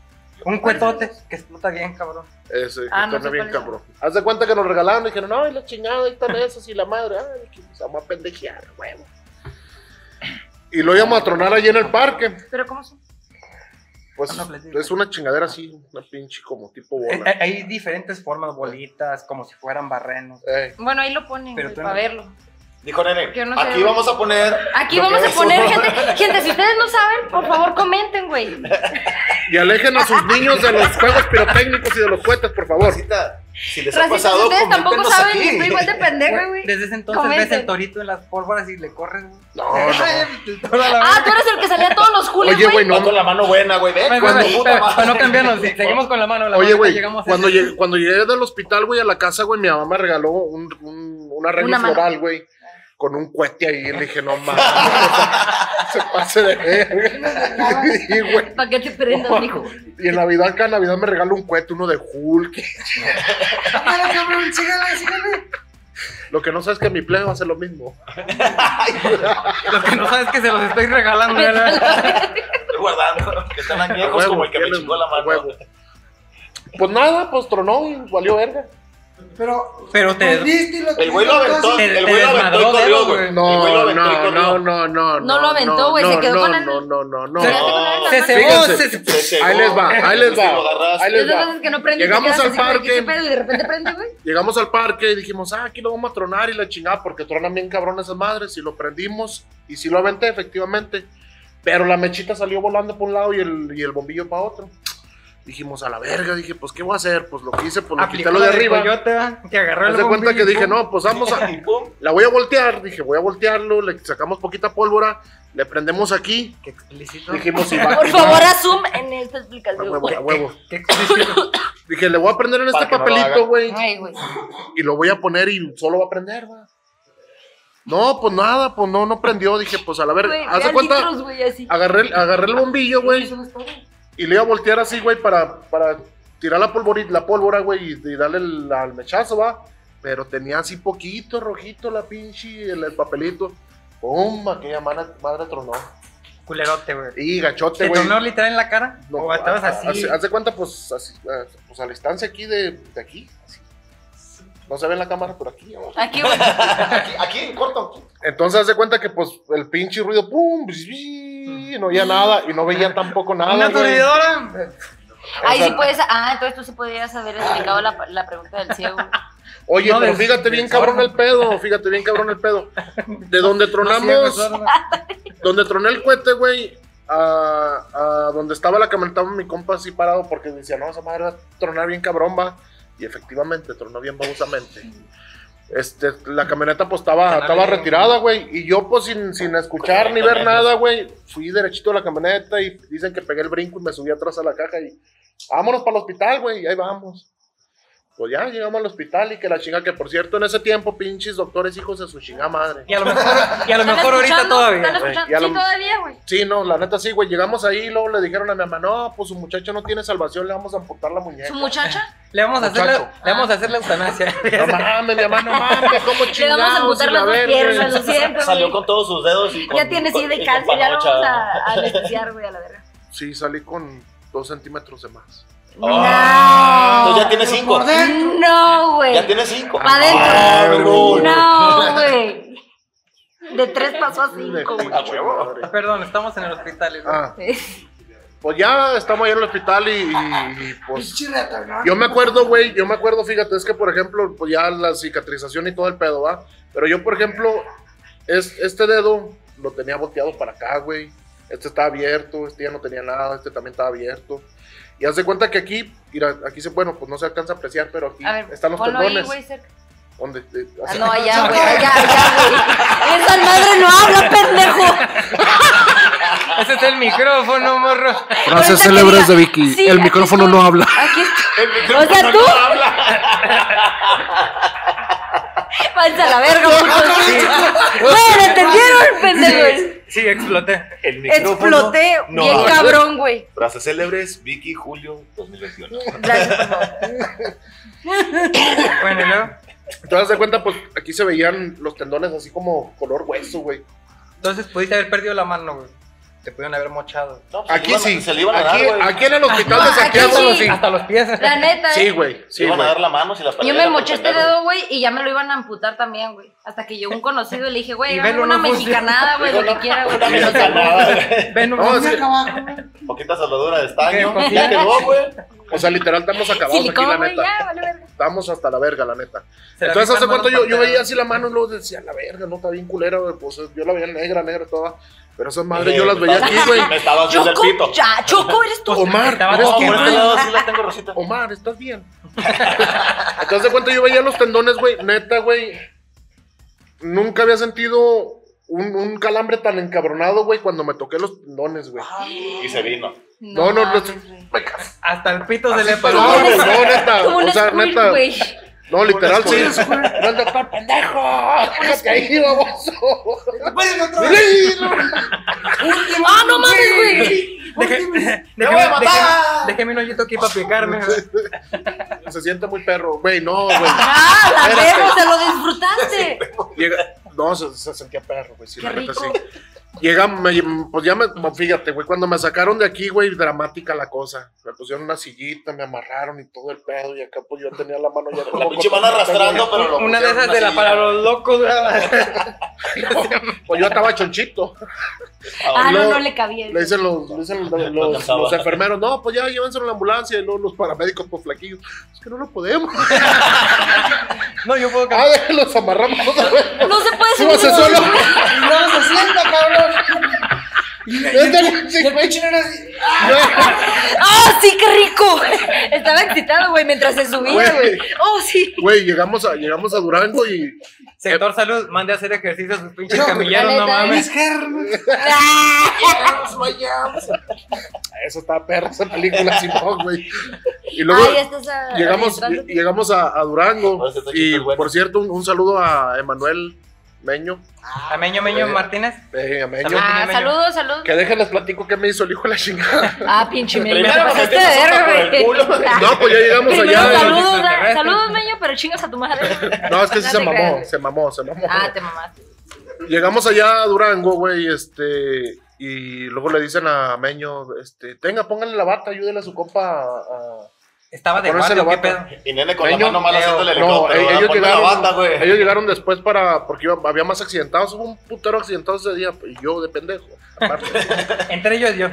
[SPEAKER 2] Un cuetote que explota bien, cabrón.
[SPEAKER 7] Ese, que
[SPEAKER 3] Ah, no
[SPEAKER 7] torna
[SPEAKER 3] sé
[SPEAKER 7] bien
[SPEAKER 3] cuáles
[SPEAKER 7] cabrón. Haz de cuenta que nos regalaron y dijeron, no, y la chingada, ahí están esas y la madre, ay, que nos vamos a pendejear, huevo. Y lo íbamos a tronar allí en el parque.
[SPEAKER 3] ¿Pero cómo son?
[SPEAKER 7] Pues
[SPEAKER 2] No, no, platica.
[SPEAKER 7] es una chingadera así, una pinche como tipo
[SPEAKER 2] Eh,
[SPEAKER 7] bola.
[SPEAKER 2] eh, Hay diferentes formas, bolitas, como si fueran barrenos.
[SPEAKER 7] Eh,
[SPEAKER 3] Bueno, ahí lo ponen,
[SPEAKER 2] Pero
[SPEAKER 3] güey,
[SPEAKER 2] tú
[SPEAKER 3] para
[SPEAKER 2] no.
[SPEAKER 3] verlo.
[SPEAKER 1] Dijo Nene,
[SPEAKER 3] Yo no sé,
[SPEAKER 1] aquí
[SPEAKER 3] güey.
[SPEAKER 1] vamos a poner.
[SPEAKER 3] Aquí
[SPEAKER 1] lo
[SPEAKER 3] vamos
[SPEAKER 1] que
[SPEAKER 3] a
[SPEAKER 1] es.
[SPEAKER 3] poner, gente, gente, si ustedes no saben, por favor comenten, güey.
[SPEAKER 7] Y alejen a sus niños de los juegos pirotécnicos y de los cohetes, por favor.
[SPEAKER 1] Racita, si les ha
[SPEAKER 3] Racistas, si
[SPEAKER 1] pasado,
[SPEAKER 3] ustedes tampoco
[SPEAKER 1] coméntenos
[SPEAKER 3] saben,
[SPEAKER 1] aquí.
[SPEAKER 3] estoy igual de pendeja, güey.
[SPEAKER 2] Desde ese entonces
[SPEAKER 3] Comenten.
[SPEAKER 2] ves el torito en las pólvoras y le corres. güey.
[SPEAKER 7] No, no.
[SPEAKER 2] El toro a la
[SPEAKER 3] Ah,
[SPEAKER 2] verga.
[SPEAKER 3] tú eres el que salía todos los julios,
[SPEAKER 7] Oye, güey,
[SPEAKER 3] güey.
[SPEAKER 1] No
[SPEAKER 7] no.
[SPEAKER 1] con la mano buena, güey. Ve,
[SPEAKER 2] Bueno,
[SPEAKER 1] con
[SPEAKER 2] bueno,
[SPEAKER 1] tu
[SPEAKER 2] para,
[SPEAKER 1] puta madre.
[SPEAKER 2] para no cambiarnos, si seguimos con la mano. La
[SPEAKER 7] Oye,
[SPEAKER 2] mano
[SPEAKER 7] güey,
[SPEAKER 2] llegamos a-
[SPEAKER 7] cuando, llegué, cuando llegué del hospital, güey, a la casa, güey, mi mamá me regaló un, un, un arreglo
[SPEAKER 3] Una mano.
[SPEAKER 7] floral, güey, con un cohete ahí. Le dije, no mames, se pase de verga. Y, güey,
[SPEAKER 3] Para que te prendas, mijo.
[SPEAKER 7] y en Navidad, cada Navidad me regaló un cohete, uno de Hulk.
[SPEAKER 4] Ay, cabrón, sígale, sígale.
[SPEAKER 7] Lo que no sabes es que mi plebe va a hacer lo mismo.
[SPEAKER 2] Lo que no sabes es que se los estoy regalando. ¿verdad?
[SPEAKER 1] Estoy guardando. Que están
[SPEAKER 7] A
[SPEAKER 1] añejos
[SPEAKER 7] huevo,
[SPEAKER 1] como el que me
[SPEAKER 7] tienes,
[SPEAKER 1] chingó la
[SPEAKER 7] a
[SPEAKER 1] mano.
[SPEAKER 7] huevo. Pues nada, pues tronó y valió verga.
[SPEAKER 4] Pero.
[SPEAKER 2] Pero te-
[SPEAKER 4] vendiste y lo
[SPEAKER 1] El güey lo aventó.
[SPEAKER 2] Te- te
[SPEAKER 1] El güey lo aventó
[SPEAKER 2] desmadró
[SPEAKER 1] y corrió,
[SPEAKER 2] dedo,
[SPEAKER 1] güey.
[SPEAKER 2] güey.
[SPEAKER 1] El güey lo
[SPEAKER 7] No,
[SPEAKER 1] aventó y
[SPEAKER 7] no,
[SPEAKER 1] corrió.
[SPEAKER 7] no, no, no.
[SPEAKER 3] No lo aventó, güey, se quedó
[SPEAKER 7] no,
[SPEAKER 3] con el-
[SPEAKER 7] No, no, no, no.
[SPEAKER 3] Se-
[SPEAKER 1] No,
[SPEAKER 2] Se cebó,
[SPEAKER 7] Fíjense.
[SPEAKER 2] se cebó.
[SPEAKER 1] se cegó.
[SPEAKER 7] Ahí les va, ahí les
[SPEAKER 1] Sí,
[SPEAKER 7] va.
[SPEAKER 1] lo agarraste.
[SPEAKER 7] Ahí
[SPEAKER 3] Es
[SPEAKER 7] les
[SPEAKER 3] de
[SPEAKER 7] va.
[SPEAKER 3] esas que no prende.
[SPEAKER 7] Llegamos al parque.
[SPEAKER 3] Y de repente prende, güey.
[SPEAKER 7] Llegamos al parque y dijimos, ah, aquí lo vamos a tronar y la chingada, porque tronan bien cabrón esas madres. Y lo prendimos y sí lo aventé, efectivamente. Pero la mechita salió volando por un lado y el, y el bombillo para otro. Dijimos, a la verga, dije, pues, ¿qué voy a hacer? Pues lo que hice, pues lo quité
[SPEAKER 2] Aplicó
[SPEAKER 7] lo de
[SPEAKER 2] la del
[SPEAKER 7] arriba.
[SPEAKER 2] coyote, ¿va? Que agarró el
[SPEAKER 7] Haz de
[SPEAKER 2] bombillo
[SPEAKER 7] cuenta que
[SPEAKER 2] y
[SPEAKER 7] dije,
[SPEAKER 2] pum.
[SPEAKER 7] no, pues vamos a.
[SPEAKER 1] Y pum,
[SPEAKER 7] La voy a voltear. Dije, voy a voltearlo. Le sacamos poquita pólvora. Le prendemos aquí.
[SPEAKER 2] Qué explícito.
[SPEAKER 7] Dijimos, y va.
[SPEAKER 3] Por
[SPEAKER 7] y va.
[SPEAKER 3] favor, asum en esta
[SPEAKER 7] A
[SPEAKER 3] explicación.
[SPEAKER 7] huevo, a huevo.
[SPEAKER 2] Qué explícito.
[SPEAKER 7] Dije, le voy a prender en
[SPEAKER 9] Para
[SPEAKER 7] este
[SPEAKER 9] que no lo
[SPEAKER 7] papelito,
[SPEAKER 9] haga.
[SPEAKER 7] güey.
[SPEAKER 3] Ay, güey.
[SPEAKER 7] y lo voy a poner y solo va a prender, va. No, pues nada, pues no, no prendió. Dije, pues a la verga.
[SPEAKER 3] Güey,
[SPEAKER 7] Haz de
[SPEAKER 3] vean
[SPEAKER 7] cuenta.
[SPEAKER 3] litros, güey, así.
[SPEAKER 7] Agarré, el- agarré el bombillo, güey. Y le iba a voltear así, güey, para, para tirar la, polvori- la pólvora, güey, y, y darle el, al mechazo, va. Pero tenía así poquito rojito la pinche, el, el papelito. ¡Pum! Aquella madre, madre tronó.
[SPEAKER 2] Culerote, güey.
[SPEAKER 7] Y gachote,
[SPEAKER 2] ¿Te
[SPEAKER 7] Este güey.
[SPEAKER 2] tornó literal en la cara?
[SPEAKER 7] No,
[SPEAKER 2] ¿O estabas
[SPEAKER 7] a- a-
[SPEAKER 2] así?
[SPEAKER 7] Hace, hace cuenta, pues, así, a, pues a la distancia aquí de, de aquí. así. No se ve en la cámara, por aquí. vamos.
[SPEAKER 3] Aquí, güey.
[SPEAKER 9] Aquí, aquí en corto.
[SPEAKER 7] Entonces, hace cuenta que, pues, el pinche ruido, ¡pum! bzz, bzz, No oía nada y no veía tampoco nada.
[SPEAKER 2] ¿Una
[SPEAKER 7] güey.
[SPEAKER 2] aturdidora?
[SPEAKER 3] Ahí
[SPEAKER 7] O sea-
[SPEAKER 3] sí puedes. Ah, entonces tú sí podrías haber explicado la, la pregunta del ciego.
[SPEAKER 7] Oye,
[SPEAKER 2] No,
[SPEAKER 7] pero
[SPEAKER 2] del-
[SPEAKER 7] fíjate
[SPEAKER 2] del
[SPEAKER 7] bien cabrón
[SPEAKER 2] zorro.
[SPEAKER 7] el pedo, fíjate bien cabrón el pedo. De donde
[SPEAKER 2] No,
[SPEAKER 7] tronamos,
[SPEAKER 2] sí, güey,
[SPEAKER 7] donde troné el cohete, güey, a, a donde estaba la camioneta, mi compa así parado, porque decía, no, esa madre va a tronar bien cabrón, va. Y efectivamente, tronó bien babosamente. Este, la camioneta pues estaba,
[SPEAKER 2] Estaba
[SPEAKER 7] estaba
[SPEAKER 2] bien.
[SPEAKER 7] retirada, güey. Y yo pues sin, sin escuchar ni ver nada, güey, fui derechito a la camioneta y dicen que pegué el brinco y me subí atrás a la caja y vámonos para el hospital, güey, y ahí vamos. Pues ya llegamos al hospital y que la chinga, que por cierto en ese tiempo pinches doctores hijos de su chingada madre.
[SPEAKER 2] Y a lo mejor, y a lo
[SPEAKER 3] ¿Están
[SPEAKER 2] mejor ahorita
[SPEAKER 3] escuchando?
[SPEAKER 2] todavía.
[SPEAKER 3] ¿Están
[SPEAKER 2] güey.
[SPEAKER 3] escuchando?
[SPEAKER 7] Y a lo-
[SPEAKER 3] Sí, todavía, güey.
[SPEAKER 7] Sí, no, la neta sí, güey. Llegamos ahí y luego le dijeron a mi mamá, no, pues su muchacho no tiene salvación, le vamos a amputar la muñeca.
[SPEAKER 3] Su muchacha.
[SPEAKER 2] Le vamos a hacer la,
[SPEAKER 7] Muchacho.
[SPEAKER 2] le vamos a hacer la eutanasia.
[SPEAKER 7] No mames, mi mamá, no mames, ¿cómo chingados?
[SPEAKER 3] Le vamos a amputar
[SPEAKER 7] y
[SPEAKER 3] las
[SPEAKER 7] la
[SPEAKER 3] dos
[SPEAKER 7] verga.
[SPEAKER 3] piernas, lo siento.
[SPEAKER 1] salió
[SPEAKER 3] güey.
[SPEAKER 1] con todos sus dedos y Ah,
[SPEAKER 3] Ya tienes
[SPEAKER 1] sí
[SPEAKER 3] sí de cáncer, ya lo vamos a, a anestesiar, güey, a la verga.
[SPEAKER 7] Sí, salí con dos centímetros de más. Ah.
[SPEAKER 1] Entonces ya
[SPEAKER 3] No.
[SPEAKER 1] tienes cinco.
[SPEAKER 4] Por dentro.
[SPEAKER 3] No, güey.
[SPEAKER 1] Ya tienes cinco. Ah,
[SPEAKER 3] Pa' adentro.
[SPEAKER 7] vergón.
[SPEAKER 3] No, güey. De tres pasó a cinco,
[SPEAKER 7] De
[SPEAKER 3] güey.
[SPEAKER 7] pinche
[SPEAKER 1] huevo.
[SPEAKER 7] madre.
[SPEAKER 2] Perdón, estamos en el hospital. güey.
[SPEAKER 7] Ah, pues ya estamos ahí en el hospital y, y, y, pues...
[SPEAKER 4] Pinche retardado.
[SPEAKER 7] Yo me acuerdo, güey, yo me acuerdo, fíjate, es que por ejemplo, pues ya la cicatrización y todo el pedo, ¿va? Pero yo, por ejemplo, es, este dedo lo tenía volteado para acá, güey. Este estaba abierto, este ya no tenía nada, este también estaba abierto. Y haz de cuenta que aquí, mira, aquí se, bueno, pues no se alcanza a apreciar, pero aquí
[SPEAKER 3] A ver,
[SPEAKER 7] están los
[SPEAKER 3] ponlo ahí,
[SPEAKER 7] tendones.
[SPEAKER 3] güey, cerca.
[SPEAKER 7] donde, eh,
[SPEAKER 3] Ah,
[SPEAKER 7] así-
[SPEAKER 3] no, allá, güey, allá, allá, güey. Esa madre no habla, pendejo.
[SPEAKER 2] Ese es el micrófono, morro.
[SPEAKER 3] Frases Ahorita célebres que diga, de Vicky, sí, el aquí micrófono estoy. no
[SPEAKER 7] habla.
[SPEAKER 3] Aquí está. O sea, tú. Panza a la verga, puto. Güey, ¿lo entendieron, pendejo?
[SPEAKER 2] Sí, exploté.
[SPEAKER 1] El micrófono
[SPEAKER 3] Exploté
[SPEAKER 1] no
[SPEAKER 3] bien
[SPEAKER 1] habla.
[SPEAKER 3] cabrón, güey.
[SPEAKER 1] Frases célebres, Vicky Julio 2021.
[SPEAKER 3] Gracias, por favor.
[SPEAKER 2] Bueno, y luego.
[SPEAKER 7] Entonces, haz de cuenta, pues aquí se veían los tendones así como color hueso, güey.
[SPEAKER 2] Entonces pudiste haber perdido la mano, güey. Te pudieron haber mochado.
[SPEAKER 1] No, pues,
[SPEAKER 7] Aquí
[SPEAKER 1] se le iban a-
[SPEAKER 7] sí.
[SPEAKER 1] Se le iban a dar,
[SPEAKER 7] aquí,
[SPEAKER 1] güey.
[SPEAKER 7] aquí en el hospital
[SPEAKER 3] No,
[SPEAKER 7] de
[SPEAKER 3] aquí
[SPEAKER 7] Santiago
[SPEAKER 3] sí.
[SPEAKER 7] sí.
[SPEAKER 2] Hasta los pies.
[SPEAKER 3] La neta,
[SPEAKER 7] Sí,
[SPEAKER 3] eh.
[SPEAKER 7] güey.
[SPEAKER 1] Se
[SPEAKER 7] Sí,
[SPEAKER 1] iban a
[SPEAKER 7] güey.
[SPEAKER 1] dar la mano si la
[SPEAKER 3] Yo
[SPEAKER 1] perdieron,
[SPEAKER 3] me
[SPEAKER 1] por
[SPEAKER 3] moché este
[SPEAKER 1] pendejo.
[SPEAKER 3] dedo, güey, y ya me lo iban a amputar también, güey. Hasta que llegó un conocido y le dije, güey,
[SPEAKER 2] Y
[SPEAKER 3] dame
[SPEAKER 2] velo,
[SPEAKER 3] una
[SPEAKER 2] no funciona.
[SPEAKER 3] mexicanada, güey, lo que quiera, güey.
[SPEAKER 1] Una mexicanada, güey.
[SPEAKER 2] Ven,
[SPEAKER 7] No,
[SPEAKER 2] güey.
[SPEAKER 7] es que-
[SPEAKER 4] abajo, güey.
[SPEAKER 1] Poquita soldadura de estaño.
[SPEAKER 2] Ok,
[SPEAKER 1] Ya quedó, güey.
[SPEAKER 7] O sea, literal, estamos acabados aquí,
[SPEAKER 3] Silicón,
[SPEAKER 7] la
[SPEAKER 3] güey,
[SPEAKER 7] neta.
[SPEAKER 3] ya, vale, verga.
[SPEAKER 7] Estamos hasta la verga, la neta.
[SPEAKER 2] Se la
[SPEAKER 7] Entonces,
[SPEAKER 2] rifan
[SPEAKER 7] hace cuánto
[SPEAKER 2] manos
[SPEAKER 7] yo, yo
[SPEAKER 2] parteadas.
[SPEAKER 7] veía así la mano y luego decía, la verga, no está bien culera, güey. Pues yo la veía negra, negra toda. Pero esas madres yo las
[SPEAKER 1] Eh,
[SPEAKER 7] veía aquí, güey.
[SPEAKER 1] Me estaba haciendo el
[SPEAKER 3] Choco,
[SPEAKER 1] pito.
[SPEAKER 3] ya, Choco, eres tú.
[SPEAKER 7] Omar,
[SPEAKER 2] Pues, estaba
[SPEAKER 7] eres
[SPEAKER 1] No, por
[SPEAKER 7] quien,
[SPEAKER 1] este
[SPEAKER 7] güey.
[SPEAKER 1] lado sí la tengo rosita.
[SPEAKER 7] Omar, ¿estás bien? Entonces, de cuenta, yo veía los tendones, güey. Neta, güey. Nunca había sentido un, un calambre tan encabronado, güey, cuando me toqué los tendones, güey.
[SPEAKER 2] Ah,
[SPEAKER 1] Y se vino.
[SPEAKER 7] No, no, no.
[SPEAKER 3] mames, güey.
[SPEAKER 7] Me cagué,
[SPEAKER 2] Hasta el pito se le
[SPEAKER 7] pero,
[SPEAKER 2] paró.
[SPEAKER 7] no,
[SPEAKER 3] un-
[SPEAKER 7] no, neta.
[SPEAKER 3] Como un
[SPEAKER 7] O sea,
[SPEAKER 3] squirt,
[SPEAKER 7] neta.
[SPEAKER 3] güey.
[SPEAKER 7] No, literal, sí.
[SPEAKER 4] escuela, escuela.
[SPEAKER 7] No, el doctor, pendejo. Que ahí, baboso.
[SPEAKER 4] Vuelve otra vez.
[SPEAKER 7] Sí, no.
[SPEAKER 3] Ah, no mames, güey.
[SPEAKER 2] Déjeme
[SPEAKER 1] voy a matar!
[SPEAKER 2] déjeme un hoyito aquí para picarme. güey.
[SPEAKER 7] Se siente muy perro. Güey, no, güey.
[SPEAKER 3] Ah, la
[SPEAKER 7] Espérate.
[SPEAKER 3] verga, te lo disfrutaste.
[SPEAKER 7] Llega- No, se, se sentía perro, güey. Sí,
[SPEAKER 3] Qué
[SPEAKER 7] la neta,
[SPEAKER 3] rico.
[SPEAKER 7] sí. Llega, me- pues ya me, fíjate, güey, cuando me sacaron de aquí, güey, dramática la cosa. Me pusieron una sillita, me amarraron y todo el pedo, y acá pues yo tenía la mano ya
[SPEAKER 1] La
[SPEAKER 7] como
[SPEAKER 1] pinche van
[SPEAKER 7] cotonita,
[SPEAKER 1] arrastrando,
[SPEAKER 7] güey.
[SPEAKER 1] pero lo
[SPEAKER 2] Una de
[SPEAKER 1] pusieron
[SPEAKER 2] esas de la
[SPEAKER 1] así,
[SPEAKER 2] para los locos, güey.
[SPEAKER 7] Pues yo estaba chonchito.
[SPEAKER 3] Ah, no,
[SPEAKER 7] luego-
[SPEAKER 3] no le cabía.
[SPEAKER 7] Le dicen los, le dicen los, los-
[SPEAKER 1] No alcanzaba.
[SPEAKER 7] los enfermeros, no, pues ya llévenselo a la ambulancia, y luego los paramédicos, pues flaquillos. Es que no lo podemos.
[SPEAKER 2] No, yo puedo
[SPEAKER 7] Ah, los amarramos otra vez.
[SPEAKER 3] No se puede subir.
[SPEAKER 7] Súbase solo.
[SPEAKER 4] Y luego se sienta, cabrón.
[SPEAKER 7] Vete, este,
[SPEAKER 4] Y el pinche nene así.
[SPEAKER 3] ¡Ah, sí, qué rico! Estaba excitado, güey, mientras se subía,
[SPEAKER 7] Güey.
[SPEAKER 3] güey. ¡Oh, sí!
[SPEAKER 7] Güey, llegamos a, llegamos a Durango y
[SPEAKER 2] Sector salud, mande a hacer ejercicio a sus pinches
[SPEAKER 4] No,
[SPEAKER 2] camilleros, no
[SPEAKER 3] neta,
[SPEAKER 2] mames.
[SPEAKER 7] eh.
[SPEAKER 4] Mis germes.
[SPEAKER 7] eso estaba perra esa película, si no, güey. Y luego
[SPEAKER 3] Ay, ah, esta es a-
[SPEAKER 7] llegamos,
[SPEAKER 3] adentrándote.
[SPEAKER 7] lle- llegamos a, a Durango.
[SPEAKER 1] Ahora se está
[SPEAKER 7] Y
[SPEAKER 1] chiste bueno.
[SPEAKER 7] por cierto, un, un saludo a Emanuel Meño.
[SPEAKER 2] Ameño, Meño Martínez.
[SPEAKER 7] eh, a Meño.
[SPEAKER 2] Saludos.
[SPEAKER 3] Ah, saludos, saludos.
[SPEAKER 7] Que déjenles platico qué me hizo el hijo de la chingada.
[SPEAKER 3] Ah, pinche meño. Me
[SPEAKER 1] Primero nos
[SPEAKER 3] pasaste de
[SPEAKER 1] metemos hasta
[SPEAKER 3] verga,
[SPEAKER 1] por el
[SPEAKER 3] güey.
[SPEAKER 1] culo.
[SPEAKER 3] Ah,
[SPEAKER 7] No, pues ya llegamos
[SPEAKER 3] Primero
[SPEAKER 7] allá.
[SPEAKER 3] saludos, ah,
[SPEAKER 2] extraterrestres.
[SPEAKER 3] saludos, meño, pero chingas a tu madre.
[SPEAKER 7] No, es que sí
[SPEAKER 3] No
[SPEAKER 7] se
[SPEAKER 3] te
[SPEAKER 7] mamó,
[SPEAKER 3] creas.
[SPEAKER 7] se mamó, se mamó.
[SPEAKER 3] Ah, te mamaste.
[SPEAKER 7] Llegamos allá a Durango, güey, este, y luego le dicen a Meño, este, tenga, pónganle la bata, ayúdele a su compa a...
[SPEAKER 2] Estaba de
[SPEAKER 7] Ponerse
[SPEAKER 2] guardia,
[SPEAKER 7] la
[SPEAKER 2] ¿qué
[SPEAKER 7] bata.
[SPEAKER 2] pedo?
[SPEAKER 1] Y nene con la
[SPEAKER 7] Meño,
[SPEAKER 1] mano mal haciendo el
[SPEAKER 7] a- No,
[SPEAKER 1] helicóptero.
[SPEAKER 7] e-
[SPEAKER 1] ¿verdad?
[SPEAKER 7] ellos
[SPEAKER 1] Ponme la
[SPEAKER 7] llegaron,
[SPEAKER 1] bata, güey.
[SPEAKER 7] ellos llegaron después para, porque iba- había más accidentados, hubo un putero accidentado ese día, y yo de pendejo, aparte.
[SPEAKER 2] Entre ellos yo.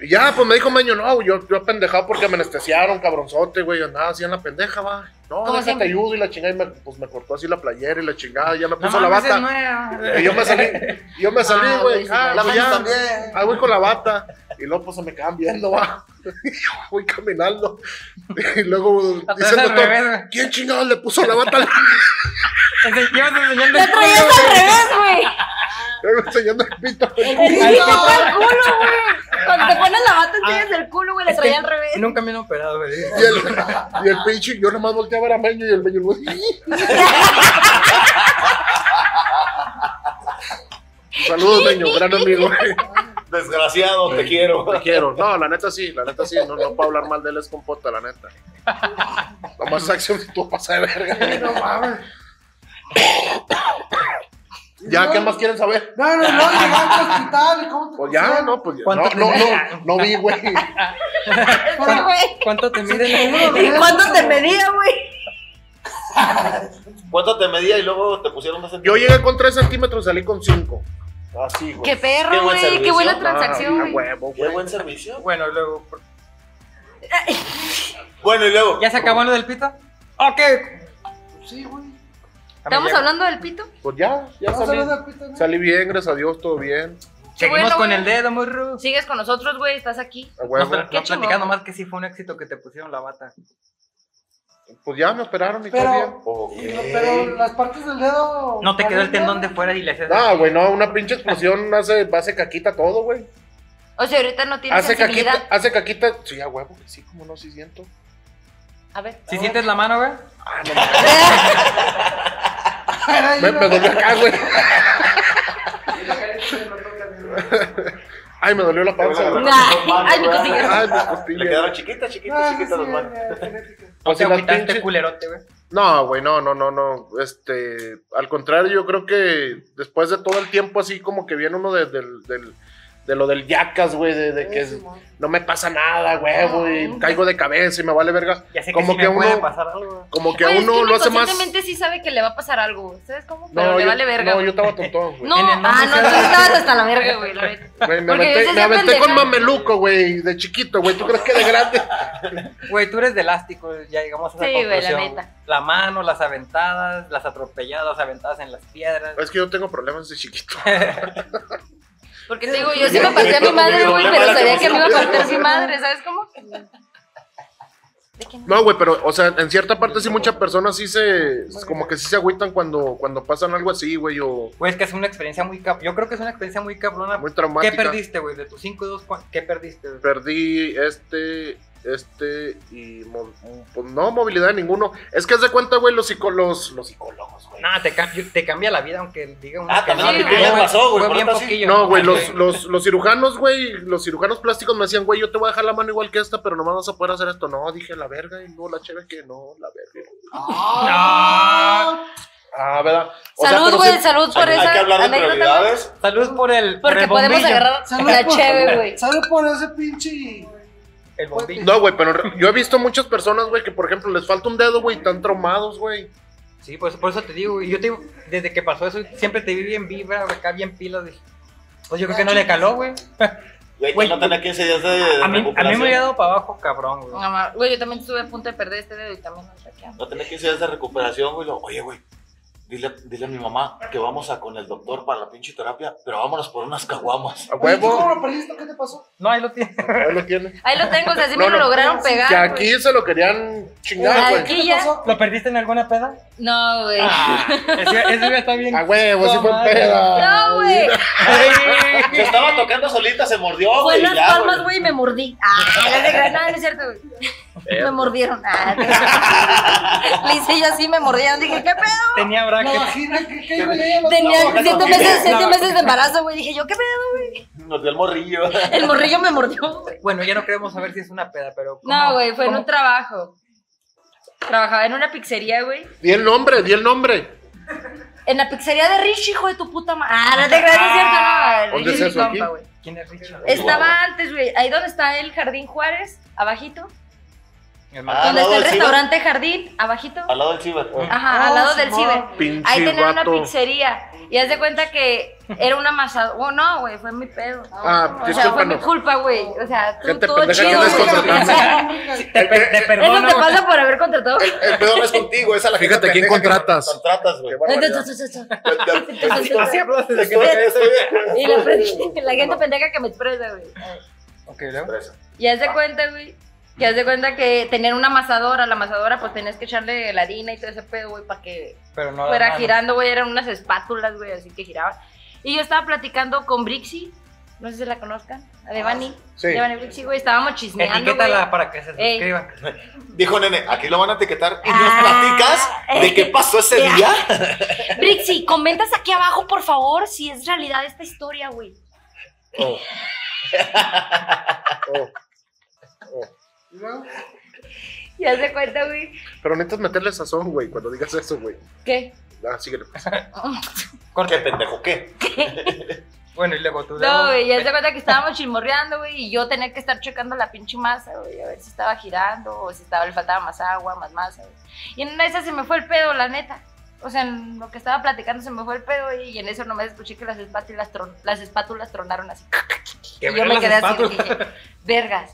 [SPEAKER 7] y ya, pues me dijo Meño, no, yo, yo pendejado porque me anestesiaron, cabronzote, güey, andaba así en la pendeja, va. No,
[SPEAKER 3] Como
[SPEAKER 7] déjate
[SPEAKER 3] siempre.
[SPEAKER 7] ayudo, y la chingada, y me, pues me cortó así la playera y la chingada, y ya me
[SPEAKER 2] No
[SPEAKER 7] puso la
[SPEAKER 2] mames, es
[SPEAKER 7] bata.
[SPEAKER 2] nuevo.
[SPEAKER 7] Y yo me salí, yo me salí,
[SPEAKER 3] Ah,
[SPEAKER 7] güey. Ah,
[SPEAKER 1] La
[SPEAKER 7] pues
[SPEAKER 1] mano
[SPEAKER 7] ya.
[SPEAKER 1] también.
[SPEAKER 7] Ah, voy con la bata. Y luego pues se me quedan viendo, va. voy caminando. Y luego
[SPEAKER 2] Atrás
[SPEAKER 7] diciendo
[SPEAKER 2] al
[SPEAKER 7] todo,
[SPEAKER 2] revés, güey.
[SPEAKER 7] ¿quién chingados le puso la bata? al-?"
[SPEAKER 2] Ense- Llevas enseñando
[SPEAKER 3] ¡La
[SPEAKER 2] el
[SPEAKER 3] traías
[SPEAKER 2] culo.
[SPEAKER 3] al revés, güey!
[SPEAKER 7] Luego enseñando el pito.
[SPEAKER 3] ¡El culo, güey! Cuando te pones la bata, tienes el culo, güey, la
[SPEAKER 2] Es que
[SPEAKER 3] traía al revés.
[SPEAKER 2] Nunca me han operado, güey.
[SPEAKER 7] Y el, y el pinche, yo nomás volteaba a ver a Meño y el Meño, güey. Saludos, Meño, gran amigo.
[SPEAKER 1] Desgraciado, te quiero.
[SPEAKER 7] Te quiero. No, la neta sí, la neta sí. No, no puedo hablar mal de él, es compota, la neta. Nomás acción que tú pasas de verga.
[SPEAKER 4] No mames.
[SPEAKER 7] Ya, ¿qué más quieren saber?
[SPEAKER 4] No, no, no, llegando al hospital y cómo te
[SPEAKER 7] Pues ya,
[SPEAKER 4] pusieron?
[SPEAKER 7] no, pues ya. No,
[SPEAKER 2] ¿Cuánto
[SPEAKER 7] no,
[SPEAKER 2] tenía?
[SPEAKER 7] no, no vi, güey. pues,
[SPEAKER 3] Sí, güey.
[SPEAKER 2] ¿Cuánto te miden?
[SPEAKER 3] ¿Y cuánto te medía, güey?
[SPEAKER 1] ¿Cuánto te medía y luego te pusieron más Ah,
[SPEAKER 7] Yo llegué con 3 centímetros, salí con 5. Así, güey.
[SPEAKER 1] Qué
[SPEAKER 3] ¡Qué perro,
[SPEAKER 1] buen
[SPEAKER 3] güey! ¡Qué
[SPEAKER 1] servicio.
[SPEAKER 3] buena
[SPEAKER 7] Ah,
[SPEAKER 3] transacción,
[SPEAKER 7] a
[SPEAKER 3] güey!
[SPEAKER 7] huevo,
[SPEAKER 1] Qué
[SPEAKER 7] güey.
[SPEAKER 1] buen servicio.
[SPEAKER 2] Bueno, luego.
[SPEAKER 1] Bueno, y luego.
[SPEAKER 2] ¿Ya se acabó lo del pito? Ok.
[SPEAKER 4] Sí, güey.
[SPEAKER 3] ¿Estamos hablando del pito?
[SPEAKER 7] Pues ya, ya
[SPEAKER 4] Vamos a
[SPEAKER 7] salí.
[SPEAKER 4] hablar del pito, ¿no?
[SPEAKER 7] Salí bien, gracias a Dios, todo bien.
[SPEAKER 2] Seguimos
[SPEAKER 3] bueno,
[SPEAKER 2] con
[SPEAKER 3] güey.
[SPEAKER 2] el dedo, morro.
[SPEAKER 3] Sigues con nosotros, güey, estás aquí.
[SPEAKER 7] A
[SPEAKER 2] No,
[SPEAKER 7] huevo.
[SPEAKER 2] pl-
[SPEAKER 3] Qué
[SPEAKER 2] no platicando
[SPEAKER 3] chingón.
[SPEAKER 2] más que sí fue un éxito que te pusieron la bata.
[SPEAKER 7] Pues ya me operaron y todo bien.
[SPEAKER 4] Pero, pero las partes del dedo.
[SPEAKER 2] No te quedó el
[SPEAKER 4] arriba,
[SPEAKER 2] tendón de fuera y le haces.
[SPEAKER 7] No, güey, no, una pinche explosión hace, hace caquita todo, güey.
[SPEAKER 3] O sea, ahorita no tienes
[SPEAKER 7] Hace caquita,
[SPEAKER 3] sensibilidad.
[SPEAKER 7] hace caquita. Sí, a huevo, sí, como no, sí siento.
[SPEAKER 3] A ver.
[SPEAKER 2] Si sientes la mano, güey.
[SPEAKER 4] Ay,
[SPEAKER 7] Me,
[SPEAKER 4] no.
[SPEAKER 7] me dolió acá, güey. Ay, me dolió la panza, güey.
[SPEAKER 3] Ay, mi costilla.
[SPEAKER 7] Ay, me
[SPEAKER 1] Le
[SPEAKER 7] costilla.
[SPEAKER 1] quedaron chiquitas, chiquitas,
[SPEAKER 4] Ah, sí,
[SPEAKER 1] chiquitas las
[SPEAKER 4] sí,
[SPEAKER 1] manos.
[SPEAKER 4] eh, genética.
[SPEAKER 2] O
[SPEAKER 7] Pues
[SPEAKER 2] te
[SPEAKER 7] si las
[SPEAKER 2] agüitaste,
[SPEAKER 7] pinches-
[SPEAKER 2] culerote, güey.
[SPEAKER 7] No, güey, no, no, no, no. Este, al contrario, yo creo que después de todo el tiempo así como que viene uno de, del- del- de lo del yacas, güey, de, de que
[SPEAKER 4] Eh, Simón.
[SPEAKER 7] no me pasa nada, güey, güey, caigo de cabeza y me vale verga.
[SPEAKER 2] Ya sé que
[SPEAKER 7] Como
[SPEAKER 2] sí
[SPEAKER 7] que
[SPEAKER 2] me puede
[SPEAKER 7] uno-
[SPEAKER 2] pasar algo.
[SPEAKER 7] Como que a
[SPEAKER 3] Güey, es
[SPEAKER 7] uno lo hace más...
[SPEAKER 3] inconscientemente sí sabe que le va a pasar algo, güey. ¿Sabes cómo? Pero le
[SPEAKER 7] yo,
[SPEAKER 3] vale verga.
[SPEAKER 7] no, yo
[SPEAKER 3] güey.
[SPEAKER 7] estaba tontón, güey.
[SPEAKER 3] No,
[SPEAKER 2] En el
[SPEAKER 3] ah,
[SPEAKER 2] nombre
[SPEAKER 3] no,
[SPEAKER 2] sea-
[SPEAKER 3] tú estabas hasta la verga, güey. la neta.
[SPEAKER 7] Güey, me
[SPEAKER 3] porque yo
[SPEAKER 7] aventé,
[SPEAKER 3] sí
[SPEAKER 7] me
[SPEAKER 3] hacía
[SPEAKER 7] aventé con
[SPEAKER 3] pendejadas.
[SPEAKER 7] mameluco, güey, de chiquito, güey. ¿Tú crees que de grande?
[SPEAKER 2] Güey, tú eres de elástico, ya llegamos a esa
[SPEAKER 3] Sí, güey, la
[SPEAKER 2] conclusión.
[SPEAKER 3] neta.
[SPEAKER 2] La mano, las aventadas, las atropelladas, aventadas en las piedras.
[SPEAKER 7] Es que yo tengo problemas de chiquito.
[SPEAKER 3] Porque te digo, yo sí me partí a mi madre, güey, pero sabía que me iba a partir mi madre, ¿sabes cómo? ¿De qué no?
[SPEAKER 7] No, güey, pero, o sea, en cierta parte sí muchas personas sí se... Como que sí se agüitan cuando, cuando pasan algo así, güey, o...
[SPEAKER 2] Güey, es que es una experiencia muy cabrona. Yo creo que es una experiencia muy cabrona.
[SPEAKER 7] Muy
[SPEAKER 2] ¿Qué
[SPEAKER 7] traumática.
[SPEAKER 2] perdiste, güey? De tus 5 2, ¿qué perdiste? güey?
[SPEAKER 7] perdí este, este y mo- pues no movilidad de ninguno. Es que haz de cuenta, güey, los psicólogos, los psicólogos, güey.
[SPEAKER 2] Nada, te, cam- te cambia la vida, aunque diga uno
[SPEAKER 1] Ah,
[SPEAKER 2] que
[SPEAKER 1] también
[SPEAKER 3] a mí
[SPEAKER 2] güey,
[SPEAKER 1] me
[SPEAKER 2] güey,
[SPEAKER 1] pasó, güey,
[SPEAKER 2] Fue
[SPEAKER 1] por
[SPEAKER 2] bien
[SPEAKER 1] tanto, sí.
[SPEAKER 2] poquillo.
[SPEAKER 7] No, güey, los, los, los cirujanos, güey, los cirujanos plásticos me decían, güey, yo te voy a dejar la mano igual que esta, pero nomás vas a poder hacer esto. No, dije la verga, y no, la chévere que no, la verga.
[SPEAKER 4] Ah,
[SPEAKER 7] Ah, ¿verdad? O sea,
[SPEAKER 3] Salud,
[SPEAKER 7] pero
[SPEAKER 3] güey,
[SPEAKER 7] sí-
[SPEAKER 2] Pues
[SPEAKER 3] salud por
[SPEAKER 1] Hay
[SPEAKER 3] esa
[SPEAKER 1] que hablar de
[SPEAKER 3] anécdota. güey.
[SPEAKER 1] prioridades.
[SPEAKER 2] Salud por el. por
[SPEAKER 3] Porque
[SPEAKER 2] el
[SPEAKER 3] podemos
[SPEAKER 2] bombillo.
[SPEAKER 3] agarrar
[SPEAKER 4] Salud
[SPEAKER 3] la
[SPEAKER 4] por-
[SPEAKER 3] cheve, güey.
[SPEAKER 4] Sale por ese pinche.
[SPEAKER 2] El bombillo.
[SPEAKER 7] No, güey, pero yo he visto muchas personas, güey, que por ejemplo les falta un dedo, güey, y están traumados, güey.
[SPEAKER 2] Sí, por eso, por eso te digo, güey. Yo te digo, desde que pasó eso, siempre te vi bien vibra, güey, acá bien pilas. dije, Pues yo creo que no le caló, güey.
[SPEAKER 1] Güey, que
[SPEAKER 2] Güey,
[SPEAKER 1] no tenía 15 días de, de
[SPEAKER 2] A mí, a mí me
[SPEAKER 1] recuperación.
[SPEAKER 2] hubiera dado para abajo, cabrón, güey.
[SPEAKER 3] No, ma- Güey, yo también estuve a punto de perder este dedo y también lo saqué.
[SPEAKER 1] No tenía 15 días de recuperación, güey. Lo- Oye, güey, Dile, dile a mi mamá que vamos a con el doctor para la pinche terapia, pero vámonos por unas caguamas.
[SPEAKER 7] A
[SPEAKER 4] Oye, ¿tú
[SPEAKER 7] huevo,
[SPEAKER 4] ¿Cómo lo perdiste? ¿Qué te pasó?
[SPEAKER 2] No, ahí lo tiene.
[SPEAKER 7] ahí lo tiene.
[SPEAKER 3] Ahí lo tengo, o sea, así me
[SPEAKER 7] No,
[SPEAKER 3] lo
[SPEAKER 7] no.
[SPEAKER 3] lograron pegar.
[SPEAKER 7] Que
[SPEAKER 3] güey.
[SPEAKER 7] aquí se lo querían chingar, güey.
[SPEAKER 3] Aquí ya.
[SPEAKER 2] ¿Lo perdiste en alguna peda?
[SPEAKER 3] No, güey.
[SPEAKER 2] Ah, Ese, ese ya está bien.
[SPEAKER 7] A huevo, sí fue
[SPEAKER 2] Comadre.
[SPEAKER 7] peda.
[SPEAKER 3] No, güey.
[SPEAKER 1] Se estaba tocando solita, se mordió,
[SPEAKER 3] Fue
[SPEAKER 1] güey.
[SPEAKER 3] en las
[SPEAKER 1] ya,
[SPEAKER 3] palmas,
[SPEAKER 1] güey.
[SPEAKER 3] güey, y me mordí. Ah, la verdad, no, no es cierto, güey. Me mordieron. Ah, Le hice yo así, me mordieron. Dije, ¿qué pedo?
[SPEAKER 2] Tenía
[SPEAKER 4] La
[SPEAKER 2] brackets.
[SPEAKER 4] vagina, ¿qué, qué güey? Ella lo-
[SPEAKER 3] Tenía
[SPEAKER 4] la vagina
[SPEAKER 3] siete
[SPEAKER 4] también.
[SPEAKER 3] meses, siete meses de embarazo, güey. Dije, ¿yo qué pedo, güey?
[SPEAKER 1] Nos dio el morrillo.
[SPEAKER 3] El morrillo me mordió. güey.
[SPEAKER 2] Bueno, ya no queremos saber si es una peda, pero. ¿cómo-
[SPEAKER 3] No, güey, fue en
[SPEAKER 2] cómo-
[SPEAKER 3] un trabajo. Trabajaba en una pizzería, güey.
[SPEAKER 7] Di el nombre, di el nombre.
[SPEAKER 3] En la pizzería de Rich, hijo de tu puta madre. Ah, no te creas, no es cierto, no.
[SPEAKER 7] ¿Dónde
[SPEAKER 3] Rich es
[SPEAKER 7] es
[SPEAKER 3] mi
[SPEAKER 7] eso, aquí?
[SPEAKER 3] compa, güey.
[SPEAKER 2] ¿Quién es Richard?
[SPEAKER 3] Estaba antes, güey. Ahí donde está el Jardín Juárez, abajito.
[SPEAKER 2] El
[SPEAKER 1] Ah,
[SPEAKER 2] mar-
[SPEAKER 3] Donde
[SPEAKER 1] lado
[SPEAKER 3] está el
[SPEAKER 1] del ciber.
[SPEAKER 3] restaurante Jardín, abajito.
[SPEAKER 1] Al lado del ciber.
[SPEAKER 3] Ajá,
[SPEAKER 2] Oh,
[SPEAKER 4] Ah,
[SPEAKER 3] al lado
[SPEAKER 4] sí,
[SPEAKER 3] del
[SPEAKER 4] va.
[SPEAKER 3] ciber.
[SPEAKER 7] Pinche
[SPEAKER 3] Ahí tenían una
[SPEAKER 7] vato.
[SPEAKER 3] pizzería. Y haz de cuenta que era una amasada. Oh, no, güey, fue mi pedo.
[SPEAKER 7] Ah,
[SPEAKER 3] o sea, fue mi
[SPEAKER 7] discúlpanos.
[SPEAKER 3] culpa, güey. O sea, tú,
[SPEAKER 7] Gente
[SPEAKER 3] todo
[SPEAKER 7] pendeja que
[SPEAKER 3] chido.
[SPEAKER 7] andas
[SPEAKER 3] güey.
[SPEAKER 7] contratando.
[SPEAKER 2] Te, per- te
[SPEAKER 3] Eso
[SPEAKER 2] perdono.
[SPEAKER 3] te pasa por haber contratado.
[SPEAKER 1] El pedo no es contigo, es a la gente
[SPEAKER 7] Fíjate, ¿quién
[SPEAKER 1] pendeja que
[SPEAKER 7] contratas?
[SPEAKER 1] Contratas, güey.
[SPEAKER 2] Así hablas desde que
[SPEAKER 1] Estoy-
[SPEAKER 2] te-
[SPEAKER 1] estoy-
[SPEAKER 3] Y la, la gente pendeja que me expresa, güey.
[SPEAKER 2] Ok, luego.
[SPEAKER 3] Y haz de cuenta, güey. Que haz de cuenta que tenían una amasadora. La amasadora, pues tenías que echarle la harina y todo ese pedo, güey, para que
[SPEAKER 2] Pero
[SPEAKER 7] Ah,
[SPEAKER 2] no.
[SPEAKER 3] fuera
[SPEAKER 2] no, no.
[SPEAKER 3] girando, güey, eran unas espátulas, güey, así que giraban. Y yo estaba platicando con Brixie, no sé si la conozcan, a Devani.
[SPEAKER 7] Ah, Sí.
[SPEAKER 3] Devani Brixie, güey, estábamos chismeando, güey.
[SPEAKER 2] Etiquétala para que se
[SPEAKER 3] Ey.
[SPEAKER 2] suscriban.
[SPEAKER 1] Dijo nene, aquí lo van a etiquetar y nos
[SPEAKER 3] Ah.
[SPEAKER 1] platicas de qué pasó ese día.
[SPEAKER 3] Brixie, comentas aquí abajo, por favor, si es realidad esta historia, güey.
[SPEAKER 7] Oh. Oh.
[SPEAKER 4] Y luego,
[SPEAKER 3] Ya se cuenta, güey.
[SPEAKER 7] Pero necesitas meterle sazón, güey, cuando digas eso, güey.
[SPEAKER 3] ¿Qué?
[SPEAKER 7] Ah, síguele. pues.
[SPEAKER 1] ¿Qué pendejo qué?
[SPEAKER 2] Bueno, y luego tú.
[SPEAKER 3] No,
[SPEAKER 2] luego-
[SPEAKER 3] güey, ya se cuenta que estábamos chismorreando, güey, y yo tenía que estar checando la pinche masa, güey, a ver si estaba girando o si estaba, le faltaba más agua, más masa, güey. Y en una de esas se me fue el pedo, la neta. O sea, en lo que estaba platicando se me fue el pedo güey, y en eso nomás escuché que las espátulas, tron- las espátulas tronaron así.
[SPEAKER 2] Que
[SPEAKER 3] Y yo
[SPEAKER 2] vean
[SPEAKER 3] me
[SPEAKER 2] las
[SPEAKER 3] quedé así,
[SPEAKER 2] espátulas.
[SPEAKER 3] dije, vergas.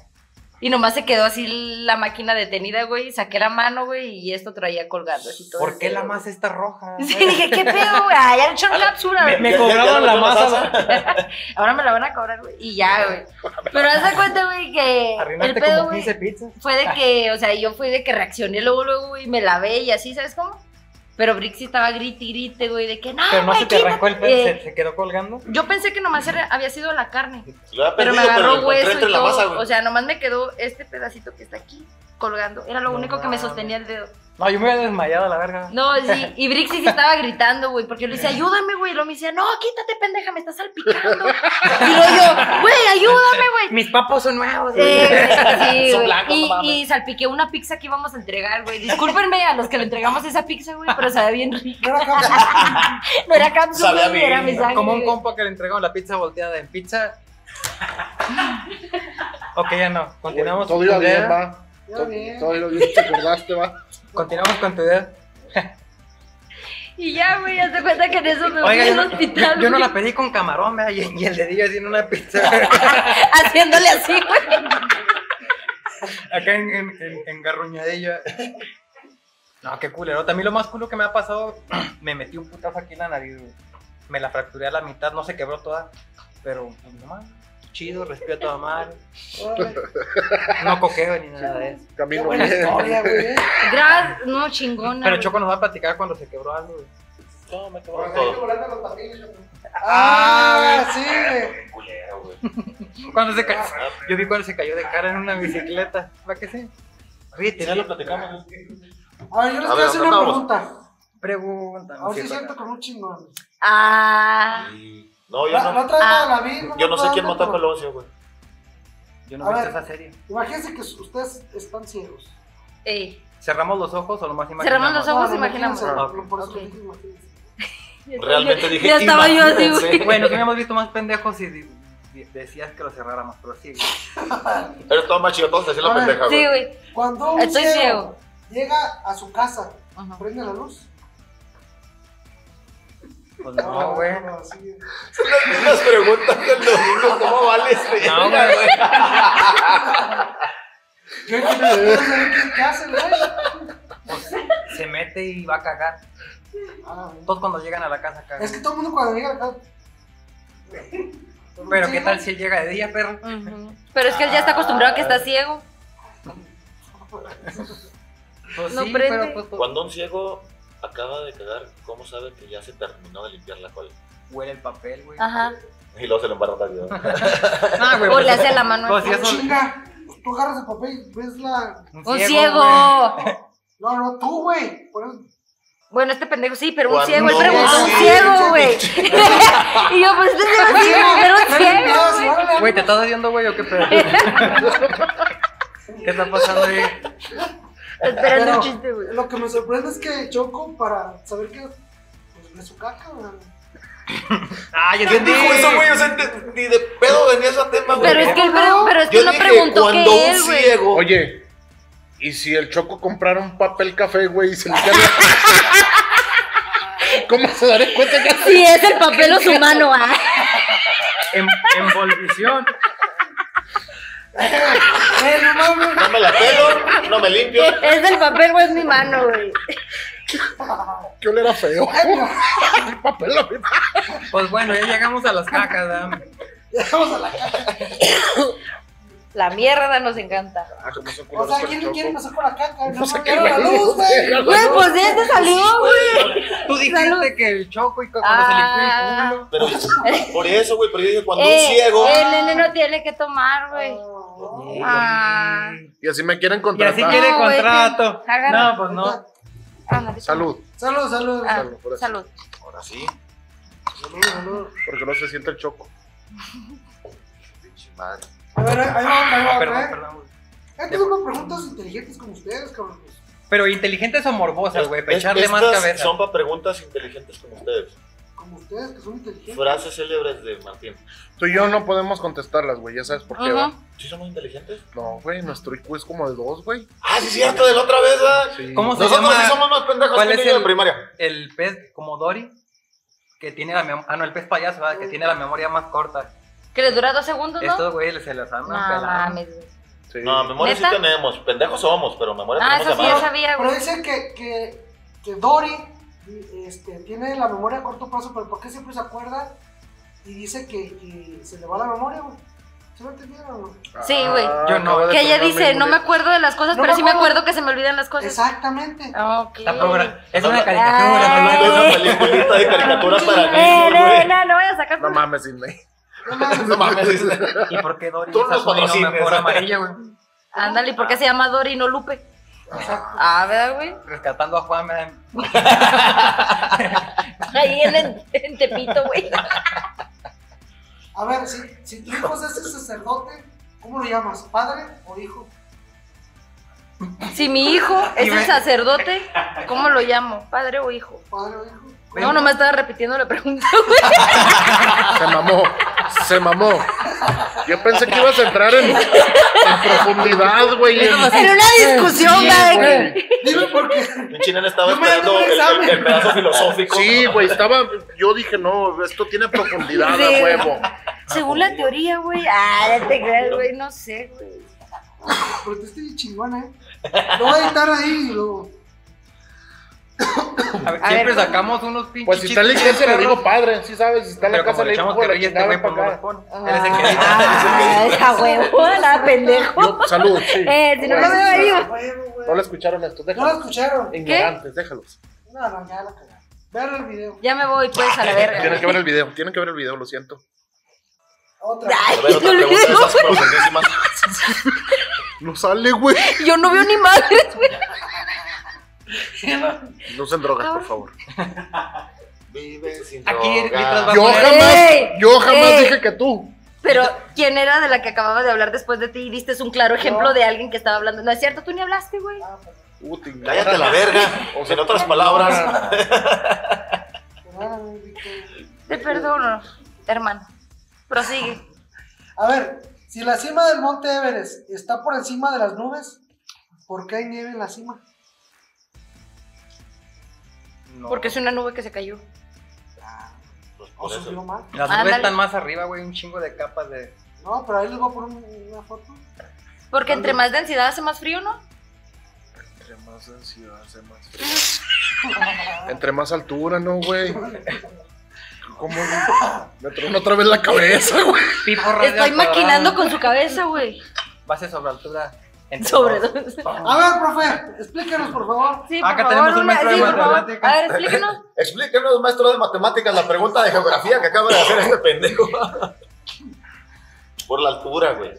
[SPEAKER 3] Y nomás se quedó así la máquina detenida, güey, saqué la mano, güey, y esto traía colgando así todo.
[SPEAKER 2] ¿Por
[SPEAKER 3] el
[SPEAKER 2] qué
[SPEAKER 3] pedo,
[SPEAKER 2] la
[SPEAKER 3] güey.
[SPEAKER 2] masa está roja?
[SPEAKER 3] Sí, dije, ¿qué pedo, güey? Ah, Ya le echaron cápsula,
[SPEAKER 2] Me,
[SPEAKER 3] güey.
[SPEAKER 2] me
[SPEAKER 1] Ya- ya- ya
[SPEAKER 2] cobraron
[SPEAKER 1] le
[SPEAKER 2] la
[SPEAKER 1] echó la
[SPEAKER 2] masa.
[SPEAKER 3] Ahora me la van a cobrar, güey. Y ya, güey. Pero haz de cuenta, güey, que el
[SPEAKER 2] Arruinaste
[SPEAKER 3] pedo,
[SPEAKER 2] como
[SPEAKER 3] güey,
[SPEAKER 2] 15 pizzas.
[SPEAKER 3] fue de que, o sea, yo fui de que reaccioné luego, luego, güey, me lavé y así, ¿sabes cómo? Pero Brixie estaba grite y grite, güey, de que no,
[SPEAKER 2] Pero no
[SPEAKER 3] güey,
[SPEAKER 2] se te arrancó el
[SPEAKER 3] quítate".
[SPEAKER 2] pelo, se, se quedó colgando.
[SPEAKER 3] Yo pensé que nomás era- había sido la carne,
[SPEAKER 1] Lo había
[SPEAKER 3] pero me
[SPEAKER 1] perdido,
[SPEAKER 3] agarró
[SPEAKER 1] lo encontré
[SPEAKER 3] hueso y
[SPEAKER 1] entre la
[SPEAKER 3] todo.
[SPEAKER 1] masa, güey.
[SPEAKER 3] o sea, nomás me quedó este pedacito que está aquí colgando. Era lo
[SPEAKER 2] No
[SPEAKER 3] único que me
[SPEAKER 2] mames.
[SPEAKER 3] sostenía el dedo.
[SPEAKER 2] No, yo me había desmayado a la verga.
[SPEAKER 3] No, sí, y Brixie sí estaba gritando, güey, porque yo le decía, ayúdame, güey. Y luego me decía, no, quítate, pendeja, me estás salpicando. Y luego yo, güey, ayúdame, güey.
[SPEAKER 2] Mis papos son nuevos.
[SPEAKER 3] Sí, sí,
[SPEAKER 2] Son
[SPEAKER 3] güey.
[SPEAKER 2] blancos, no mames.
[SPEAKER 3] y, y salpiqué una pizza que íbamos a entregar, güey. Discúlpenme a los que le entregamos esa pizza, güey, pero sabía bien rica.
[SPEAKER 4] era cápsula.
[SPEAKER 3] No era cápsula,
[SPEAKER 1] Sabía
[SPEAKER 3] güey, era
[SPEAKER 1] bien.
[SPEAKER 3] mi sangre,
[SPEAKER 2] Como un
[SPEAKER 3] güey.
[SPEAKER 2] compa que le entregó la pizza volteada en pizza. ok, ya no. Continuamos
[SPEAKER 7] Todo
[SPEAKER 2] con tu
[SPEAKER 7] iba bien,
[SPEAKER 2] idea.
[SPEAKER 7] va.
[SPEAKER 4] Ya
[SPEAKER 7] Todo
[SPEAKER 4] bien.
[SPEAKER 7] todo iba bien, te acordaste, va.
[SPEAKER 2] Continuamos con tu idea.
[SPEAKER 3] Y ya, güey, ya se cuenta que en eso me voy
[SPEAKER 2] Oiga, yo
[SPEAKER 3] al
[SPEAKER 2] no,
[SPEAKER 3] hospital,
[SPEAKER 2] yo- yo no la
[SPEAKER 3] güey,
[SPEAKER 2] pedí con camarón, ¿verdad? Y, y el dedillo así en una pizza.
[SPEAKER 3] Haciéndole así, güey.
[SPEAKER 2] Acá en, en, en- engarruñadillo. No, qué culero. También lo más culo que me ha pasado, me metí un putazo aquí en la nariz, güey. Me la fracturé a la mitad, no se quebró toda. Pero, pues, no mames, chido, respiro a toda madre.
[SPEAKER 4] Órale.
[SPEAKER 2] No coqueo ni nada de eso.
[SPEAKER 4] Qué
[SPEAKER 7] Camino
[SPEAKER 4] buena
[SPEAKER 7] bien.
[SPEAKER 4] historia, güey. eh.
[SPEAKER 3] Gracias, no, chingona.
[SPEAKER 2] Pero
[SPEAKER 3] güey.
[SPEAKER 2] Choco nos va a platicar cuando se quebró algo, güey.
[SPEAKER 4] Ah, sí, güey.
[SPEAKER 1] Culero, güey.
[SPEAKER 2] Cuando se cayó. Yo vi cuando se cayó de cara en una bicicleta. ¿Para qué sé? Ríete,
[SPEAKER 1] Ya
[SPEAKER 2] ya
[SPEAKER 1] lo platicamos.
[SPEAKER 4] A ver,
[SPEAKER 1] A
[SPEAKER 4] yo les quiero
[SPEAKER 1] ver,
[SPEAKER 4] hacer
[SPEAKER 1] ¿dónde
[SPEAKER 4] una
[SPEAKER 1] estábamos?
[SPEAKER 4] pregunta.
[SPEAKER 2] Pregunta.
[SPEAKER 4] A ver si Oh, es cierto con un chingón.
[SPEAKER 3] Ah.
[SPEAKER 1] No, yo
[SPEAKER 4] La, la
[SPEAKER 1] no.
[SPEAKER 4] otra vez
[SPEAKER 3] Ah.
[SPEAKER 4] la vi. me
[SPEAKER 1] Yo no sé
[SPEAKER 4] acuerdo,
[SPEAKER 1] quién mató a
[SPEAKER 4] pero-
[SPEAKER 1] Colosio, güey.
[SPEAKER 2] Yo no
[SPEAKER 4] A
[SPEAKER 2] he visto
[SPEAKER 4] ver.
[SPEAKER 2] esa serie.
[SPEAKER 4] Imagínense que s- ustedes están ciegos.
[SPEAKER 3] Ey.
[SPEAKER 2] ¿Cerramos los ojos o nomás imaginamos?
[SPEAKER 3] Cerramos los ojos,
[SPEAKER 4] No, no,
[SPEAKER 3] imaginamos.
[SPEAKER 4] imagínense,
[SPEAKER 2] Ah,
[SPEAKER 4] Por eso
[SPEAKER 3] ok.
[SPEAKER 4] les dije, imagínense.
[SPEAKER 1] Realmente dije,
[SPEAKER 3] Ya estaba yo así,
[SPEAKER 1] imagínense.
[SPEAKER 3] güey.
[SPEAKER 2] Bueno, nos habíamos visto más pendejos y di- di- decías que lo cerráramos, pero sí.
[SPEAKER 1] Pero todo más chido, todos hacían la
[SPEAKER 4] A ver,
[SPEAKER 1] pendeja,
[SPEAKER 3] Ah, Sí,
[SPEAKER 1] güey.
[SPEAKER 3] güey.
[SPEAKER 4] Cuando un
[SPEAKER 3] Estoy ciego.
[SPEAKER 4] llega a su casa,
[SPEAKER 3] Ajá.
[SPEAKER 4] prende la luz.
[SPEAKER 2] Pues
[SPEAKER 4] Ah,
[SPEAKER 2] no, güey.
[SPEAKER 4] No, sí.
[SPEAKER 1] Son las mismas preguntas del domingo, ¿cómo vales?
[SPEAKER 2] No, güey.
[SPEAKER 4] Yo
[SPEAKER 2] pues,
[SPEAKER 4] quiero saber qué- qué hace, güey.
[SPEAKER 2] Se mete y va a cagar.
[SPEAKER 4] A la verga.
[SPEAKER 2] Todos cuando llegan a la casa cagan.
[SPEAKER 4] Ah, Es que todo el mundo cuando llega acá.
[SPEAKER 2] Pero qué tal si él llega de día, perro.
[SPEAKER 3] Ujú. Pero es que él ya está acostumbrado a que está ciego.
[SPEAKER 2] Pues
[SPEAKER 3] No
[SPEAKER 2] sí,
[SPEAKER 3] prende.
[SPEAKER 2] pero pues, pues,
[SPEAKER 5] Cuando un ciego acaba de cagar, ¿cómo sabe que ya se terminó de limpiar la cola?
[SPEAKER 2] huele el papel, güey.
[SPEAKER 3] Ajá.
[SPEAKER 5] Y luego se lo embarra rápido.
[SPEAKER 2] Ah, güey.
[SPEAKER 3] O
[SPEAKER 2] pues,
[SPEAKER 3] le hace a la mano.
[SPEAKER 2] pues, sí,
[SPEAKER 3] así.
[SPEAKER 2] eso-
[SPEAKER 4] Chinga. Tú agarras el papel y ves la.
[SPEAKER 3] Un
[SPEAKER 2] güey.
[SPEAKER 3] ciego.
[SPEAKER 4] No, no, tú, güey. Por eso-
[SPEAKER 3] Bueno, este pendejo sí, pero un
[SPEAKER 1] Cuando-
[SPEAKER 3] ciego. Él preguntó un
[SPEAKER 4] Sí.
[SPEAKER 3] ciego, güey. y yo, pues, este pendejo sí, pero un ciego,
[SPEAKER 4] No, sí,
[SPEAKER 3] güey.
[SPEAKER 4] órale.
[SPEAKER 2] Güey, ¿te estás haciendo, güey, o qué pedo? ¿Qué está pasando ahí?
[SPEAKER 3] Esperando
[SPEAKER 4] Pero-
[SPEAKER 3] un chiste, güey.
[SPEAKER 4] Lo que me sorprende es que Choco, para saber que. Pues, es su caca, güey.
[SPEAKER 2] Ah, ya entendí.
[SPEAKER 1] Dijo eso, güey, o sea, te- ni de pedo venía ese tema, güey.
[SPEAKER 3] Pero es que él pre- pero es que
[SPEAKER 1] Yo
[SPEAKER 3] no
[SPEAKER 1] dije,
[SPEAKER 3] preguntó
[SPEAKER 1] cuando
[SPEAKER 3] qué
[SPEAKER 1] un
[SPEAKER 3] es, güey.
[SPEAKER 1] ciego...
[SPEAKER 7] Oye, ¿y si el Choco comprara un papel café, güey, y se le cae la... ¿Cómo se daré cuenta que
[SPEAKER 3] Si es el papel o su mano, ah.
[SPEAKER 2] En, envolvición.
[SPEAKER 4] ¡Eh, no mames!
[SPEAKER 5] No me la pelo, no me limpio.
[SPEAKER 3] Es el papel o es mi mano, güey.
[SPEAKER 7] que olera feo? el papel, la verdad.
[SPEAKER 2] Pues bueno, ya llegamos a las cacas, ¿verdad?
[SPEAKER 4] Dejamos a la caca.
[SPEAKER 3] La mierda nos encanta.
[SPEAKER 7] Ah, cómo son
[SPEAKER 4] O
[SPEAKER 7] culeros
[SPEAKER 4] sea,
[SPEAKER 7] con el
[SPEAKER 4] ¿quién, quién
[SPEAKER 7] Choco.
[SPEAKER 4] empezó con la caca? No,
[SPEAKER 7] Pues
[SPEAKER 4] mames,
[SPEAKER 7] aquel
[SPEAKER 4] era la
[SPEAKER 7] güey,
[SPEAKER 4] luz, güey.
[SPEAKER 7] era la
[SPEAKER 3] Güey,
[SPEAKER 7] luz.
[SPEAKER 3] pues de este salió, güey.
[SPEAKER 2] Tú dijiste
[SPEAKER 3] Salud.
[SPEAKER 2] que el choco y cuando
[SPEAKER 4] pues,
[SPEAKER 3] Ah.
[SPEAKER 2] se le fue el culo.
[SPEAKER 5] Pero por eso, güey, pero yo dije, cuando
[SPEAKER 3] Eh,
[SPEAKER 5] un ciego.
[SPEAKER 3] El nene no tiene que tomar, güey. Ah.
[SPEAKER 7] Y así me quieren
[SPEAKER 2] Y así
[SPEAKER 7] contratar. Ah,
[SPEAKER 2] quiere
[SPEAKER 3] No, güey,
[SPEAKER 2] contrato.
[SPEAKER 3] que- agarra.
[SPEAKER 2] No, pues no.
[SPEAKER 3] Ándale.
[SPEAKER 7] Salud, pues.
[SPEAKER 4] Salud, salud.
[SPEAKER 3] Ah,
[SPEAKER 7] Salud, por eso.
[SPEAKER 3] salud.
[SPEAKER 1] Ahora sí,
[SPEAKER 4] Salud, salud.
[SPEAKER 7] porque no se siente el Choco.
[SPEAKER 1] pinche madre.
[SPEAKER 4] A ver, ahí va, ahí va,
[SPEAKER 2] Perdón,
[SPEAKER 4] ahí va.
[SPEAKER 2] perdón. güey.
[SPEAKER 4] Eh, tengo preguntas inteligentes como ustedes, cabrón. pues.
[SPEAKER 2] Pero inteligentes o morbosas, güey, para
[SPEAKER 5] Es-
[SPEAKER 2] echarle más
[SPEAKER 5] estas
[SPEAKER 2] cabeza.
[SPEAKER 5] Son para preguntas inteligentes como ustedes.
[SPEAKER 4] Como ustedes, que son inteligentes.
[SPEAKER 5] Frases célebres de Martín.
[SPEAKER 7] Tú y yo no podemos contestarlas, güey, ya sabes por qué va.
[SPEAKER 3] Ujú.
[SPEAKER 5] ¿Sí somos inteligentes?
[SPEAKER 7] No, güey, nuestro IQ es como de dos, güey.
[SPEAKER 5] Ah, sí, es cierto, de la otra vez, ¿verdad?
[SPEAKER 7] Sí.
[SPEAKER 2] ¿Cómo se
[SPEAKER 5] Nosotros
[SPEAKER 2] llama?
[SPEAKER 5] sí somos más pendejos
[SPEAKER 2] ¿Cuál
[SPEAKER 5] que
[SPEAKER 2] es
[SPEAKER 5] niños
[SPEAKER 2] el-
[SPEAKER 5] de primaria.
[SPEAKER 2] El pez como Dory, que tiene la memoria. Ah, no, el pez payaso, ¿verdad? que tiene la memoria más corta.
[SPEAKER 3] Que le dura dos segundos, ¿no?
[SPEAKER 2] Estos güey se los andan
[SPEAKER 3] no
[SPEAKER 2] pelando.
[SPEAKER 3] mames, güey.
[SPEAKER 7] Sí.
[SPEAKER 5] No, memoria
[SPEAKER 3] ¿Neta?
[SPEAKER 5] sí tenemos. Pendejos somos, pero memoria
[SPEAKER 3] Ah, eso
[SPEAKER 5] tenemos
[SPEAKER 3] sí,
[SPEAKER 5] de
[SPEAKER 3] yo
[SPEAKER 5] más.
[SPEAKER 3] sabía,
[SPEAKER 4] Pero
[SPEAKER 3] güey.
[SPEAKER 4] dicen que, que, que Dory este, tiene la memoria a corto plazo, pero ¿por qué siempre se acuerda? Y dice que, que se le va la memoria, güey. ¿Se lo entendieron, güey?
[SPEAKER 3] Sí, güey.
[SPEAKER 7] Ah,
[SPEAKER 2] Yo no.
[SPEAKER 7] acabo de
[SPEAKER 3] Que ella
[SPEAKER 7] perder
[SPEAKER 3] dice, no me
[SPEAKER 7] memoria.
[SPEAKER 3] acuerdo de las cosas,
[SPEAKER 4] No
[SPEAKER 3] pero
[SPEAKER 4] me
[SPEAKER 3] sí me
[SPEAKER 4] acuerdo.
[SPEAKER 3] acuerdo que se me olvidan las
[SPEAKER 4] Pues
[SPEAKER 3] cosas.
[SPEAKER 4] Exactamente.
[SPEAKER 3] Ok.
[SPEAKER 2] Está progra- Es una
[SPEAKER 3] Ay.
[SPEAKER 2] caricatura,
[SPEAKER 5] Es una
[SPEAKER 2] Fernando.
[SPEAKER 5] peliculita de caricaturas para
[SPEAKER 3] Eh,
[SPEAKER 5] niños,
[SPEAKER 3] no,
[SPEAKER 5] güey.
[SPEAKER 3] no, no vayas a sacar.
[SPEAKER 7] No mames, Disney.
[SPEAKER 4] No mames.
[SPEAKER 7] No mames, Disney.
[SPEAKER 2] ¿Y por qué Dory
[SPEAKER 5] Tú
[SPEAKER 2] es
[SPEAKER 5] nos
[SPEAKER 2] azul y no
[SPEAKER 5] patrocines.
[SPEAKER 2] mejor amarilla, güey?
[SPEAKER 3] Ándale, ¿y por qué se llama Dory y no Lupe? Ah, ¿verdad, güey?
[SPEAKER 2] Rescatando a Juan, ¿verdad?
[SPEAKER 3] Ahí en, en, en Tepito, güey.
[SPEAKER 4] A ver, si, si tu hijo es ese sacerdote, ¿cómo lo llamas? ¿Padre o hijo?
[SPEAKER 3] Si mi hijo es
[SPEAKER 2] Y
[SPEAKER 3] el
[SPEAKER 2] ve-
[SPEAKER 3] sacerdote, ¿cómo lo llamo? ¿Padre o hijo?
[SPEAKER 4] ¿Padre o hijo?
[SPEAKER 3] No, no me estaba repitiendo la pregunta, güey.
[SPEAKER 7] Se mamó, se mamó. Yo pensé que ibas a entrar en, en profundidad, güey. en-
[SPEAKER 3] Era una discusión,
[SPEAKER 7] Sí,
[SPEAKER 3] güey.
[SPEAKER 7] güey.
[SPEAKER 4] Dime por qué.
[SPEAKER 5] Mi chino estaba
[SPEAKER 4] Yo me dando
[SPEAKER 5] esperando el,
[SPEAKER 4] un examen.
[SPEAKER 5] el- el pedazo filosófico.
[SPEAKER 7] Sí, güey, estaba. Yo dije, no, esto tiene profundidad
[SPEAKER 3] Sí.
[SPEAKER 7] a huevo.
[SPEAKER 3] Según la teoría, güey. Ah, no te creas, güey. No sé, güey.
[SPEAKER 4] Pero tú estoy chingona, ¿eh? Lo voy a editar ahí y luego.
[SPEAKER 2] A ver,
[SPEAKER 3] A
[SPEAKER 2] siempre
[SPEAKER 3] ver,
[SPEAKER 2] sacamos unos pinches.
[SPEAKER 7] Pues si está en la
[SPEAKER 2] chistes,
[SPEAKER 7] iglesia, le
[SPEAKER 2] perro,
[SPEAKER 7] digo padre. Si sabes, si está en la
[SPEAKER 2] Pero
[SPEAKER 7] casa,
[SPEAKER 2] como
[SPEAKER 7] le
[SPEAKER 2] le echamos
[SPEAKER 7] digo
[SPEAKER 2] que
[SPEAKER 7] la
[SPEAKER 2] ríe este
[SPEAKER 7] chingada,
[SPEAKER 2] güey,
[SPEAKER 7] ven
[SPEAKER 2] pues no
[SPEAKER 7] para
[SPEAKER 2] los
[SPEAKER 7] acá.
[SPEAKER 2] pone. Él es el que edita.
[SPEAKER 3] Ah, esa huevo, la pendejo.
[SPEAKER 7] Yo- salud, sí.
[SPEAKER 3] Eh, si no lo veo ahí, güey.
[SPEAKER 7] No lo escucharon estos,
[SPEAKER 4] No lo
[SPEAKER 7] déjalos.
[SPEAKER 4] escucharon.
[SPEAKER 7] Ignorantes, déjalos.
[SPEAKER 4] No, no, ya la cagaron. Vean el video.
[SPEAKER 3] Ya me voy, pues, a la verga.
[SPEAKER 7] Tienen que ver el video, tienen que ver el video, lo siento.
[SPEAKER 4] Otra.
[SPEAKER 3] Ay,
[SPEAKER 5] A ver, otra
[SPEAKER 3] no le
[SPEAKER 5] pregunta de
[SPEAKER 3] digo,
[SPEAKER 5] esas profundísimas.
[SPEAKER 7] No sale, güey.
[SPEAKER 3] Yo no veo ni madres, güey.
[SPEAKER 7] No se drogas, por favor.
[SPEAKER 1] Vive sin
[SPEAKER 2] Aquí,
[SPEAKER 5] drogas.
[SPEAKER 2] mientras va-
[SPEAKER 7] Yo
[SPEAKER 2] Ey,
[SPEAKER 7] jamás, yo jamás
[SPEAKER 3] ey.
[SPEAKER 7] dije que tú.
[SPEAKER 3] Pero, ¿quién era de la que acababa de hablar después de ti? Y diste un claro ejemplo de alguien que estaba hablando. No es cierto, tú ni hablaste, güey.
[SPEAKER 4] Ah,
[SPEAKER 7] Puta, ignorante.
[SPEAKER 5] Cállate la verga. O sea, en otras palabras.
[SPEAKER 4] Vean el video.
[SPEAKER 3] Te perdono, hermano. Prosigue.
[SPEAKER 4] A ver, si la cima del monte Everest está por encima de las nubes, ¿por qué hay nieve en la cima?
[SPEAKER 2] No.
[SPEAKER 3] Porque es una nube que se cayó.
[SPEAKER 5] Pues por
[SPEAKER 4] ¿O
[SPEAKER 5] eso.
[SPEAKER 4] subió mal?
[SPEAKER 2] Las
[SPEAKER 3] Ándale.
[SPEAKER 2] nubes están más arriba, güey, un chingo de capas de.
[SPEAKER 4] No, pero ahí les voy a poner un- una foto.
[SPEAKER 3] Porque entre más densidad hace más frío, ¿no?
[SPEAKER 7] Entre más ansiedad hace más frío. Entre más altura, ¿no, güey? ¿Cómo? Me tronó otra vez la cabeza, güey.
[SPEAKER 2] Pipo radio
[SPEAKER 3] Estoy
[SPEAKER 2] al cuadrado.
[SPEAKER 3] maquinando con su cabeza, güey.
[SPEAKER 2] Base sobre altura. entre
[SPEAKER 3] Sobre
[SPEAKER 2] dos.
[SPEAKER 3] dos.
[SPEAKER 4] A ver, profe, explícanos, por favor.
[SPEAKER 3] Sí,
[SPEAKER 2] Acá
[SPEAKER 3] por
[SPEAKER 2] tenemos
[SPEAKER 3] favor,
[SPEAKER 2] un
[SPEAKER 3] una-
[SPEAKER 2] maestro
[SPEAKER 3] sí,
[SPEAKER 2] de
[SPEAKER 3] por favor.
[SPEAKER 2] matemáticas.
[SPEAKER 3] A ver, explíquenos.
[SPEAKER 1] Explíquenos, maestro de matemáticas, la pregunta de geografía que acaba de hacer este pendejo. Por la altura, güey.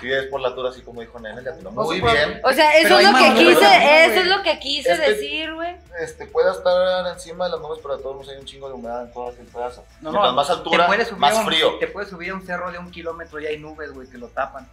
[SPEAKER 1] Sí, es por la altura, así como dijo Nene, le atinó
[SPEAKER 4] No
[SPEAKER 1] muy
[SPEAKER 4] se puede.
[SPEAKER 1] bien.
[SPEAKER 3] O sea, eso
[SPEAKER 2] Pero
[SPEAKER 3] es
[SPEAKER 2] hay
[SPEAKER 3] lo que
[SPEAKER 2] más,
[SPEAKER 1] ¿verdad?
[SPEAKER 3] quise,
[SPEAKER 4] Güey.
[SPEAKER 3] eso es lo que quise
[SPEAKER 1] Es que-
[SPEAKER 3] decir, güey.
[SPEAKER 1] Este, pueda estar encima de las nubes, pero de todos modos hay un chingo de humedad en todo aquel pedazo.
[SPEAKER 2] No,
[SPEAKER 1] Mientras
[SPEAKER 2] no,
[SPEAKER 1] más altura,
[SPEAKER 2] te puedes subir a
[SPEAKER 1] más
[SPEAKER 2] un-
[SPEAKER 1] frío.
[SPEAKER 2] Te puedes subir a un cerro de un kilómetro y hay nubes, güey, que lo tapan.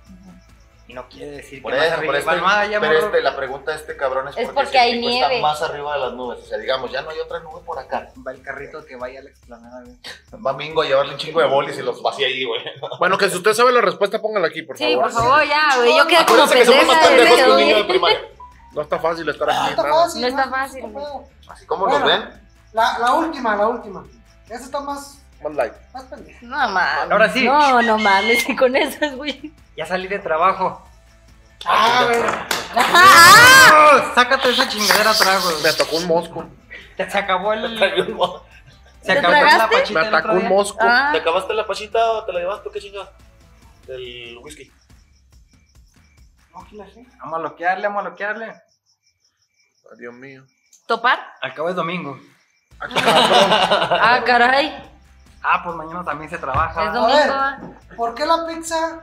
[SPEAKER 2] Y no quiere decir
[SPEAKER 1] Por
[SPEAKER 2] que vas
[SPEAKER 1] eso,
[SPEAKER 2] arriba
[SPEAKER 1] por
[SPEAKER 2] y
[SPEAKER 1] este-
[SPEAKER 2] vas más allá,
[SPEAKER 1] pero
[SPEAKER 2] morro.
[SPEAKER 1] este, la pregunta de este cabrón es,
[SPEAKER 3] Es
[SPEAKER 1] por qué
[SPEAKER 3] porque
[SPEAKER 1] si el
[SPEAKER 3] hay
[SPEAKER 1] pico
[SPEAKER 3] nieve.
[SPEAKER 1] está más arriba de las nubes. O sea, digamos, ya no hay otra nube por acá.
[SPEAKER 2] Va el carrito que vaya a la explanada, güey.
[SPEAKER 1] Va Mingo a llevarle un chingo de bolis y los vacía ahí, güey.
[SPEAKER 7] Bueno, que si usted sabe la respuesta, póngala aquí, por
[SPEAKER 3] Sí,
[SPEAKER 7] favor.
[SPEAKER 3] por favor, ya, güey. Yo quedé como
[SPEAKER 1] Acuérdense que somos más
[SPEAKER 3] pendeja.
[SPEAKER 1] pendejos que un niño de
[SPEAKER 3] güey.
[SPEAKER 1] primaria.
[SPEAKER 7] No está fácil estar aquí.
[SPEAKER 4] No Ah, está
[SPEAKER 7] nada.
[SPEAKER 4] fácil.
[SPEAKER 3] No está
[SPEAKER 4] no
[SPEAKER 3] fácil.
[SPEAKER 4] pedo.
[SPEAKER 1] Así como nos
[SPEAKER 4] Bueno.
[SPEAKER 1] ven,
[SPEAKER 4] La, la última, la última. Esa está más,
[SPEAKER 7] Más like.
[SPEAKER 4] más pendeja.
[SPEAKER 3] No mames.
[SPEAKER 2] Ahora sí.
[SPEAKER 3] No, no mames, y con esas, güey.
[SPEAKER 2] Ya salí de trabajo.
[SPEAKER 1] Ah,
[SPEAKER 4] A ver.
[SPEAKER 2] ¡Oh! Sácate esa chingadera trago.
[SPEAKER 7] Me atacó un mosco.
[SPEAKER 2] Te- Se acabó el.
[SPEAKER 1] trae un mo-
[SPEAKER 2] Se
[SPEAKER 3] ¿Te
[SPEAKER 2] acabó la
[SPEAKER 3] tragaste?
[SPEAKER 7] Me
[SPEAKER 2] pachita. el
[SPEAKER 7] atacó
[SPEAKER 2] otro
[SPEAKER 7] un
[SPEAKER 2] día.
[SPEAKER 7] mosco.
[SPEAKER 3] Ah,
[SPEAKER 1] ¿Te acabaste la pachita o te la llevaste? ¿Qué chingas? Del whisky.
[SPEAKER 4] No, aquí la gente.
[SPEAKER 2] Vamos a bloquearle, vamos a bloquearle.
[SPEAKER 7] Ay, Dios mío.
[SPEAKER 3] ¿Topar?
[SPEAKER 2] Acabo el domingo.
[SPEAKER 3] Ah, caray.
[SPEAKER 2] Ah, pues mañana también se trabaja.
[SPEAKER 3] Es
[SPEAKER 4] do-
[SPEAKER 3] domingo ah,
[SPEAKER 4] ¿Por qué la pizza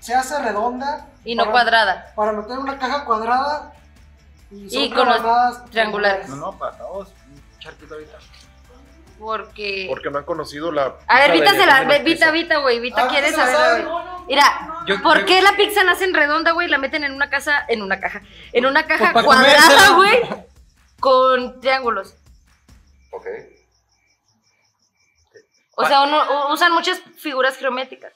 [SPEAKER 4] se hace redonda?
[SPEAKER 3] y no
[SPEAKER 4] para-
[SPEAKER 3] cuadrada.
[SPEAKER 4] Para meter una caja cuadrada y, son
[SPEAKER 3] Y con los
[SPEAKER 4] rebanadas
[SPEAKER 3] triangulares.
[SPEAKER 2] No, no, para todos. Un Charquito ahorita.
[SPEAKER 3] Porque.
[SPEAKER 7] Porque no han conocido la.
[SPEAKER 3] A ver, Vita
[SPEAKER 7] la
[SPEAKER 3] se la.
[SPEAKER 7] de- de
[SPEAKER 3] ve- Vita,
[SPEAKER 7] pizza.
[SPEAKER 3] Vita, güey. Vita
[SPEAKER 4] Ah,
[SPEAKER 3] quiere
[SPEAKER 4] ¿se la
[SPEAKER 3] saber.
[SPEAKER 4] saben?
[SPEAKER 3] a ver. Mira,
[SPEAKER 2] Yo-
[SPEAKER 3] ¿por
[SPEAKER 2] yo-
[SPEAKER 3] qué la pizza la hacen redonda, güey? La meten en una casa, en una caja, en una caja
[SPEAKER 2] Pues pa'
[SPEAKER 3] cuadrada,
[SPEAKER 2] comérsela.
[SPEAKER 3] güey, con triángulos.
[SPEAKER 1] Ok.
[SPEAKER 3] O sea, uno- u- usan muchas figuras geométricas.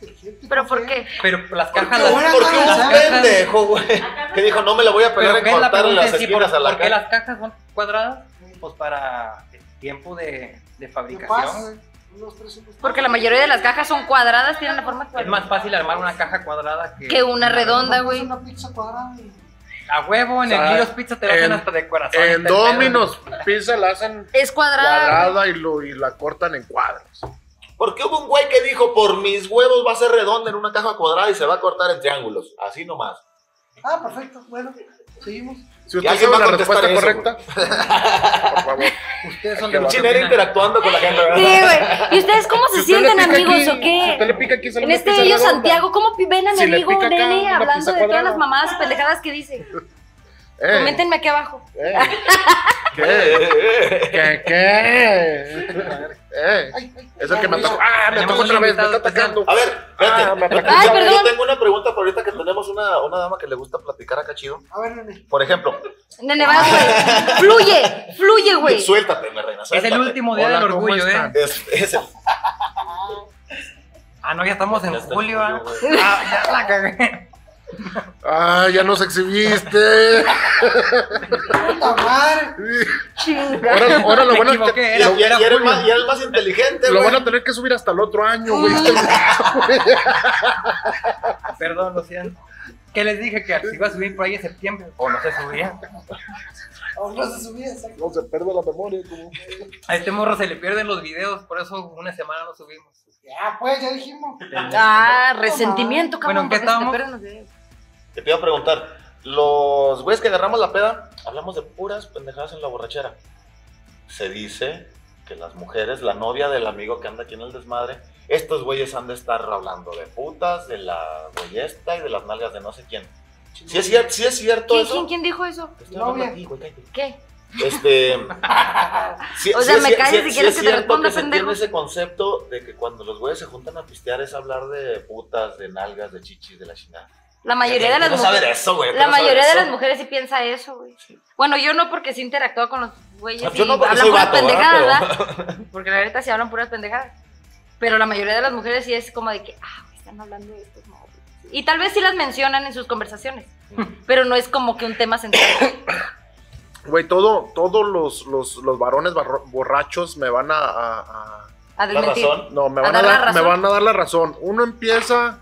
[SPEAKER 4] Inteligente,
[SPEAKER 3] ¿Pero por
[SPEAKER 4] profe.
[SPEAKER 3] qué?
[SPEAKER 2] Pero las
[SPEAKER 4] ¿Por qué
[SPEAKER 2] cajas.
[SPEAKER 4] ahora
[SPEAKER 2] las-
[SPEAKER 1] Porque
[SPEAKER 4] no
[SPEAKER 1] un
[SPEAKER 4] las
[SPEAKER 2] cajas-
[SPEAKER 1] pendejo, güey. Que dijo, no me la voy a
[SPEAKER 2] Pero
[SPEAKER 1] pegar
[SPEAKER 2] ¿qué
[SPEAKER 1] en
[SPEAKER 2] es la
[SPEAKER 1] cortarle
[SPEAKER 2] pregunta
[SPEAKER 1] las
[SPEAKER 2] en sí? ¿Por,
[SPEAKER 1] esquinas a la
[SPEAKER 2] por qué
[SPEAKER 1] cara.
[SPEAKER 2] las cajas son cuadradas? Pues para tiempo de, de
[SPEAKER 4] De paz,
[SPEAKER 2] fabricación.
[SPEAKER 4] un, dos, tres, cinco,
[SPEAKER 3] Porque la mayoría de las cajas son cuadradas, tienen la forma
[SPEAKER 2] Es
[SPEAKER 3] cuadrada.
[SPEAKER 2] más fácil armar una caja cuadrada que,
[SPEAKER 3] Que una redonda,
[SPEAKER 4] Haces
[SPEAKER 3] güey.
[SPEAKER 4] Una pizza cuadrada y-
[SPEAKER 2] A huevo, en
[SPEAKER 7] O
[SPEAKER 2] el
[SPEAKER 7] sea,
[SPEAKER 2] Guillos Pizza te la hacen
[SPEAKER 7] en-
[SPEAKER 2] hasta de
[SPEAKER 3] Ah,
[SPEAKER 2] corazón.
[SPEAKER 7] En
[SPEAKER 2] te pedo.
[SPEAKER 7] Dominos Pizza la hacen
[SPEAKER 3] Es cuadrada. güey.
[SPEAKER 7] cuadrada y, lo, y la cortan en cuadros.
[SPEAKER 1] Porque hubo un güey que dijo, por mis huevos va a ser redonda en una caja cuadrada y se va a cortar en triángulos. Así nomás.
[SPEAKER 4] Ah, perfecto, bueno, seguimos.
[SPEAKER 7] Si
[SPEAKER 1] Y
[SPEAKER 7] usted
[SPEAKER 1] alguien
[SPEAKER 7] sabe
[SPEAKER 1] va a
[SPEAKER 7] la
[SPEAKER 1] contestar
[SPEAKER 7] respuesta
[SPEAKER 1] eso,
[SPEAKER 7] correcta, por favor.
[SPEAKER 2] Ustedes son
[SPEAKER 7] Que
[SPEAKER 2] de los
[SPEAKER 1] Chinera
[SPEAKER 2] que opinan.
[SPEAKER 1] interactuando con la gente, ¿verdad?
[SPEAKER 3] Sí, güey. ¿Y ustedes cómo se
[SPEAKER 7] usted le
[SPEAKER 3] sienten
[SPEAKER 7] pica
[SPEAKER 3] amigos
[SPEAKER 7] aquí,
[SPEAKER 3] o
[SPEAKER 7] Si usted le
[SPEAKER 3] qué?
[SPEAKER 7] pica aquí, sale
[SPEAKER 3] En
[SPEAKER 7] una
[SPEAKER 3] este
[SPEAKER 7] pizza
[SPEAKER 3] video
[SPEAKER 7] redonda.
[SPEAKER 3] Santiago, ¿cómo pi- ven a mi
[SPEAKER 7] Si le
[SPEAKER 3] amigo
[SPEAKER 7] pica acá,
[SPEAKER 3] Nene
[SPEAKER 7] una
[SPEAKER 3] hablando
[SPEAKER 7] pizza
[SPEAKER 3] de todas
[SPEAKER 7] cuadrada.
[SPEAKER 3] las mamadas pendejadas que dice?
[SPEAKER 7] Eh,
[SPEAKER 3] Coméntenme aquí abajo.
[SPEAKER 7] eh. ¿Qué? ¿Qué? ¿Qué? Eh,
[SPEAKER 4] Ay, ay,
[SPEAKER 7] es el que me
[SPEAKER 4] ay,
[SPEAKER 7] atacó. ¡Ah! Me
[SPEAKER 2] Tenemos
[SPEAKER 7] atacó
[SPEAKER 2] un
[SPEAKER 7] otra vez, me
[SPEAKER 2] invitado
[SPEAKER 7] está atacando.
[SPEAKER 1] A ver, espérate.
[SPEAKER 7] Ah, me
[SPEAKER 1] Yo
[SPEAKER 7] atacó.
[SPEAKER 3] Ay,
[SPEAKER 1] tengo-
[SPEAKER 3] perdón.
[SPEAKER 1] Yo tengo una pregunta para ahorita que tenemos una, una dama que le gusta platicar acá chido.
[SPEAKER 4] A ver, nene.
[SPEAKER 1] Por ejemplo,
[SPEAKER 3] Nene, vas, güey. Fluye, fluye, güey.
[SPEAKER 1] suéltate, mi reina.
[SPEAKER 2] Es
[SPEAKER 1] Suéltate.
[SPEAKER 2] el último día
[SPEAKER 7] Hola,
[SPEAKER 2] del
[SPEAKER 7] ¿cómo
[SPEAKER 2] orgullo,
[SPEAKER 7] están?
[SPEAKER 2] ¿eh?
[SPEAKER 1] Es, es el-
[SPEAKER 2] Ah, no, ya estamos en
[SPEAKER 1] Ya está
[SPEAKER 2] julio,
[SPEAKER 1] el
[SPEAKER 2] ¿ah?
[SPEAKER 1] julio,
[SPEAKER 2] Ah, ya la cagué.
[SPEAKER 7] ¡Ah! Ya nos exhibiste.
[SPEAKER 4] Puta madre.
[SPEAKER 7] Ahora, ahora lo
[SPEAKER 2] Me
[SPEAKER 7] bueno es
[SPEAKER 2] equivoqué,
[SPEAKER 7] que.
[SPEAKER 2] era-
[SPEAKER 7] lo-
[SPEAKER 1] Y, y eres
[SPEAKER 2] Julio.
[SPEAKER 1] más, y eres más inteligente,
[SPEAKER 7] Lo
[SPEAKER 1] güey.
[SPEAKER 7] van a tener que subir hasta el otro año, güey.
[SPEAKER 2] Ah, Perdón, lo siento. ¿Qué les dije? Que si iba a subir por ahí en septiembre. O no se subía.
[SPEAKER 4] Aún no se subía, exacto.
[SPEAKER 7] No se pierde la memoria. como-
[SPEAKER 2] A este morro se le pierden los videos, por eso una semana no subimos.
[SPEAKER 4] Ya, pues, ya dijimos.
[SPEAKER 3] Ah, resentimiento,
[SPEAKER 2] Bueno,
[SPEAKER 3] cabrón.
[SPEAKER 2] ¿en
[SPEAKER 3] porque
[SPEAKER 2] qué
[SPEAKER 3] se te
[SPEAKER 2] estábamos?
[SPEAKER 3] pierden los videos.
[SPEAKER 1] Te iba a preguntar, los güeyes que agarramos la peda, hablamos de puras pendejadas en la borrachera. Se dice que las mujeres, la novia del amigo que anda aquí en el desmadre, estos güeyes han de estar hablando de putas, de la güeyesta y de las nalgas de no sé quién. Si es cierto, si es cierto
[SPEAKER 3] ¿Quién,
[SPEAKER 1] eso.
[SPEAKER 3] quién, quién dijo eso?
[SPEAKER 1] Te estoy hablando
[SPEAKER 4] Novia.
[SPEAKER 1] a ti, güey, cállate.
[SPEAKER 3] ¿Qué?
[SPEAKER 1] Este. sí-
[SPEAKER 3] O sea,
[SPEAKER 1] sí
[SPEAKER 3] me
[SPEAKER 1] es-
[SPEAKER 3] callas
[SPEAKER 1] sí-
[SPEAKER 3] si
[SPEAKER 1] sí
[SPEAKER 3] quieres
[SPEAKER 1] es
[SPEAKER 3] que te
[SPEAKER 1] cierto
[SPEAKER 3] responda,
[SPEAKER 1] que se
[SPEAKER 3] pendejo.
[SPEAKER 1] tiene ese concepto de que cuando los güeyes se juntan a pistear es hablar de putas, de nalgas, de chichis, de la chingada.
[SPEAKER 3] La mayoría de las
[SPEAKER 1] Eh, Tú no sabes
[SPEAKER 3] mujeres.
[SPEAKER 1] de eso, güey. tú
[SPEAKER 3] La
[SPEAKER 1] no sabes
[SPEAKER 3] mayoría de
[SPEAKER 1] eso.
[SPEAKER 3] las mujeres sí piensa eso, güey. Bueno, yo no porque sí interactúa con los güeyes
[SPEAKER 1] Yo
[SPEAKER 3] y
[SPEAKER 1] no porque
[SPEAKER 3] hablan
[SPEAKER 1] soy
[SPEAKER 3] puras
[SPEAKER 1] vato,
[SPEAKER 3] pendejadas,
[SPEAKER 1] ¿verdad?
[SPEAKER 3] ¿verdad? Porque la neta sí hablan puras pendejadas. Pero la mayoría de las mujeres sí es como de que, ah, güey, están hablando de estos móviles. Y tal vez sí las mencionan en sus conversaciones, pero no es como que un tema central.
[SPEAKER 7] Güey, todo, todos los, los, los varones barro- borrachos me van a, a- a-
[SPEAKER 3] A
[SPEAKER 1] La
[SPEAKER 3] desmentir.
[SPEAKER 1] razón.
[SPEAKER 7] no, me
[SPEAKER 3] A
[SPEAKER 7] van a,
[SPEAKER 3] dar la
[SPEAKER 7] dar, me
[SPEAKER 3] razón.
[SPEAKER 7] van a dar la razón. Uno empieza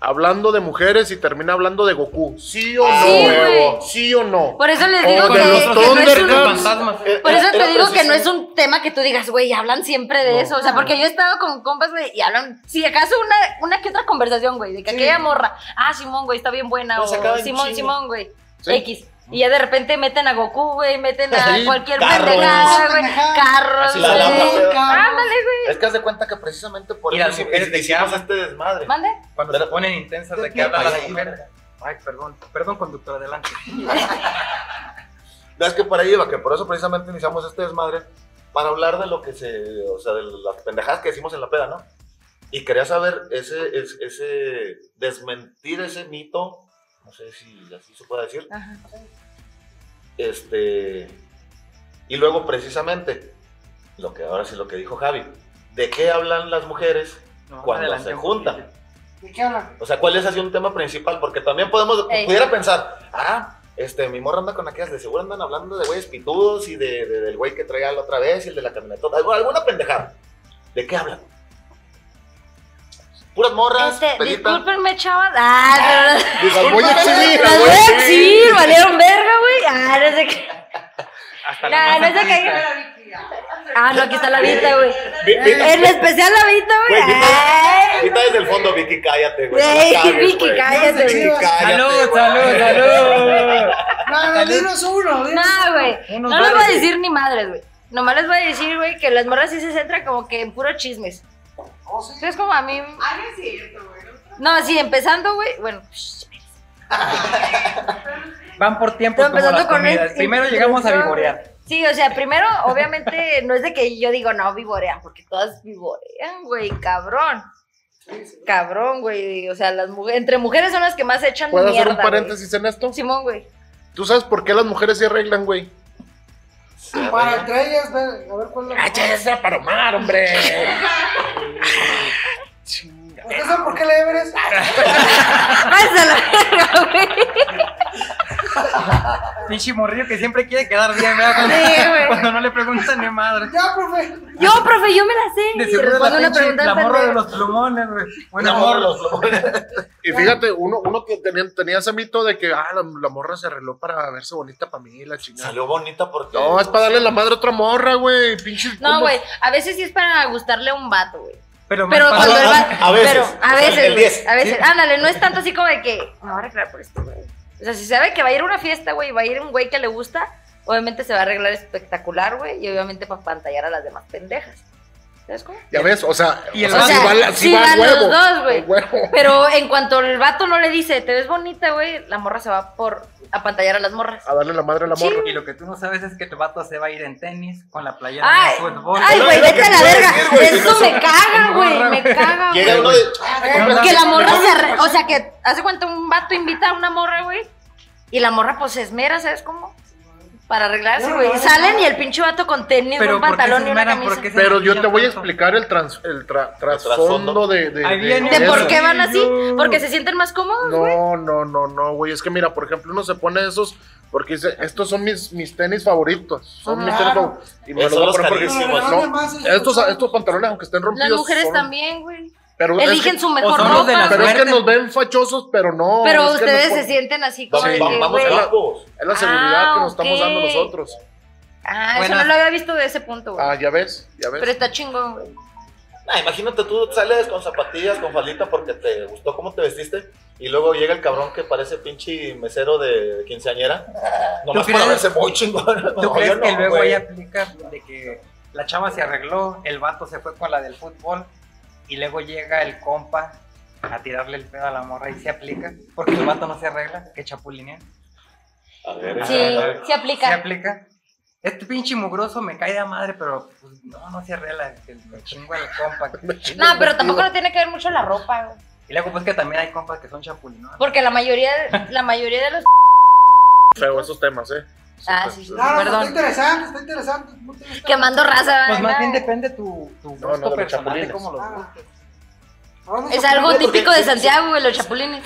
[SPEAKER 7] hablando de mujeres y termina hablando de Goku. ¿Sí o no?
[SPEAKER 3] Sí, güey.
[SPEAKER 7] ¿Sí o no?
[SPEAKER 3] Por eso
[SPEAKER 2] Oh,
[SPEAKER 3] les digo
[SPEAKER 7] O
[SPEAKER 3] que,
[SPEAKER 7] de los
[SPEAKER 3] que no es un-
[SPEAKER 7] Thundercats.
[SPEAKER 2] fantasmas.
[SPEAKER 1] Eh,
[SPEAKER 3] Por eso te
[SPEAKER 7] Era
[SPEAKER 1] pues,
[SPEAKER 3] digo que no es
[SPEAKER 7] precisamente-
[SPEAKER 3] un tema que tú digas, güey, hablan siempre de
[SPEAKER 7] No.
[SPEAKER 3] eso. O sea, porque yo he estado con compas, güey, y hablan, si acaso una, una que otra conversación, güey, de que
[SPEAKER 4] Sí.
[SPEAKER 3] aquella morra, ah, Simón, güey, está bien buena,
[SPEAKER 1] Pero se acaba
[SPEAKER 3] o
[SPEAKER 1] en
[SPEAKER 3] Simón,
[SPEAKER 1] chinga.
[SPEAKER 3] Simón, güey,
[SPEAKER 7] Sí.
[SPEAKER 3] X. Y ya de repente meten a Goku, güey, meten a
[SPEAKER 7] Sí,
[SPEAKER 3] cualquier
[SPEAKER 1] carros.
[SPEAKER 3] pendejada, güey,
[SPEAKER 4] Pendejada.
[SPEAKER 3] carros,
[SPEAKER 1] Así la
[SPEAKER 3] güey.
[SPEAKER 1] lama, güey.
[SPEAKER 3] Ándale, güey.
[SPEAKER 1] Es que haz de cuenta que precisamente por
[SPEAKER 2] Y las
[SPEAKER 1] eso
[SPEAKER 2] mujeres de
[SPEAKER 1] hicimos
[SPEAKER 2] qué
[SPEAKER 1] este desmadre.
[SPEAKER 3] ¿Mande?
[SPEAKER 2] Cuando se ponen intensas de que hablan las mujeres. Ay, perdón. Perdón, conductor, adelante.
[SPEAKER 1] No, es que para ahí iba, que por eso precisamente iniciamos este desmadre, para hablar de lo que se, o sea, de las pendejadas que decimos en la peda, ¿no? Y quería saber ese, es- ese, desmentir ese mito, no sé si así se puede decir,
[SPEAKER 3] Ajá.
[SPEAKER 1] este, y luego precisamente, lo que ahora sí lo que dijo Javi, ¿de qué hablan las mujeres?
[SPEAKER 2] No,
[SPEAKER 1] Cuando
[SPEAKER 2] adelante
[SPEAKER 1] se
[SPEAKER 2] un
[SPEAKER 1] juntan.
[SPEAKER 2] poquito.
[SPEAKER 4] ¿De qué hablan?
[SPEAKER 1] O sea, ¿cuál es así un tema principal? Porque también podemos,
[SPEAKER 3] Ey.
[SPEAKER 1] pudiera pensar, ah, este, mi morra anda con aquellas, de seguro andan hablando de güeyes pitudos y de, de- del güey que traía la otra vez y el de la camioneta, alguna pendejada. ¿De qué hablan? Puras morras,
[SPEAKER 3] Este,
[SPEAKER 1] pelitas.
[SPEAKER 3] discúlpenme, chavas. Ah, no, no, no.
[SPEAKER 7] Las voy a exhibir,
[SPEAKER 3] Las
[SPEAKER 7] las
[SPEAKER 3] voy
[SPEAKER 7] voy
[SPEAKER 3] a exhibir, valieron verga, güey. Ah, no sé qué.
[SPEAKER 2] Hasta
[SPEAKER 3] No,
[SPEAKER 2] la
[SPEAKER 3] no
[SPEAKER 2] más
[SPEAKER 3] sé qué. Ah, no, aquí está la Vita, güey.
[SPEAKER 1] Vi- vi-
[SPEAKER 3] En especial la Vita, güey.
[SPEAKER 1] Güey, Vita-
[SPEAKER 3] Ay,
[SPEAKER 1] Ahorita desde el fondo, Vicky, cállate, güey. no la
[SPEAKER 3] Ey,
[SPEAKER 1] cagues,
[SPEAKER 3] Vicky,
[SPEAKER 1] güey.
[SPEAKER 3] cállate,
[SPEAKER 1] Vicky,
[SPEAKER 4] güey.
[SPEAKER 1] cállate,
[SPEAKER 2] Salud,
[SPEAKER 1] güey.
[SPEAKER 2] salud, salud.
[SPEAKER 4] No, no, dinos uno. dinos
[SPEAKER 3] No,
[SPEAKER 4] uno.
[SPEAKER 3] güey.
[SPEAKER 2] Unos
[SPEAKER 3] No les voy a
[SPEAKER 2] bares,
[SPEAKER 3] decir ni madres, güey. Nomás les voy a decir, güey, que las morras sí se centran como que en puro chismes.
[SPEAKER 4] Oh, sí.
[SPEAKER 3] Entonces, como a mí.
[SPEAKER 10] Ah, no es cierto, güey.
[SPEAKER 3] No, sí, empezando, güey. Bueno, pues,
[SPEAKER 2] Van por tiempo
[SPEAKER 3] Pero
[SPEAKER 2] Pues como las
[SPEAKER 3] empezando con este
[SPEAKER 2] comidas.
[SPEAKER 3] el-
[SPEAKER 2] Primero llegamos a vivorear.
[SPEAKER 3] Sí, o sea, primero, obviamente, no es de que yo digo, no, vivorean, porque todas vivorean, güey, cabrón. Cabrón, güey. O sea, las mujeres, entre mujeres son las que más echan
[SPEAKER 7] ¿Puedo
[SPEAKER 3] mierda.
[SPEAKER 7] hacer un
[SPEAKER 3] güey.
[SPEAKER 7] paréntesis en esto?
[SPEAKER 3] Simón, güey.
[SPEAKER 7] ¿Tú sabes por qué las mujeres se arreglan, güey?
[SPEAKER 4] Para entre ellas, ve, a ver cuál es
[SPEAKER 1] Ah,
[SPEAKER 4] la mejor.
[SPEAKER 7] esa para Omar, hombre!
[SPEAKER 4] ¿Ustedes saben por qué le Ah, Everest?
[SPEAKER 3] Pásala, güey.
[SPEAKER 2] Pinche morrillo que siempre quiere quedar bien, ¿verdad? Cuando,
[SPEAKER 3] Sí, güey.
[SPEAKER 2] cuando no le preguntan ni madre.
[SPEAKER 4] Ya, profe.
[SPEAKER 3] Yo, profe, yo me la sé.
[SPEAKER 2] De
[SPEAKER 3] Y
[SPEAKER 2] seguro la,
[SPEAKER 3] respondo una
[SPEAKER 2] pinche-
[SPEAKER 3] pregunta
[SPEAKER 2] la
[SPEAKER 3] al
[SPEAKER 2] morra de
[SPEAKER 3] pendejo.
[SPEAKER 2] los plumones, güey. Bueno,
[SPEAKER 1] Una morra, los lobos.
[SPEAKER 7] Y fíjate, uno, uno que tenía, tenía ese mito de que, ah, la, la morra se arregló para verse bonita para mí, la chingada.
[SPEAKER 1] Salió bonita porque.
[SPEAKER 7] No, es para darle la madre a otra morra, güey. Pinche.
[SPEAKER 3] No, güey. A veces sí es para gustarle a un vato, güey.
[SPEAKER 2] Pero, me
[SPEAKER 3] Pero
[SPEAKER 2] pasó-
[SPEAKER 3] cuando el
[SPEAKER 1] a-
[SPEAKER 3] vato.
[SPEAKER 1] a veces.
[SPEAKER 3] Pero a
[SPEAKER 1] O sea,
[SPEAKER 3] veces.
[SPEAKER 1] el
[SPEAKER 3] güey,
[SPEAKER 1] 10.
[SPEAKER 3] a veces. Ándale, no es tanto así como de que. Me voy a arreglar por esto, güey. O sea, si sabe que va a ir a una fiesta, güey, va a ir un güey que le gusta, obviamente se va a arreglar espectacular, güey. Y obviamente para pantallar a las demás pendejas. ¿Sabes cómo?
[SPEAKER 7] Ya ves, o sea,
[SPEAKER 2] Y el
[SPEAKER 7] o sea,
[SPEAKER 2] vato.
[SPEAKER 7] Ah, si va, la- si va
[SPEAKER 3] van
[SPEAKER 7] a huevo.
[SPEAKER 3] los dos, güey.
[SPEAKER 7] a huevo.
[SPEAKER 3] Pero en cuanto el vato no le dice, te ves bonita, güey, la morra se va por a pantallar a las morras.
[SPEAKER 7] A darle la madre a la
[SPEAKER 3] Sí.
[SPEAKER 7] morra.
[SPEAKER 2] Y lo que tú no sabes es que tu vato se va a ir en tenis con la playera
[SPEAKER 3] Ay,
[SPEAKER 2] de fútbol.
[SPEAKER 3] ay, güey,
[SPEAKER 1] Lo que
[SPEAKER 3] vete a la
[SPEAKER 1] te iba a
[SPEAKER 3] verga.
[SPEAKER 1] decir, güey,
[SPEAKER 3] Eso me caga, güey.
[SPEAKER 2] morra,
[SPEAKER 3] Me
[SPEAKER 2] güey.
[SPEAKER 3] caga, güey.
[SPEAKER 1] Llega uno de.
[SPEAKER 3] Que la morra se arre- O sea, que hace cuenta un vato invita a una morra, güey. Y la morra, pues, se esmera, ¿sabes cómo? Para arreglarse,
[SPEAKER 4] No,
[SPEAKER 3] güey.
[SPEAKER 4] no,
[SPEAKER 3] Y
[SPEAKER 4] no,
[SPEAKER 3] salen
[SPEAKER 4] no.
[SPEAKER 3] y el pinche vato con tenis,
[SPEAKER 2] Pero
[SPEAKER 3] un
[SPEAKER 2] ¿por qué
[SPEAKER 3] pantalón
[SPEAKER 2] se
[SPEAKER 3] y una
[SPEAKER 2] esmeran?
[SPEAKER 3] camisa.
[SPEAKER 2] ¿Por qué se
[SPEAKER 7] Pero yo
[SPEAKER 2] maquillan
[SPEAKER 7] te voy a
[SPEAKER 2] tanto?
[SPEAKER 7] explicar el, trans, el tra-
[SPEAKER 1] trasfondo.
[SPEAKER 7] trasfondo de, de,
[SPEAKER 2] Ahí
[SPEAKER 7] de-
[SPEAKER 2] viene.
[SPEAKER 7] de
[SPEAKER 3] ¿De por
[SPEAKER 7] eso.
[SPEAKER 3] qué van así?
[SPEAKER 2] Yo-
[SPEAKER 3] Porque se sienten más cómodos, güey.
[SPEAKER 7] No, no, no, no, güey. Es que mira, por ejemplo, uno se pone esos porque dice, estos son mis, mis tenis favoritos. Son mis tenis
[SPEAKER 4] Claro.
[SPEAKER 7] favoritos. Y me
[SPEAKER 1] Esos
[SPEAKER 7] los voy a
[SPEAKER 1] los
[SPEAKER 7] poner porque-
[SPEAKER 1] carísimos,
[SPEAKER 7] no,
[SPEAKER 4] ¿no? Más,
[SPEAKER 7] estos, estos pantalones, aunque estén
[SPEAKER 3] Las
[SPEAKER 7] rompidos.
[SPEAKER 3] mujeres
[SPEAKER 7] son-
[SPEAKER 3] también, güey.
[SPEAKER 7] Pero es
[SPEAKER 3] Eligen
[SPEAKER 7] que-
[SPEAKER 3] su mejor
[SPEAKER 2] son los de
[SPEAKER 3] ropa.
[SPEAKER 2] las
[SPEAKER 7] Pero es que
[SPEAKER 2] Suerte.
[SPEAKER 7] nos ven fachosos, pero no.
[SPEAKER 3] Pero
[SPEAKER 7] es que
[SPEAKER 3] ustedes
[SPEAKER 7] nos
[SPEAKER 3] se
[SPEAKER 7] pon-
[SPEAKER 3] sienten así como
[SPEAKER 1] Vamos,
[SPEAKER 3] de
[SPEAKER 7] Sí.
[SPEAKER 3] que,
[SPEAKER 1] vamos a
[SPEAKER 3] güey.
[SPEAKER 1] guapos.
[SPEAKER 7] Es la seguridad
[SPEAKER 3] Ah,
[SPEAKER 7] que nos estamos dando
[SPEAKER 3] ok.
[SPEAKER 7] nosotros.
[SPEAKER 3] Ah, eso
[SPEAKER 2] Bueno,
[SPEAKER 3] no lo había visto de ese punto, güey.
[SPEAKER 7] Ah, ya ves, ya ves.
[SPEAKER 3] Pero está chingón, güey.
[SPEAKER 1] Ah, imagínate, tú sales con zapatillas, con faldita porque te gustó cómo te vestiste. Y luego llega el cabrón que parece pinche mesero de quinceañera. Nomás
[SPEAKER 2] ¿Tú crees?
[SPEAKER 1] para verse muy chingón.
[SPEAKER 2] ¿Tú
[SPEAKER 1] No,
[SPEAKER 2] crees
[SPEAKER 1] yo
[SPEAKER 2] que
[SPEAKER 1] no,
[SPEAKER 2] luego
[SPEAKER 1] güey.
[SPEAKER 2] ella aplica de que la chava se arregló, el vato se fue con la del fútbol y luego llega el compa a tirarle el pedo a la morra y se aplica? Porque el vato no se arregla, que chapulinea.
[SPEAKER 1] A ver,
[SPEAKER 3] Sí,
[SPEAKER 1] a ver.
[SPEAKER 3] se
[SPEAKER 2] Se
[SPEAKER 3] aplica.
[SPEAKER 2] aplica. Este pinche mugroso me cae de madre, pero pues, no, no se arregla, que me chingo al compa.
[SPEAKER 3] No, pero tampoco no tiene que ver mucho la ropa, güey.
[SPEAKER 2] Y luego pues que también hay compas que son chapulinones.
[SPEAKER 3] Porque la mayoría, la mayoría de los.
[SPEAKER 7] Feo esos temas, ¿eh?
[SPEAKER 3] Ah, sí, sí.
[SPEAKER 4] No, no,
[SPEAKER 3] Perdón.
[SPEAKER 4] está interesante, está interesante. muy interesante. Ah,
[SPEAKER 3] Quemando raza,
[SPEAKER 2] Pues más
[SPEAKER 3] ¿verdad?
[SPEAKER 2] bien depende tu, tu
[SPEAKER 7] No,
[SPEAKER 2] gusto
[SPEAKER 7] no, de los
[SPEAKER 2] personal de
[SPEAKER 7] chapulines.
[SPEAKER 2] cómo lo
[SPEAKER 4] Ah. Hablando
[SPEAKER 3] Es
[SPEAKER 4] de
[SPEAKER 3] algo
[SPEAKER 4] chapulines,
[SPEAKER 3] típico de Santiago, güey, los chapulines.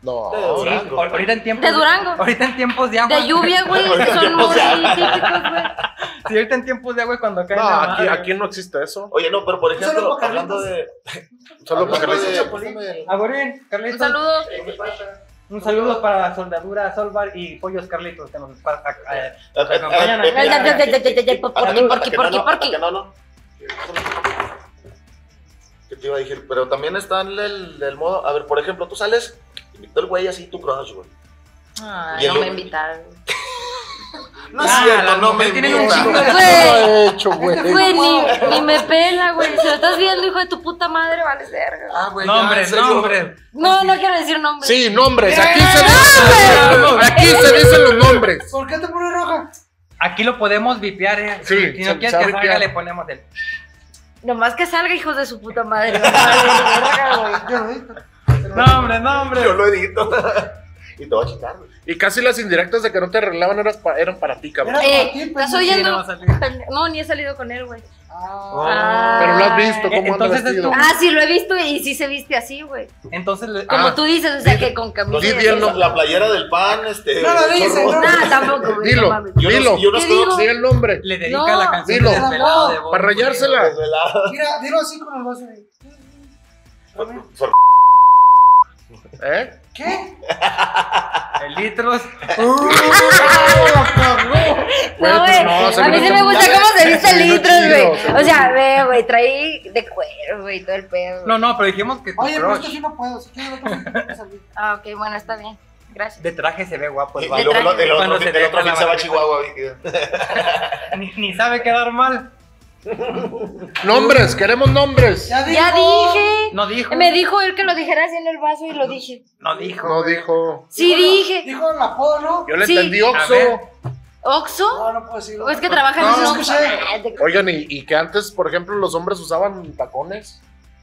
[SPEAKER 7] No.
[SPEAKER 1] De
[SPEAKER 2] Sí,
[SPEAKER 1] Durango.
[SPEAKER 2] ahor- ahorita en tiempos
[SPEAKER 3] De Durango.
[SPEAKER 2] Ahorita en tiempos de agua.
[SPEAKER 3] De lluvia, güey, que son muy típicos, güey.
[SPEAKER 2] Sí, ahorita en tiempos de agua y cuando cae
[SPEAKER 7] No,
[SPEAKER 2] la
[SPEAKER 7] aquí,
[SPEAKER 2] madre.
[SPEAKER 7] aquí no existe eso.
[SPEAKER 1] Oye, no, pero por
[SPEAKER 4] Solo
[SPEAKER 1] ejemplo,
[SPEAKER 4] para
[SPEAKER 1] hablando
[SPEAKER 4] Carlitos.
[SPEAKER 1] de.
[SPEAKER 7] Solo para que
[SPEAKER 1] Hablando
[SPEAKER 7] les-
[SPEAKER 1] de-
[SPEAKER 2] Ah, muy bien, Carlitos.
[SPEAKER 3] Un saludo.
[SPEAKER 2] Un saludo para Soldadura, Solvar y Pollos Carlitos que nos pa- a- a- acompañan
[SPEAKER 1] Eh, eh,
[SPEAKER 2] aquí.
[SPEAKER 1] eh,
[SPEAKER 2] a-
[SPEAKER 3] Porqui, porqui, porqui, porqui.
[SPEAKER 1] Que no, no. ¿Qué te iba a decir? Pero también está en el, el modo. A ver, por ejemplo, tú sales, invitó el güey así tu crush, güey.
[SPEAKER 3] Ay, no me invitaron.
[SPEAKER 1] No es
[SPEAKER 2] Ah,
[SPEAKER 1] cierto,
[SPEAKER 2] las
[SPEAKER 1] no me
[SPEAKER 2] mujeres tienen un
[SPEAKER 1] invitan.
[SPEAKER 2] chingo de-
[SPEAKER 3] Güey,
[SPEAKER 7] Lo he hecho, güey.
[SPEAKER 3] güey, ni, ni me pela, güey. Si lo estás viendo, hijo de tu puta madre, vale ser. güey.
[SPEAKER 1] Ah, güey, ya, en
[SPEAKER 2] Nombres,
[SPEAKER 1] serio.
[SPEAKER 2] nombres.
[SPEAKER 3] No, no quiero decir nombres.
[SPEAKER 7] Sí, nombres. Aquí se dicen, aquí se dicen los nombres.
[SPEAKER 4] ¿Por qué te pones roja?
[SPEAKER 2] Aquí lo podemos vipear, eh.
[SPEAKER 7] Sí,
[SPEAKER 2] Si no quieres
[SPEAKER 7] se- se va
[SPEAKER 2] que
[SPEAKER 7] a
[SPEAKER 2] salga,
[SPEAKER 7] vipear.
[SPEAKER 2] le ponemos el.
[SPEAKER 3] Nomás que salga, hijos de su puta madre.
[SPEAKER 4] Eh,
[SPEAKER 3] Verga,
[SPEAKER 4] Yo no edito.
[SPEAKER 2] Nombre, nombre.
[SPEAKER 1] Yo lo edito. y te voy a chingar, güey.
[SPEAKER 7] Y casi las indirectas de que no te arreglaban eras pa- eran para ti, cabrón.
[SPEAKER 4] Era-
[SPEAKER 3] güey. Eh, ¿Estás
[SPEAKER 2] Sí, no
[SPEAKER 3] oyendo?
[SPEAKER 2] va a salir.
[SPEAKER 3] Pende- No, ni he salido con él, güey.
[SPEAKER 4] Ah,
[SPEAKER 2] Ah.
[SPEAKER 7] Pero lo has visto,
[SPEAKER 2] Eh,
[SPEAKER 7] cómo anda
[SPEAKER 2] entonces es
[SPEAKER 7] vestido.
[SPEAKER 2] tu-
[SPEAKER 3] Ah, sí, lo he visto y sí se viste así, güey.
[SPEAKER 2] Entonces, le-
[SPEAKER 3] Como
[SPEAKER 7] Ah,
[SPEAKER 3] tú dices, o sea, que con camisa.
[SPEAKER 7] di
[SPEAKER 3] y
[SPEAKER 7] bien,
[SPEAKER 3] así.
[SPEAKER 7] no.
[SPEAKER 1] La playera del pan, este.
[SPEAKER 4] No lo
[SPEAKER 1] el
[SPEAKER 4] dice,
[SPEAKER 1] zorro.
[SPEAKER 4] no.
[SPEAKER 3] Nah, tampoco, güey.
[SPEAKER 7] Dilo.
[SPEAKER 3] no mames.
[SPEAKER 1] Y unos, y unos
[SPEAKER 3] ¿Qué digo?
[SPEAKER 1] crocs
[SPEAKER 7] Sí, el nombre.
[SPEAKER 2] le dedica
[SPEAKER 3] No.
[SPEAKER 2] la canción
[SPEAKER 7] Dilo.
[SPEAKER 2] del pelado de Bob
[SPEAKER 7] Para
[SPEAKER 2] Dylan.
[SPEAKER 7] rayársela.
[SPEAKER 1] desvelados.
[SPEAKER 4] mira, dilo así con el vaso de-
[SPEAKER 1] Sor-
[SPEAKER 7] ¿Eh?
[SPEAKER 4] ¿Qué?
[SPEAKER 2] El litros.
[SPEAKER 7] Ah. Güey,
[SPEAKER 3] No,
[SPEAKER 7] pues
[SPEAKER 3] güey.
[SPEAKER 7] no, se
[SPEAKER 3] a mí
[SPEAKER 7] me
[SPEAKER 3] sí me
[SPEAKER 7] hizo-
[SPEAKER 3] gusta cómo se viste
[SPEAKER 7] Se me hizo
[SPEAKER 3] litros,
[SPEAKER 7] chido, se me
[SPEAKER 3] güey. O
[SPEAKER 7] hizo
[SPEAKER 3] sea, ve, güey, traí de cuero, güey, todo el pedo.
[SPEAKER 2] No, no, pero dijimos que tu
[SPEAKER 4] Oye, pero esto
[SPEAKER 2] crush
[SPEAKER 4] sí no puedo. Si quieres, otro sí puedo salir.
[SPEAKER 3] Ah, ok, bueno, está bien. Gracias.
[SPEAKER 2] de traje se ve guapo.
[SPEAKER 1] Y
[SPEAKER 7] Eh,
[SPEAKER 2] El
[SPEAKER 1] y
[SPEAKER 2] vato.
[SPEAKER 1] luego el, el
[SPEAKER 2] Cuando
[SPEAKER 1] otro,
[SPEAKER 2] se
[SPEAKER 1] fin-
[SPEAKER 2] te
[SPEAKER 1] el otro
[SPEAKER 2] deja la
[SPEAKER 1] fin se va a
[SPEAKER 2] barriga.
[SPEAKER 1] Chihuahua, güey.
[SPEAKER 2] Ni, ni sabe quedar mal.
[SPEAKER 7] Nombres, queremos nombres.
[SPEAKER 4] Ya,
[SPEAKER 3] Ya
[SPEAKER 4] dijo.
[SPEAKER 3] dije.
[SPEAKER 2] No dijo.
[SPEAKER 3] Me dijo él que lo dijera así en el vaso y lo dije.
[SPEAKER 2] No dijo.
[SPEAKER 7] No dijo.
[SPEAKER 3] Sí, dije.
[SPEAKER 4] Dijo el apodo, ¿no?
[SPEAKER 7] Yo le
[SPEAKER 3] Sí.
[SPEAKER 7] entendí
[SPEAKER 2] A ver.
[SPEAKER 7] Oxo.
[SPEAKER 3] ¿Oxo?
[SPEAKER 4] No, no puedo decirlo.
[SPEAKER 3] ¿O es que trabaja
[SPEAKER 4] No,
[SPEAKER 3] en
[SPEAKER 4] no
[SPEAKER 3] un Oxxo?
[SPEAKER 4] escuché.
[SPEAKER 3] Ah, te-
[SPEAKER 7] Oigan, y, y que antes, por ejemplo, los hombres usaban tacones.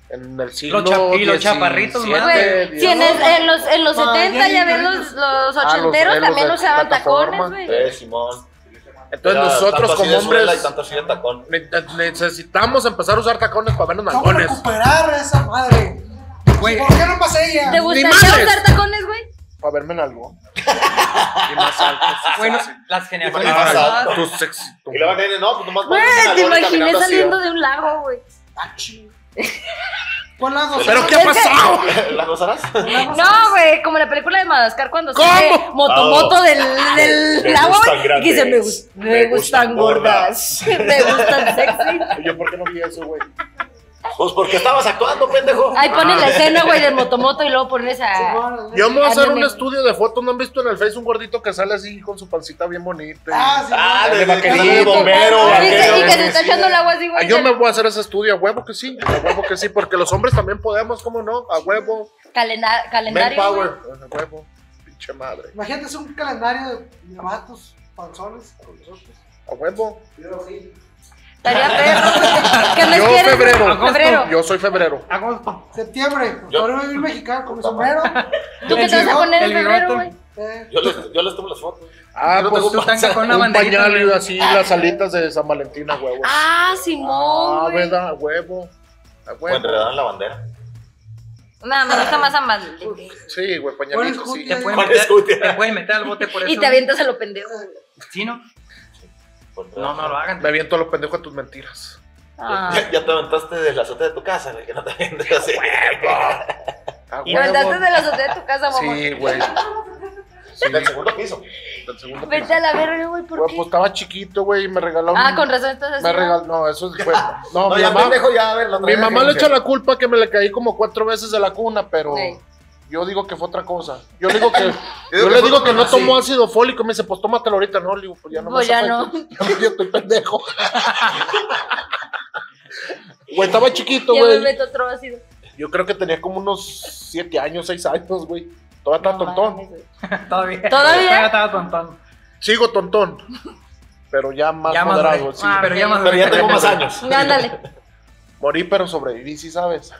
[SPEAKER 7] En el siglo
[SPEAKER 2] Los chap- y los
[SPEAKER 7] 17,
[SPEAKER 2] chaparritos, madre.
[SPEAKER 3] Güey, si Pues, en, el- en los, en los 70 ya ven los, los
[SPEAKER 7] Ah, los-
[SPEAKER 3] ochenteros
[SPEAKER 7] eh, los
[SPEAKER 3] también
[SPEAKER 7] de
[SPEAKER 3] usaban
[SPEAKER 7] plataforma.
[SPEAKER 3] tacones, güey.
[SPEAKER 1] Eh, Simón.
[SPEAKER 7] Entonces
[SPEAKER 1] Era
[SPEAKER 7] nosotros
[SPEAKER 1] tanto así
[SPEAKER 7] como
[SPEAKER 1] de suela
[SPEAKER 7] hombres
[SPEAKER 1] Y tanto así de tacón.
[SPEAKER 7] ne- necesitamos empezar a usar tacones para vernos
[SPEAKER 4] ¿Cómo
[SPEAKER 7] nalgones.
[SPEAKER 4] recuperar a esa madre?
[SPEAKER 2] Güey,
[SPEAKER 4] ¿Por qué no pasa ella?
[SPEAKER 3] ¿Te gustaría
[SPEAKER 7] madres!
[SPEAKER 3] usar tacones, güey?
[SPEAKER 7] Para verme nalgón. y más alto.
[SPEAKER 2] bueno, Ah, las generaciones
[SPEAKER 1] Ay,
[SPEAKER 2] pasadas.
[SPEAKER 7] tu sexy. tu-
[SPEAKER 1] Y luego tiene, no, pues nomás
[SPEAKER 3] Güey,
[SPEAKER 1] ponte
[SPEAKER 3] te
[SPEAKER 1] nalgón y
[SPEAKER 3] imaginé
[SPEAKER 1] caminando así,
[SPEAKER 3] saliendo de un lago, güey.
[SPEAKER 4] ¿Cuál lado?
[SPEAKER 7] ¿Pero qué ha
[SPEAKER 3] Es que-
[SPEAKER 7] pasado?
[SPEAKER 1] ¿La gozarás?
[SPEAKER 3] No, güey, como la película de Madagascar cuando sale Motomoto del,
[SPEAKER 7] Ah,
[SPEAKER 3] del
[SPEAKER 1] Me
[SPEAKER 3] lago
[SPEAKER 1] gustan
[SPEAKER 3] y que dice, me, gus-
[SPEAKER 1] grandes,
[SPEAKER 3] me
[SPEAKER 1] me
[SPEAKER 3] gustan
[SPEAKER 1] gustan
[SPEAKER 3] gordas, me gustan sexy.
[SPEAKER 7] Yo, ¿por qué no vi eso, güey?
[SPEAKER 1] Pues porque estabas actuando, pendejo.
[SPEAKER 3] Ahí ponen la escena, güey, del Motomoto y luego pones a...
[SPEAKER 7] Yo me voy a hacer
[SPEAKER 3] Ándale.
[SPEAKER 7] un estudio de fotos. ¿No han visto en el Face un gordito que sale así con su pancita bien bonita?
[SPEAKER 4] Ah, sí.
[SPEAKER 1] Ah,
[SPEAKER 7] El
[SPEAKER 1] de
[SPEAKER 7] de
[SPEAKER 1] vaquerito,
[SPEAKER 7] vaquerito.
[SPEAKER 1] de bombero,
[SPEAKER 3] Y que-
[SPEAKER 1] vaquero.
[SPEAKER 3] y que se está echando el agua así,
[SPEAKER 7] Ah,
[SPEAKER 3] güey.
[SPEAKER 7] Yo me voy a hacer ese estudio, a huevo que sí, a huevo que sí, porque los hombres también podemos, ¿cómo no? A huevo,
[SPEAKER 3] Calena-
[SPEAKER 7] men
[SPEAKER 3] Calendario, güey.
[SPEAKER 7] power, a huevo, pinche madre,
[SPEAKER 4] Imagínate, es un calendario de vatos panzones con nosotros.
[SPEAKER 7] a huevo.
[SPEAKER 3] Estaría perro. güey. ¿Qué me
[SPEAKER 7] Yo
[SPEAKER 3] quieres?
[SPEAKER 7] febrero,
[SPEAKER 3] Febrero.
[SPEAKER 7] yo soy febrero.
[SPEAKER 2] Ah, Agosto.
[SPEAKER 4] Septiembre,
[SPEAKER 1] Yo-
[SPEAKER 4] ahora voy a ir mexicano con mi sombrero.
[SPEAKER 3] ¿Tú qué
[SPEAKER 2] El
[SPEAKER 3] te vas a
[SPEAKER 2] bigote,
[SPEAKER 3] poner en
[SPEAKER 2] el
[SPEAKER 3] febrero,
[SPEAKER 2] bigote.
[SPEAKER 3] güey?
[SPEAKER 4] Eh,
[SPEAKER 1] Yo les, yo les tomo las fotos.
[SPEAKER 7] Ah,
[SPEAKER 2] Yo
[SPEAKER 7] pues
[SPEAKER 2] tengo
[SPEAKER 7] un,
[SPEAKER 2] un tanga con una
[SPEAKER 7] un
[SPEAKER 2] banderita,
[SPEAKER 7] pañal y
[SPEAKER 2] güey.
[SPEAKER 7] así las alitas de San Valentín, a huevo.
[SPEAKER 3] Ah, Simón,
[SPEAKER 7] Ah,
[SPEAKER 3] güey.
[SPEAKER 7] ¿verdad? A huevo, a
[SPEAKER 1] O
[SPEAKER 7] huevo.
[SPEAKER 1] enredaron la bandera.
[SPEAKER 3] Nada, me gusta más a Madeleine.
[SPEAKER 7] Sí, güey,
[SPEAKER 4] ¿Cuál es
[SPEAKER 7] pañalito, sí.
[SPEAKER 4] Julia?
[SPEAKER 2] Te pueden,
[SPEAKER 1] ¿Cuál
[SPEAKER 2] meter,
[SPEAKER 1] escutia?
[SPEAKER 2] te pueden meter al bote por eso.
[SPEAKER 3] Y te avientas a lo pendejo, güey.
[SPEAKER 2] Sí, ¿no?
[SPEAKER 1] O enredaron
[SPEAKER 2] No, no lo hagan.
[SPEAKER 7] Me aviento a los pendejos a tus mentiras.
[SPEAKER 3] Ah.
[SPEAKER 1] Ya, ya te aventaste del azote de tu casa, güey, que no te vendes así.
[SPEAKER 7] A
[SPEAKER 3] Te aventaste
[SPEAKER 7] huevo.
[SPEAKER 3] de la azotea de tu casa, mamá.
[SPEAKER 7] Sí, güey. Sí,
[SPEAKER 1] Del segundo piso.
[SPEAKER 7] del segundo
[SPEAKER 3] Vete
[SPEAKER 7] piso.
[SPEAKER 3] a la verga, güey, ¿por
[SPEAKER 7] Güey,
[SPEAKER 3] qué?
[SPEAKER 7] pues estaba chiquito, güey, y me regaló
[SPEAKER 3] Ah,
[SPEAKER 7] un-
[SPEAKER 3] con razón estás así.
[SPEAKER 7] Me
[SPEAKER 3] ¿no?
[SPEAKER 7] regaló, no, eso fue. No,
[SPEAKER 1] No,
[SPEAKER 7] mi
[SPEAKER 1] ya
[SPEAKER 7] mamá,
[SPEAKER 1] pendejo, ya, a ver. la otra
[SPEAKER 7] mi
[SPEAKER 1] vez
[SPEAKER 7] mamá
[SPEAKER 1] que
[SPEAKER 7] le
[SPEAKER 1] me
[SPEAKER 7] echa la culpa que me le caí como cuatro veces de la cuna, pero
[SPEAKER 3] Ey.
[SPEAKER 7] yo digo que fue otra cosa. Yo digo que,
[SPEAKER 1] Yo
[SPEAKER 7] yo
[SPEAKER 1] digo
[SPEAKER 7] le
[SPEAKER 1] que
[SPEAKER 7] digo
[SPEAKER 1] fue
[SPEAKER 7] que no
[SPEAKER 1] otra cosa,
[SPEAKER 7] tomó ácido fólico, me dice, pues tómatelo ahorita, no, le digo, pues ya no. me
[SPEAKER 3] Pues ya
[SPEAKER 7] hace
[SPEAKER 3] no.
[SPEAKER 7] falta. Yo estoy pendejo. Güey, estaba chiquito,
[SPEAKER 3] Ya me
[SPEAKER 7] güey.
[SPEAKER 3] meto otro ácido.
[SPEAKER 7] Yo creo que tenía como unos siete años, seis años, güey. Todavía está
[SPEAKER 3] No
[SPEAKER 7] tontón.
[SPEAKER 3] mames, güey.
[SPEAKER 2] Todavía.
[SPEAKER 3] ¿Todavía?
[SPEAKER 2] Todavía estaba tontón.
[SPEAKER 7] Sigo tontón. Pero ya más
[SPEAKER 2] Ya más
[SPEAKER 7] moderado,
[SPEAKER 2] re-
[SPEAKER 7] sí.
[SPEAKER 2] Ah, Pero ya más
[SPEAKER 1] Pero ya tengo más
[SPEAKER 2] años.
[SPEAKER 1] años.
[SPEAKER 3] Ándale.
[SPEAKER 7] Morí, pero sobreviví, sí sabes.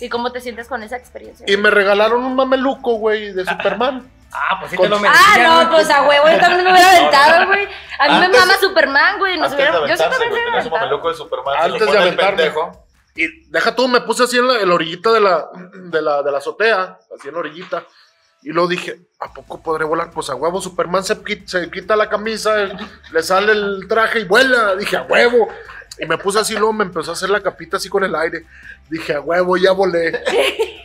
[SPEAKER 3] ¿Y cómo te sientes con esa experiencia?
[SPEAKER 7] Y me regalaron un mameluco, güey, de Superman.
[SPEAKER 2] Ah, pues sí te
[SPEAKER 7] Con-
[SPEAKER 2] lo merecías.
[SPEAKER 3] Ah, no, pues a huevo, yo también me hubiera aventado, güey. A mí me
[SPEAKER 1] Antes-
[SPEAKER 3] mama Superman, güey. Nos
[SPEAKER 1] Antes de
[SPEAKER 3] hubiera... Yo sí
[SPEAKER 1] aventarse,
[SPEAKER 3] también
[SPEAKER 1] güey,
[SPEAKER 3] me hubiera
[SPEAKER 1] tenía su
[SPEAKER 3] aventado.
[SPEAKER 1] mameluco de Superman. se lo
[SPEAKER 7] Antes de
[SPEAKER 1] pone el
[SPEAKER 7] aventarme.
[SPEAKER 1] pendejo.
[SPEAKER 7] Y deja tú, me puse así en la, en la orillita de la, de, la, de la azotea, así en la orillita. Y luego dije, ¿a poco podré volar? Pues a huevo, Superman se, qui- se quita la camisa, el- le sale el traje y vuela. Dije, a huevo. Y me puse así, luego me empezó a hacer la capita así con el aire. Dije, a huevo, ya volé.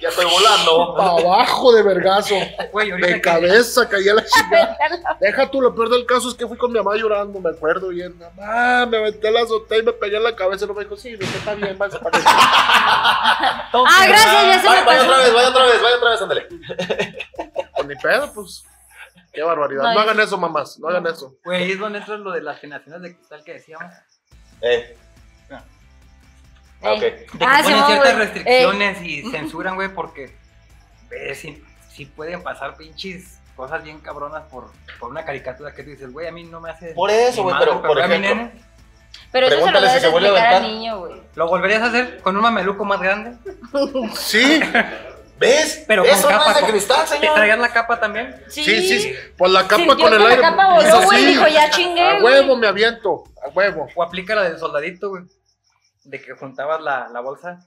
[SPEAKER 1] Ya estoy volando.
[SPEAKER 7] Para abajo de vergazo.
[SPEAKER 3] pues-
[SPEAKER 2] Güey, ahorita
[SPEAKER 7] De
[SPEAKER 2] que-
[SPEAKER 7] cabeza caía la chingada. Deja tú, lo peor del caso es que fui con mi mamá llorando, me acuerdo bien. Mamá, me aventé la azotea y me pegué en la cabeza. Y no me dijo, sí, dije, está bien, vas para que
[SPEAKER 3] Ah, gracias, ya se
[SPEAKER 1] Vaya, vaya
[SPEAKER 3] me pasó.
[SPEAKER 1] otra vez, vaya otra vez, vaya otra vez, ándale.
[SPEAKER 7] Pues ni pedo, pues. Qué barbaridad.
[SPEAKER 3] No,
[SPEAKER 7] No,
[SPEAKER 3] yo-
[SPEAKER 7] hagan eso, mamás. No hagan eso.
[SPEAKER 2] Güey, ahí es donde entra lo de las generaciones de cristal que decíamos.
[SPEAKER 1] Eh. Ah, ok.
[SPEAKER 3] Ey.
[SPEAKER 2] De que
[SPEAKER 3] Ah,
[SPEAKER 2] ponen
[SPEAKER 3] Simón,
[SPEAKER 2] ciertas
[SPEAKER 3] güey. Eh.
[SPEAKER 2] restricciones y censuran, güey, porque ve, si, si pueden pasar pinches cosas bien cabronas por, por una caricatura que tú dices, güey, a mí no me hace.
[SPEAKER 1] Por eso,
[SPEAKER 2] ni
[SPEAKER 1] güey,
[SPEAKER 2] madre,
[SPEAKER 1] pero, por
[SPEAKER 2] a mi
[SPEAKER 1] ejemplo-
[SPEAKER 2] nene,
[SPEAKER 3] Pero eso se lo
[SPEAKER 1] Pregúntale si
[SPEAKER 3] debes
[SPEAKER 1] se vuelve a
[SPEAKER 3] explicar al
[SPEAKER 1] aventar.
[SPEAKER 3] niño, güey.
[SPEAKER 2] ¿Lo volverías a hacer con un mameluco más grande?
[SPEAKER 7] Sí,
[SPEAKER 1] ¿Ves?
[SPEAKER 2] Pero
[SPEAKER 1] Eso
[SPEAKER 2] con
[SPEAKER 1] no
[SPEAKER 2] capa.
[SPEAKER 1] es de
[SPEAKER 2] con-
[SPEAKER 1] cristal,
[SPEAKER 2] ¿Te
[SPEAKER 1] señor.
[SPEAKER 2] traías la capa también?
[SPEAKER 7] sí, sí. sí. Pues la capa
[SPEAKER 3] Sintió
[SPEAKER 7] con
[SPEAKER 3] que
[SPEAKER 7] el
[SPEAKER 3] la
[SPEAKER 7] aire.
[SPEAKER 3] capa
[SPEAKER 7] pues,
[SPEAKER 3] voló, güey,
[SPEAKER 7] así.
[SPEAKER 3] dijo, ya chingué,
[SPEAKER 7] A
[SPEAKER 3] güey.
[SPEAKER 7] huevo me aviento. A huevo.
[SPEAKER 2] O aplica la del soldadito, güey. De que juntabas la, la bolsa.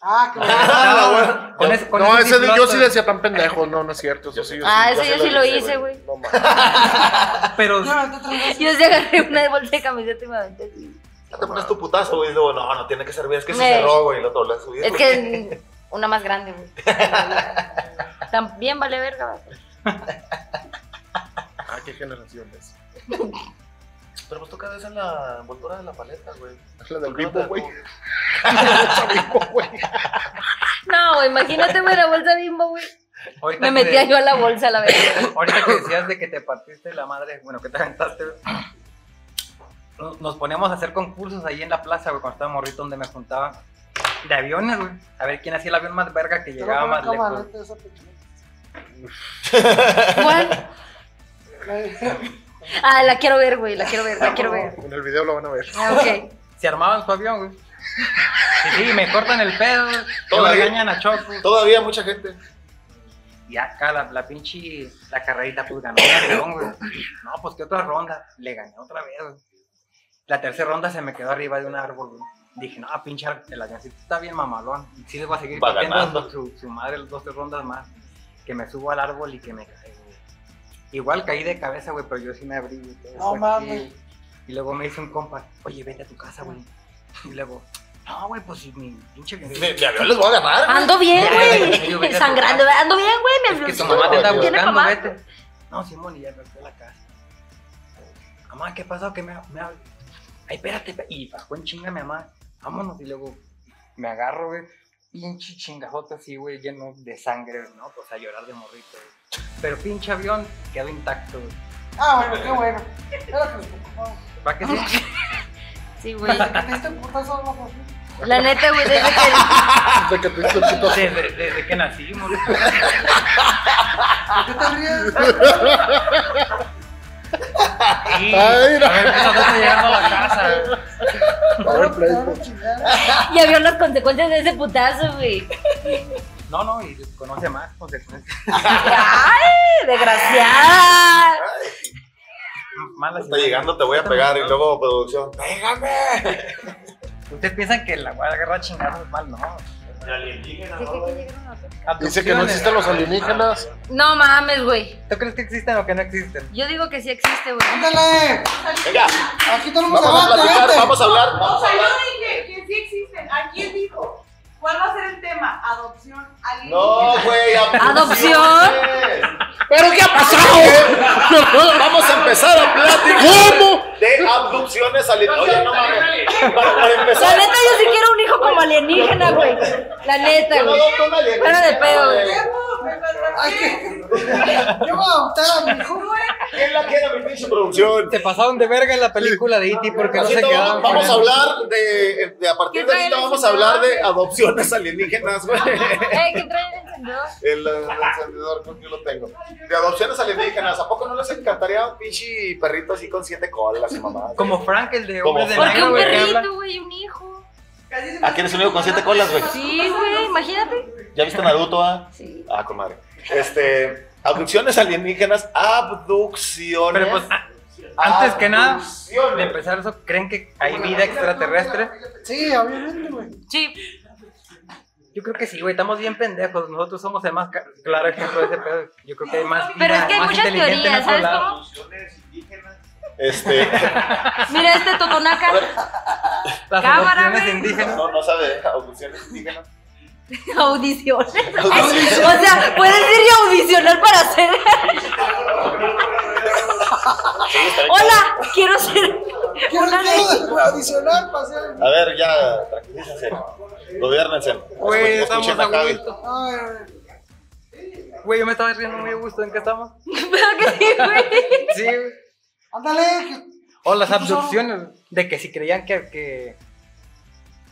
[SPEAKER 4] Ah, que
[SPEAKER 2] Ah, con ese, con
[SPEAKER 7] No,
[SPEAKER 2] ese
[SPEAKER 7] ese de- yo
[SPEAKER 2] flotas.
[SPEAKER 7] sí decía tan pendejo. No, no es cierto. Eso sí, yo
[SPEAKER 3] Ah,
[SPEAKER 7] sí.
[SPEAKER 3] eso
[SPEAKER 1] Yo
[SPEAKER 3] yo
[SPEAKER 1] sí
[SPEAKER 3] sí
[SPEAKER 1] lo
[SPEAKER 3] lo
[SPEAKER 1] hice,
[SPEAKER 3] hice,
[SPEAKER 1] güey.
[SPEAKER 3] güey.
[SPEAKER 7] No mames.
[SPEAKER 4] Yo
[SPEAKER 2] Pero
[SPEAKER 4] me aventé tres veces.
[SPEAKER 3] Yo sí agarré una bolsa de camiseta y me aventé así.
[SPEAKER 1] Ya te pones tu putazo, güey. y luego, no, no tiene que servir. Es que se
[SPEAKER 3] Eh.
[SPEAKER 1] cerró, güey. Lo la subí.
[SPEAKER 3] Es que mm, una más grande, güey. También vale verga, güey.
[SPEAKER 7] Ah, qué generación es.
[SPEAKER 1] Pero pues tú cada vez en la envoltura de la paleta, güey.
[SPEAKER 7] Es La del
[SPEAKER 1] ¿Por qué no
[SPEAKER 7] Bimbo,
[SPEAKER 1] te-
[SPEAKER 7] güey. Esa Bimbo, güey.
[SPEAKER 3] No, güey, imagínate, güey, la bolsa bimbo, güey.
[SPEAKER 2] ahorita
[SPEAKER 3] Me
[SPEAKER 2] que-
[SPEAKER 3] metía yo a la bolsa, la verga.
[SPEAKER 2] Ahorita que decías de que te partiste la madre, bueno, que te aventaste, güey. No- Nos poníamos a hacer concursos ahí en la plaza, güey, cuando estaba morrito, donde me juntaba de aviones, güey. A ver quién hacía el avión más verga que
[SPEAKER 4] Te
[SPEAKER 2] llegaba
[SPEAKER 4] voy a
[SPEAKER 2] más
[SPEAKER 4] poner
[SPEAKER 2] lejos.
[SPEAKER 4] camarata esa pequeña.
[SPEAKER 3] ¿Cuál? Ah, la quiero ver, güey, la quiero ver, la quiero ver.
[SPEAKER 7] En el video lo van a ver.
[SPEAKER 3] Ah, ok.
[SPEAKER 2] Se armaban su avión, güey. Sí, sí, me cortan el pedo, güey. luego
[SPEAKER 1] Todavía.
[SPEAKER 2] regañan a Choco.
[SPEAKER 1] Todavía mucha gente.
[SPEAKER 2] Y acá la, la pinche, la carrerita, pues ganó el avión, güey. No, pues que otra ronda, le gané otra vez, güey. La tercera ronda se me quedó arriba de un árbol, güey. Dije, no, pinche ar- el avioncito está bien mamalón. Y sí les voy a seguir
[SPEAKER 1] Va
[SPEAKER 2] partiendo
[SPEAKER 1] ganando.
[SPEAKER 2] su, su madre dos tres rondas más. Que me subo al árbol y que me caigo, güey. Igual caí de cabeza, güey, pero yo sí me abrí. güey, todo
[SPEAKER 4] No
[SPEAKER 2] fue aquí,
[SPEAKER 4] mames.
[SPEAKER 2] güey. Y luego me hizo un compa, oye, vete a tu casa, güey. Y luego, no, güey, pues si mi pinche avioncito-
[SPEAKER 1] Mi, mi avión les voy a ganar. güey.
[SPEAKER 3] Ando bien,
[SPEAKER 2] Ya, ya, ya,
[SPEAKER 3] güey.
[SPEAKER 2] ya.
[SPEAKER 3] Sangrando, ando bien, güey.
[SPEAKER 2] Es
[SPEAKER 3] Me
[SPEAKER 2] que tu
[SPEAKER 3] afloció.
[SPEAKER 2] mamá te está
[SPEAKER 1] Tiene
[SPEAKER 2] buscando,
[SPEAKER 3] papá.
[SPEAKER 2] vete. No, Simón, y ya me fue a la casa. Mamá, ¿qué pasó? Que me, me hab- Ay, espérate, espérate. Y bajó en chinga mi mamá. Vámonos. Y luego me agarro, güey. Pinche chingajote así, güey, lleno de sangre, güey, ¿no? Pues a llorar de morrito, güey. Pero pinche avión quedó intacto, güey.
[SPEAKER 4] Ah, bueno, qué bueno. Era lo que nos preocupaba.
[SPEAKER 2] ¿Va que sí?
[SPEAKER 3] Sí, güey.
[SPEAKER 4] Desde que te diste un putazo, no, pues,
[SPEAKER 3] La neta, güey, desde que.
[SPEAKER 7] De que te hizo el pito.
[SPEAKER 2] Desde, desde que nacimos. güey.
[SPEAKER 4] ¿Por qué te ríes?
[SPEAKER 2] Sí.
[SPEAKER 7] Ay, no.
[SPEAKER 2] A ver, esos dos llegando a la casa. güey.
[SPEAKER 7] A ver, play,
[SPEAKER 4] Te van a
[SPEAKER 7] pues.
[SPEAKER 4] chingar.
[SPEAKER 3] Ya vio las consecuencias de ese putazo, güey.
[SPEAKER 2] No, no, y conoce más pues, consecuencias.
[SPEAKER 3] ¡Ay! ¡Desgraciada!
[SPEAKER 2] Malas
[SPEAKER 1] Está
[SPEAKER 2] ideas.
[SPEAKER 1] llegando, te voy a pegar. Y luego producción. ¡Pégame!
[SPEAKER 2] Ustedes piensan que la voy a agarrar a chingazos mal, no.
[SPEAKER 5] El alienígena,
[SPEAKER 3] Sí,
[SPEAKER 5] ¿no?
[SPEAKER 3] que- que llegaron a hacer.
[SPEAKER 7] Dice que no existen los alienígenas.
[SPEAKER 3] No mames, güey.
[SPEAKER 2] ¿Tú crees que existen o que no existen?
[SPEAKER 3] Yo digo que sí existe, güey.
[SPEAKER 4] ¡Ándale!
[SPEAKER 1] Venga,
[SPEAKER 4] Aquí todo el mundo
[SPEAKER 1] vamos a
[SPEAKER 4] aguanta,
[SPEAKER 1] platicar,
[SPEAKER 4] vente.
[SPEAKER 1] vamos a hablar.
[SPEAKER 10] O
[SPEAKER 1] Vamos a
[SPEAKER 10] sea,
[SPEAKER 1] hablar.
[SPEAKER 10] yo dije que sí existen. ¿A quién dijo? ¿Cuál va a ser el tema? Adopción alienígena.
[SPEAKER 1] No, güey.
[SPEAKER 3] Adopción.
[SPEAKER 1] güey.
[SPEAKER 7] ¿Pero qué ha pasado?
[SPEAKER 1] Vamos a empezar a platicar.
[SPEAKER 7] ¿Cómo?
[SPEAKER 1] De abducciones alienígenas. Oye, no mames. Para, para
[SPEAKER 3] La
[SPEAKER 1] empezar.
[SPEAKER 3] neta, yo sí quiero un hijo como alienígena, güey. La neta,
[SPEAKER 1] Yo no
[SPEAKER 3] güey.
[SPEAKER 1] adopto un alienígena,
[SPEAKER 3] Fuera de pedo, güey.
[SPEAKER 10] Vemos, me
[SPEAKER 4] Ay,
[SPEAKER 10] contraté.
[SPEAKER 4] que- Yo voy a adoptar a mi hijo.
[SPEAKER 1] ¿Quién la quiere mi pinche producción?
[SPEAKER 2] Te pasaron de verga en la película de E.T. porque no se
[SPEAKER 1] Ahorita vamos,
[SPEAKER 2] quedaron. con
[SPEAKER 1] vamos a
[SPEAKER 2] él.
[SPEAKER 1] hablar de, de- a partir
[SPEAKER 3] ¿Qué
[SPEAKER 1] de
[SPEAKER 3] trae
[SPEAKER 1] ahorita
[SPEAKER 3] el
[SPEAKER 1] vamos a hablar de adopciones alienígenas, güey.
[SPEAKER 3] Eh, ¿qué traen el encendedor?
[SPEAKER 1] El, eh, encendedor con que lo tengo. De adopciones alienígenas, ¿a poco no les encantaría un pinche perrito así con siete colas y mamá?
[SPEAKER 2] Como Frank, el de
[SPEAKER 1] Como
[SPEAKER 2] Hombres de
[SPEAKER 1] Frank.
[SPEAKER 3] ¿Por qué
[SPEAKER 2] Negro,
[SPEAKER 3] un
[SPEAKER 2] güey, que habla.
[SPEAKER 3] perrito, güey? Un hijo.
[SPEAKER 10] Casi se me
[SPEAKER 1] ¿A quién es unido con siete colas, güey?
[SPEAKER 3] Sí, güey, imagínate.
[SPEAKER 1] ¿Ya viste Naruto, ah?
[SPEAKER 3] Sí.
[SPEAKER 1] Ah, comadre. Este, abducciones alienígenas, abducciones.
[SPEAKER 2] Pero pues, ah, Antes que nada,
[SPEAKER 5] Abducciones.
[SPEAKER 2] de empezar eso, ¿creen que hay vida extraterrestre?
[SPEAKER 4] Sí, obviamente, güey.
[SPEAKER 3] Sí,
[SPEAKER 2] Yo creo que sí, güey, estamos bien pendejos. Nosotros somos el más ca- claro ejemplo de ese pedo. Yo creo que hay más vida,
[SPEAKER 3] pero es que hay
[SPEAKER 2] más
[SPEAKER 3] muchas
[SPEAKER 2] inteligente en
[SPEAKER 3] teorías,
[SPEAKER 2] otro
[SPEAKER 3] ¿sabes
[SPEAKER 2] lado.
[SPEAKER 3] cómo?
[SPEAKER 5] Abducciones indígenas.
[SPEAKER 1] Este,
[SPEAKER 3] Mira este totonaca,
[SPEAKER 2] Las
[SPEAKER 3] Cámara,
[SPEAKER 2] adopciones
[SPEAKER 3] güey.
[SPEAKER 2] indígenas.
[SPEAKER 1] no, no sabe de abducciones indígenas.
[SPEAKER 3] audiciones. O sea, puedes ir y audicionar para ser. Hola, quiero ser.
[SPEAKER 4] Quiero
[SPEAKER 3] Una
[SPEAKER 4] quiero adicionar para hacer.
[SPEAKER 1] A ver, ya, tranquilícense. Gobiernense.
[SPEAKER 2] Güey, Pues, estamos a gusto.
[SPEAKER 4] Ay, güey.
[SPEAKER 2] Güey, yo me estaba riendo muy a gusto. ¿En qué estamos?
[SPEAKER 3] Pero que sí, güey.
[SPEAKER 2] Sí, güey.
[SPEAKER 4] Ándale, que-
[SPEAKER 2] O las
[SPEAKER 4] ¿Qué
[SPEAKER 3] pues,
[SPEAKER 4] pasó?
[SPEAKER 2] abducciones, de que si creían que, que,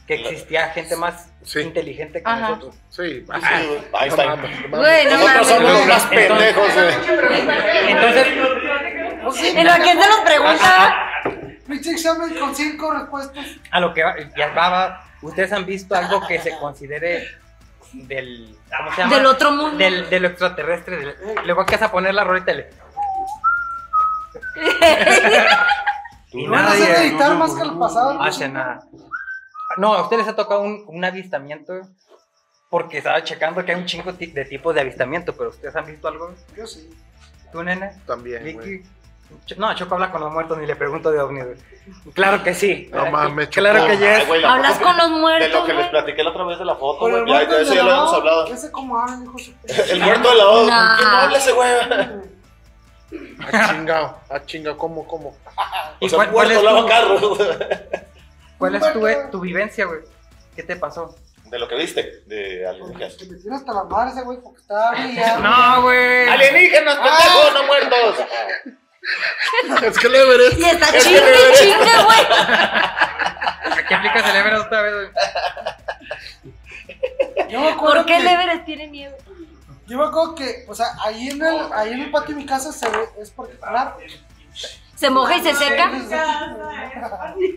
[SPEAKER 2] que existía gente más
[SPEAKER 7] Sí.
[SPEAKER 2] inteligente que
[SPEAKER 3] Ajá.
[SPEAKER 2] nosotros.
[SPEAKER 7] Sí.
[SPEAKER 1] Ahí está.
[SPEAKER 3] Güey, no
[SPEAKER 7] Nosotros
[SPEAKER 3] mames.
[SPEAKER 7] somos los más
[SPEAKER 2] Entonces-
[SPEAKER 7] pendejos. eh.
[SPEAKER 2] Entonces,
[SPEAKER 3] Pues, En lo que se nos pregunta.
[SPEAKER 4] pinche examen con cinco respuestas.
[SPEAKER 2] a lo que va- ya va, va, ustedes han visto algo que se considere del, ¿cómo se llama?
[SPEAKER 3] Del otro mundo.
[SPEAKER 2] Del, de lo extraterrestre. del- luego acá vas a poner la rolita y le- y
[SPEAKER 4] No Ah, van a hacer
[SPEAKER 2] nadie-
[SPEAKER 4] meditar más que pues, el pasado.
[SPEAKER 2] hace nada. No, a ustedes les ha tocado un, un avistamiento porque estaba checando que hay un chingo ti- de tipos de avistamiento, pero ustedes han visto algo.
[SPEAKER 4] Yo sí.
[SPEAKER 2] ¿Tú, nene?
[SPEAKER 7] También, güey.
[SPEAKER 2] Vicky. Cho- No, Choco habla con los muertos ni le pregunto de ovnis. güey. Claro que sí.
[SPEAKER 7] No mames, Choco.
[SPEAKER 2] Claro que
[SPEAKER 1] Ay,
[SPEAKER 2] yes.
[SPEAKER 1] güey, la
[SPEAKER 3] Hablas
[SPEAKER 1] foto
[SPEAKER 3] con los
[SPEAKER 1] que- De lo
[SPEAKER 3] muertos.
[SPEAKER 1] que les
[SPEAKER 3] güey.
[SPEAKER 1] platiqué la otra vez de la foto,
[SPEAKER 4] Con el
[SPEAKER 1] güey. Ya,
[SPEAKER 4] muerto
[SPEAKER 1] de eso
[SPEAKER 4] de
[SPEAKER 1] ya lo
[SPEAKER 4] la
[SPEAKER 1] habíamos
[SPEAKER 4] voz,
[SPEAKER 1] hablado.
[SPEAKER 4] Ese como hablan, hijo de su puta
[SPEAKER 1] El muerto de la voz.
[SPEAKER 3] Nah.
[SPEAKER 1] ¿Con quién no habla ese güey?
[SPEAKER 4] madre.
[SPEAKER 7] Ah, chingado. Ah, chinga, ¿cómo, cómo?
[SPEAKER 1] O
[SPEAKER 2] ¿Y
[SPEAKER 1] sea,
[SPEAKER 2] cuál,
[SPEAKER 1] un
[SPEAKER 2] cuál
[SPEAKER 1] Pues, muerto
[SPEAKER 2] es,
[SPEAKER 1] lava
[SPEAKER 2] tu,
[SPEAKER 1] carros.
[SPEAKER 2] cuál es tu, tu vivencia, güey? ¿Qué te pasó?
[SPEAKER 1] De lo que viste, de alienígenas.
[SPEAKER 4] Que me tiene hasta la madre ese güey porque estaba brillando.
[SPEAKER 2] No, güey.
[SPEAKER 1] ¡Alienígenas, pendejos, no muertos!
[SPEAKER 7] Es que le veré.
[SPEAKER 3] Y está chingue, chingue, güey.
[SPEAKER 2] ¿Qué aplicas el Everest otra vez, güey?
[SPEAKER 4] Yo me acuerdo
[SPEAKER 3] ¿Por qué
[SPEAKER 4] que-
[SPEAKER 3] el Everest tiene miedo?
[SPEAKER 4] Yo me acuerdo que, o sea, ahí en el, ahí en el patio de mi casa se ve, es particular.
[SPEAKER 3] ¿Se moja y se seca?
[SPEAKER 4] Sí, sí, sí.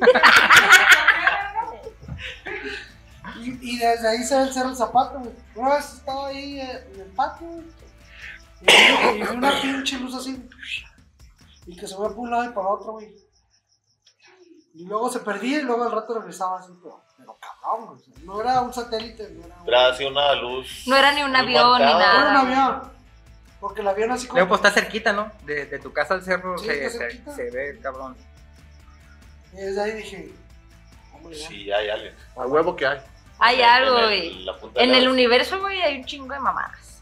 [SPEAKER 4] Y, y desde ahí se ve el cerro del zapato, güey. Una vez estaba ahí eh, en el patio, güey, y, vi- y vi una pinche luz así. Y que se fue por un lado y para otro, güey. Y luego se perdía y luego al rato regresaba así, pero, pero cabrón, güey. o sea, No era un satélite, no era un,
[SPEAKER 1] Era así una luz.
[SPEAKER 3] No era ni un
[SPEAKER 1] muy
[SPEAKER 3] avión ni
[SPEAKER 1] marcada.
[SPEAKER 3] nada.
[SPEAKER 4] era un avión. Porque el avión así como.
[SPEAKER 2] Luego, pues está cerquita, ¿no? De, de tu casa al cerro
[SPEAKER 4] Sí,
[SPEAKER 2] se,
[SPEAKER 4] está
[SPEAKER 2] se,
[SPEAKER 4] cerquita.
[SPEAKER 2] se ve, cabrón.
[SPEAKER 4] Y desde ahí dije, hombre, ya.
[SPEAKER 1] Sí, hay alguien.
[SPEAKER 7] A huevo que hay.
[SPEAKER 3] Hay algo,
[SPEAKER 1] En
[SPEAKER 3] güey.
[SPEAKER 1] el- la punta de
[SPEAKER 3] En
[SPEAKER 1] la-
[SPEAKER 3] el universo, güey, hay un chingo de mamadas.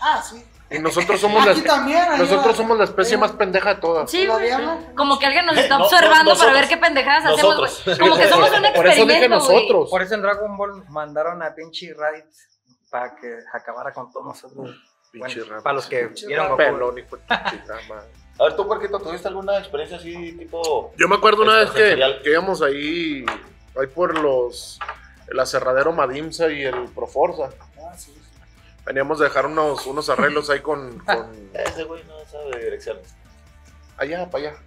[SPEAKER 4] Ah, sí.
[SPEAKER 7] Y nosotros somos la,
[SPEAKER 4] Aquí también. ahí va.
[SPEAKER 7] nosotros somos la especie más pendeja de todas.
[SPEAKER 3] Sí,
[SPEAKER 4] ¿La
[SPEAKER 3] güey.
[SPEAKER 4] diabla?
[SPEAKER 3] Como que alguien nos está
[SPEAKER 1] No, no,
[SPEAKER 3] observando para
[SPEAKER 1] nosotros.
[SPEAKER 3] ver qué pendejadas hacemos, güey.
[SPEAKER 1] Nosotros.
[SPEAKER 3] Como que somos un
[SPEAKER 7] Por eso dije
[SPEAKER 3] experimento, güey.
[SPEAKER 7] nosotros.
[SPEAKER 2] Por eso en Dragon Ball mandaron a pinche Raditz para que acabara con todos nosotros.
[SPEAKER 7] Pinche
[SPEAKER 2] Bueno,
[SPEAKER 7] rama.
[SPEAKER 2] para los que
[SPEAKER 4] Pinche
[SPEAKER 2] vieron Goku.
[SPEAKER 7] Pelón, hijo de tu chingada madre.
[SPEAKER 1] A ver, tú, Puerquito, ¿tuviste alguna experiencia así, tipo.
[SPEAKER 7] Yo me acuerdo una vez que,
[SPEAKER 1] Extrasensorial.
[SPEAKER 7] que íbamos ahí, ahí por los, el aserradero Madimsa y el Proforza.
[SPEAKER 4] Ah, sí, sí.
[SPEAKER 7] Veníamos a dejar unos, unos arreglos ahí con, con-
[SPEAKER 1] "Eh, Ese güey no sabe de direcciones.
[SPEAKER 7] Allá, para allá.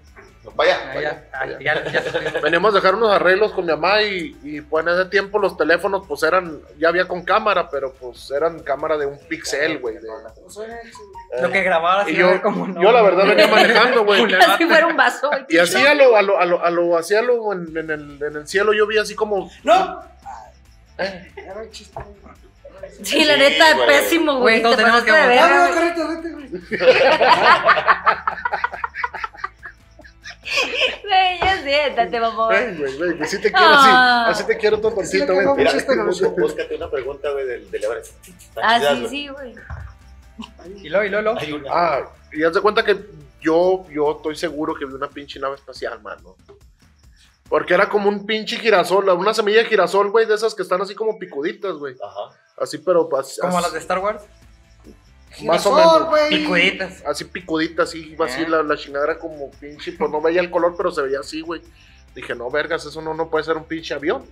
[SPEAKER 1] No, vaya,
[SPEAKER 2] Ah,
[SPEAKER 1] vaya.
[SPEAKER 2] ya, ah, ya, ya se olvidó.
[SPEAKER 7] Veníamos a dejar unos arreglos con mi mamá y, y, pues en ese tiempo los teléfonos pues eran, ya había con cámara, pero pues eran cámara de un pixel, güey. de-
[SPEAKER 4] Pues, oye, sí.
[SPEAKER 2] Lo que grababa
[SPEAKER 7] Y
[SPEAKER 2] así
[SPEAKER 7] yo,
[SPEAKER 2] como no.
[SPEAKER 7] yo la verdad venía manejando, güey.
[SPEAKER 3] Así fuera un vaso, güey.
[SPEAKER 7] Y así a lo, a lo, a lo, a lo, así a lo en, en el, en el cielo yo vi así como
[SPEAKER 4] ¡No! Era el chiste.
[SPEAKER 3] Sí, la neta,
[SPEAKER 1] Sí, güey.
[SPEAKER 3] pésimo, güey.
[SPEAKER 2] Güey, todos
[SPEAKER 3] Te
[SPEAKER 2] tenemos
[SPEAKER 3] pasaste
[SPEAKER 2] que
[SPEAKER 3] de
[SPEAKER 4] Ah,
[SPEAKER 3] verga,
[SPEAKER 4] no,
[SPEAKER 3] güey.
[SPEAKER 4] carrete, vete, güey.
[SPEAKER 3] Güey, ya siéntate, mamá.
[SPEAKER 7] Ey, güey, güey, que sí te quiero así,
[SPEAKER 3] Ah.
[SPEAKER 7] así te quiero todo
[SPEAKER 4] Sí, le
[SPEAKER 7] tontito,
[SPEAKER 4] cagó
[SPEAKER 7] güey.
[SPEAKER 1] Mira,
[SPEAKER 4] mucho este
[SPEAKER 1] bú-
[SPEAKER 4] negocio.
[SPEAKER 1] búscate una pregunta, güey, del, del Everest. Están
[SPEAKER 3] Ah,
[SPEAKER 1] chidas,
[SPEAKER 3] sí,
[SPEAKER 1] güey.
[SPEAKER 3] sí, güey.
[SPEAKER 2] Y lo, y lo, lo.
[SPEAKER 1] Hay una.
[SPEAKER 7] Ah, y haz de cuenta que yo, yo estoy seguro que vi una pinche nave espacial, mano. Porque era como un pinche girasol, una semilla de girasol, güey, de esas que están así como picuditas, güey.
[SPEAKER 1] Ajá.
[SPEAKER 7] Así, pero así,
[SPEAKER 2] Como las de Star Wars.
[SPEAKER 7] Más o
[SPEAKER 4] Girasol,
[SPEAKER 7] menos.
[SPEAKER 4] güey.
[SPEAKER 2] Picuditas.
[SPEAKER 7] así picuditas, así, iba así
[SPEAKER 2] Eh.
[SPEAKER 7] la, la chingadera como pinche, pues no veía el color, pero se veía así, güey. Dije, no, vergas, eso no, no puede ser un pinche avión.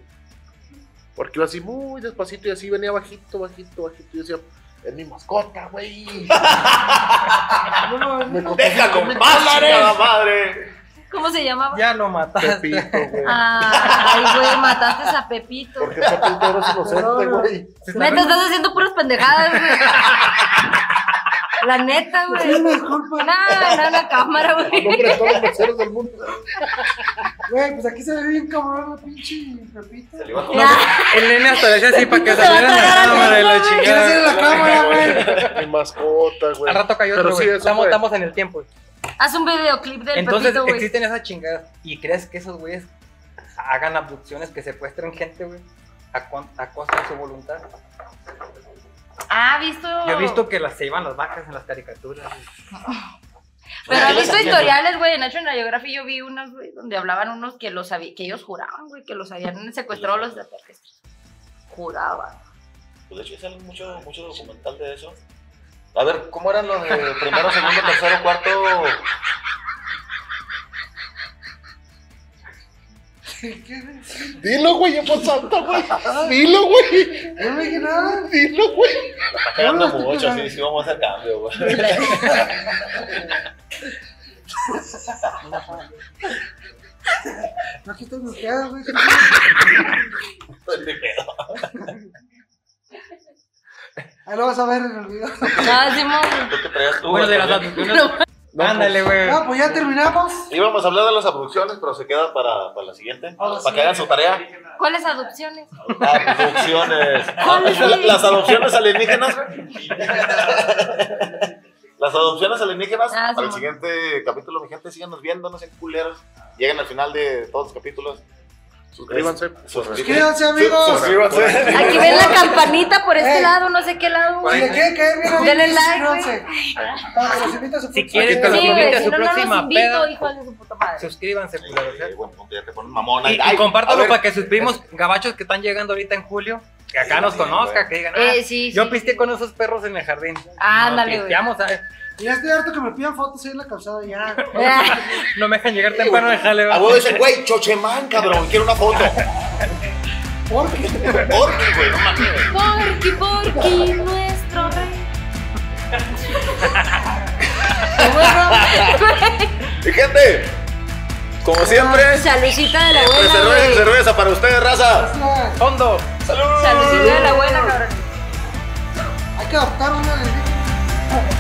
[SPEAKER 7] Porque iba así muy despacito y así venía bajito, bajito, bajito. Y decía, es mi mascota, güey. Me costó
[SPEAKER 1] ¡Deja con más, madre!
[SPEAKER 3] ¿Cómo se llamaba?
[SPEAKER 2] Ya lo mataste.
[SPEAKER 7] Pepito, güey.
[SPEAKER 3] Ah. Ay, güey, mataste a Pepito.
[SPEAKER 7] Porque ese pintero es inocente, güey.
[SPEAKER 2] Se está
[SPEAKER 3] Neta, estás haciendo puras pendejadas, güey. La neta, güey. No,
[SPEAKER 4] Disculpa.
[SPEAKER 3] no, no, cámara, güey.
[SPEAKER 7] Nombre de todos los meseros del mundo.
[SPEAKER 4] Güey, pues aquí se ve bien cabrón la pinche repita.
[SPEAKER 1] Se le iba a
[SPEAKER 3] Ya.
[SPEAKER 1] tomar.
[SPEAKER 2] El nene hasta le hace así para que
[SPEAKER 3] Se va a
[SPEAKER 2] saliera en la
[SPEAKER 3] tragar al
[SPEAKER 2] cámara de la
[SPEAKER 4] ¿Quieres hacer
[SPEAKER 2] chingada.
[SPEAKER 4] la cámara, güey?
[SPEAKER 7] Mi mascota, güey.
[SPEAKER 2] Al rato cayó otro,
[SPEAKER 7] Pero sí,
[SPEAKER 2] güey.
[SPEAKER 7] eso
[SPEAKER 2] estamos,
[SPEAKER 7] fue.
[SPEAKER 2] estamos en el tiempo.
[SPEAKER 3] Haz un videoclip del
[SPEAKER 2] Entonces
[SPEAKER 3] Pepito, güey.
[SPEAKER 2] existen esas chingadas. ¿Y crees que esos güeyes hagan abducciones, que secuestren gente, güey? A, cuan- a costa de su voluntad.
[SPEAKER 3] Ah, visto.
[SPEAKER 2] Yo he visto que las se iban las vacas en las caricaturas. güey.
[SPEAKER 3] Pero
[SPEAKER 1] ¿Qué
[SPEAKER 3] he
[SPEAKER 1] les
[SPEAKER 3] visto
[SPEAKER 1] hacían,
[SPEAKER 3] historiales, güey. En National Geographic yo vi unos, güey, donde hablaban unos que los había- que ellos juraban, güey, que los habían secuestrado los extraterrestres. Juraban.
[SPEAKER 1] Pues de hecho, ya sale mucho, mucho documental de eso. A ver, ¿cómo eran los de primero, segundo, tercero, cuarto?
[SPEAKER 7] Dilo, güey, yo por santa, güey. Dilo, güey.
[SPEAKER 4] No le dije nada.
[SPEAKER 7] Dilo, güey.
[SPEAKER 1] Está
[SPEAKER 2] Ah,
[SPEAKER 1] quedando
[SPEAKER 4] No, no,
[SPEAKER 1] mucho,
[SPEAKER 4] no.
[SPEAKER 2] pues,
[SPEAKER 1] sí, sí, vamos a hacer cambio, güey.
[SPEAKER 4] No quites mis quedas, güey.
[SPEAKER 1] Ni pedo.
[SPEAKER 4] Ahí Ah, lo vas a ver en el video.
[SPEAKER 3] No, Simón.
[SPEAKER 1] ¿Tú qué traías tú?
[SPEAKER 2] Bueno, de
[SPEAKER 1] güey,
[SPEAKER 2] las
[SPEAKER 1] también?
[SPEAKER 2] abducciones. Ándale, güey.
[SPEAKER 4] Ah, pues ya terminamos.
[SPEAKER 1] Íbamos a hablar de las abducciones, pero se queda para, para la siguiente. para que hagan su tarea.
[SPEAKER 3] ¿Cuáles adopciones?
[SPEAKER 1] Abducciones.
[SPEAKER 3] ¿Cuáles son?
[SPEAKER 1] La- Ah, las adopciones alienígenas. las adopciones alienígenas.
[SPEAKER 3] Ah, sí,
[SPEAKER 1] para el
[SPEAKER 3] mon.
[SPEAKER 1] siguiente capítulo, mi gente, síganos viendo, no sean culeros. Lleguen al final de todos los capítulos.
[SPEAKER 7] Suscríbanse.
[SPEAKER 1] Pues, Suscríbanse.
[SPEAKER 4] Suscríbanse, amigos.
[SPEAKER 1] Suscríbanse.
[SPEAKER 3] Aquí ven la campanita por este
[SPEAKER 4] Ey.
[SPEAKER 3] lado, no sé qué lado,
[SPEAKER 4] Si
[SPEAKER 3] güey.
[SPEAKER 4] le quieren caer bien a mí,
[SPEAKER 3] Denle like, güey.
[SPEAKER 4] suscríbanse. Ah, Para que los invite a su
[SPEAKER 2] Si
[SPEAKER 4] próximo-
[SPEAKER 2] quieren,
[SPEAKER 7] Aquí te
[SPEAKER 2] que
[SPEAKER 7] lo
[SPEAKER 2] los
[SPEAKER 3] Sí,
[SPEAKER 2] invite
[SPEAKER 3] güey,
[SPEAKER 2] a
[SPEAKER 3] si
[SPEAKER 2] su
[SPEAKER 3] no, no los
[SPEAKER 2] próxima
[SPEAKER 3] invito,
[SPEAKER 2] peda.
[SPEAKER 3] hijos de su puta madre.
[SPEAKER 2] Suscríbanse, culeros.
[SPEAKER 1] Eh,
[SPEAKER 2] ¿eh?
[SPEAKER 1] buen punto, ya te ponen mamona.
[SPEAKER 2] Y, y
[SPEAKER 1] Ay, a
[SPEAKER 2] compártalo
[SPEAKER 1] ver,
[SPEAKER 2] para que sus primos gabachos que están llegando ahorita en julio, que acá
[SPEAKER 1] Sí,
[SPEAKER 2] nos
[SPEAKER 1] sí,
[SPEAKER 2] conozcan,
[SPEAKER 1] güey.
[SPEAKER 2] que digan, ah,
[SPEAKER 3] Eh, sí,
[SPEAKER 2] yo
[SPEAKER 3] sí.
[SPEAKER 2] pisteé con esos perros en el jardín.
[SPEAKER 3] Ándale,
[SPEAKER 2] Nos
[SPEAKER 3] güey.
[SPEAKER 2] pisteamos, ¿sabes?
[SPEAKER 4] Y Ya estoy harto que me pidan fotos ahí en la calzada ya.
[SPEAKER 2] No me dejan llegar temprano de jale,
[SPEAKER 1] A
[SPEAKER 2] va.
[SPEAKER 1] vos dicen, güey, Chochemán, cabrón, quiero una foto.
[SPEAKER 4] ¿Por qué?
[SPEAKER 1] Orqui, güey, no mames.
[SPEAKER 3] Porky, porky, nuestro rey.
[SPEAKER 1] Y gente, como siempre,
[SPEAKER 3] Salucita de la
[SPEAKER 1] pues,
[SPEAKER 3] abuela,
[SPEAKER 1] cerveza,
[SPEAKER 3] güey.
[SPEAKER 1] cerveza para ustedes, raza.
[SPEAKER 4] Hay
[SPEAKER 2] Fondo.
[SPEAKER 1] Salud.
[SPEAKER 3] Salucita de la abuela, cabrón.
[SPEAKER 4] que adoptar una de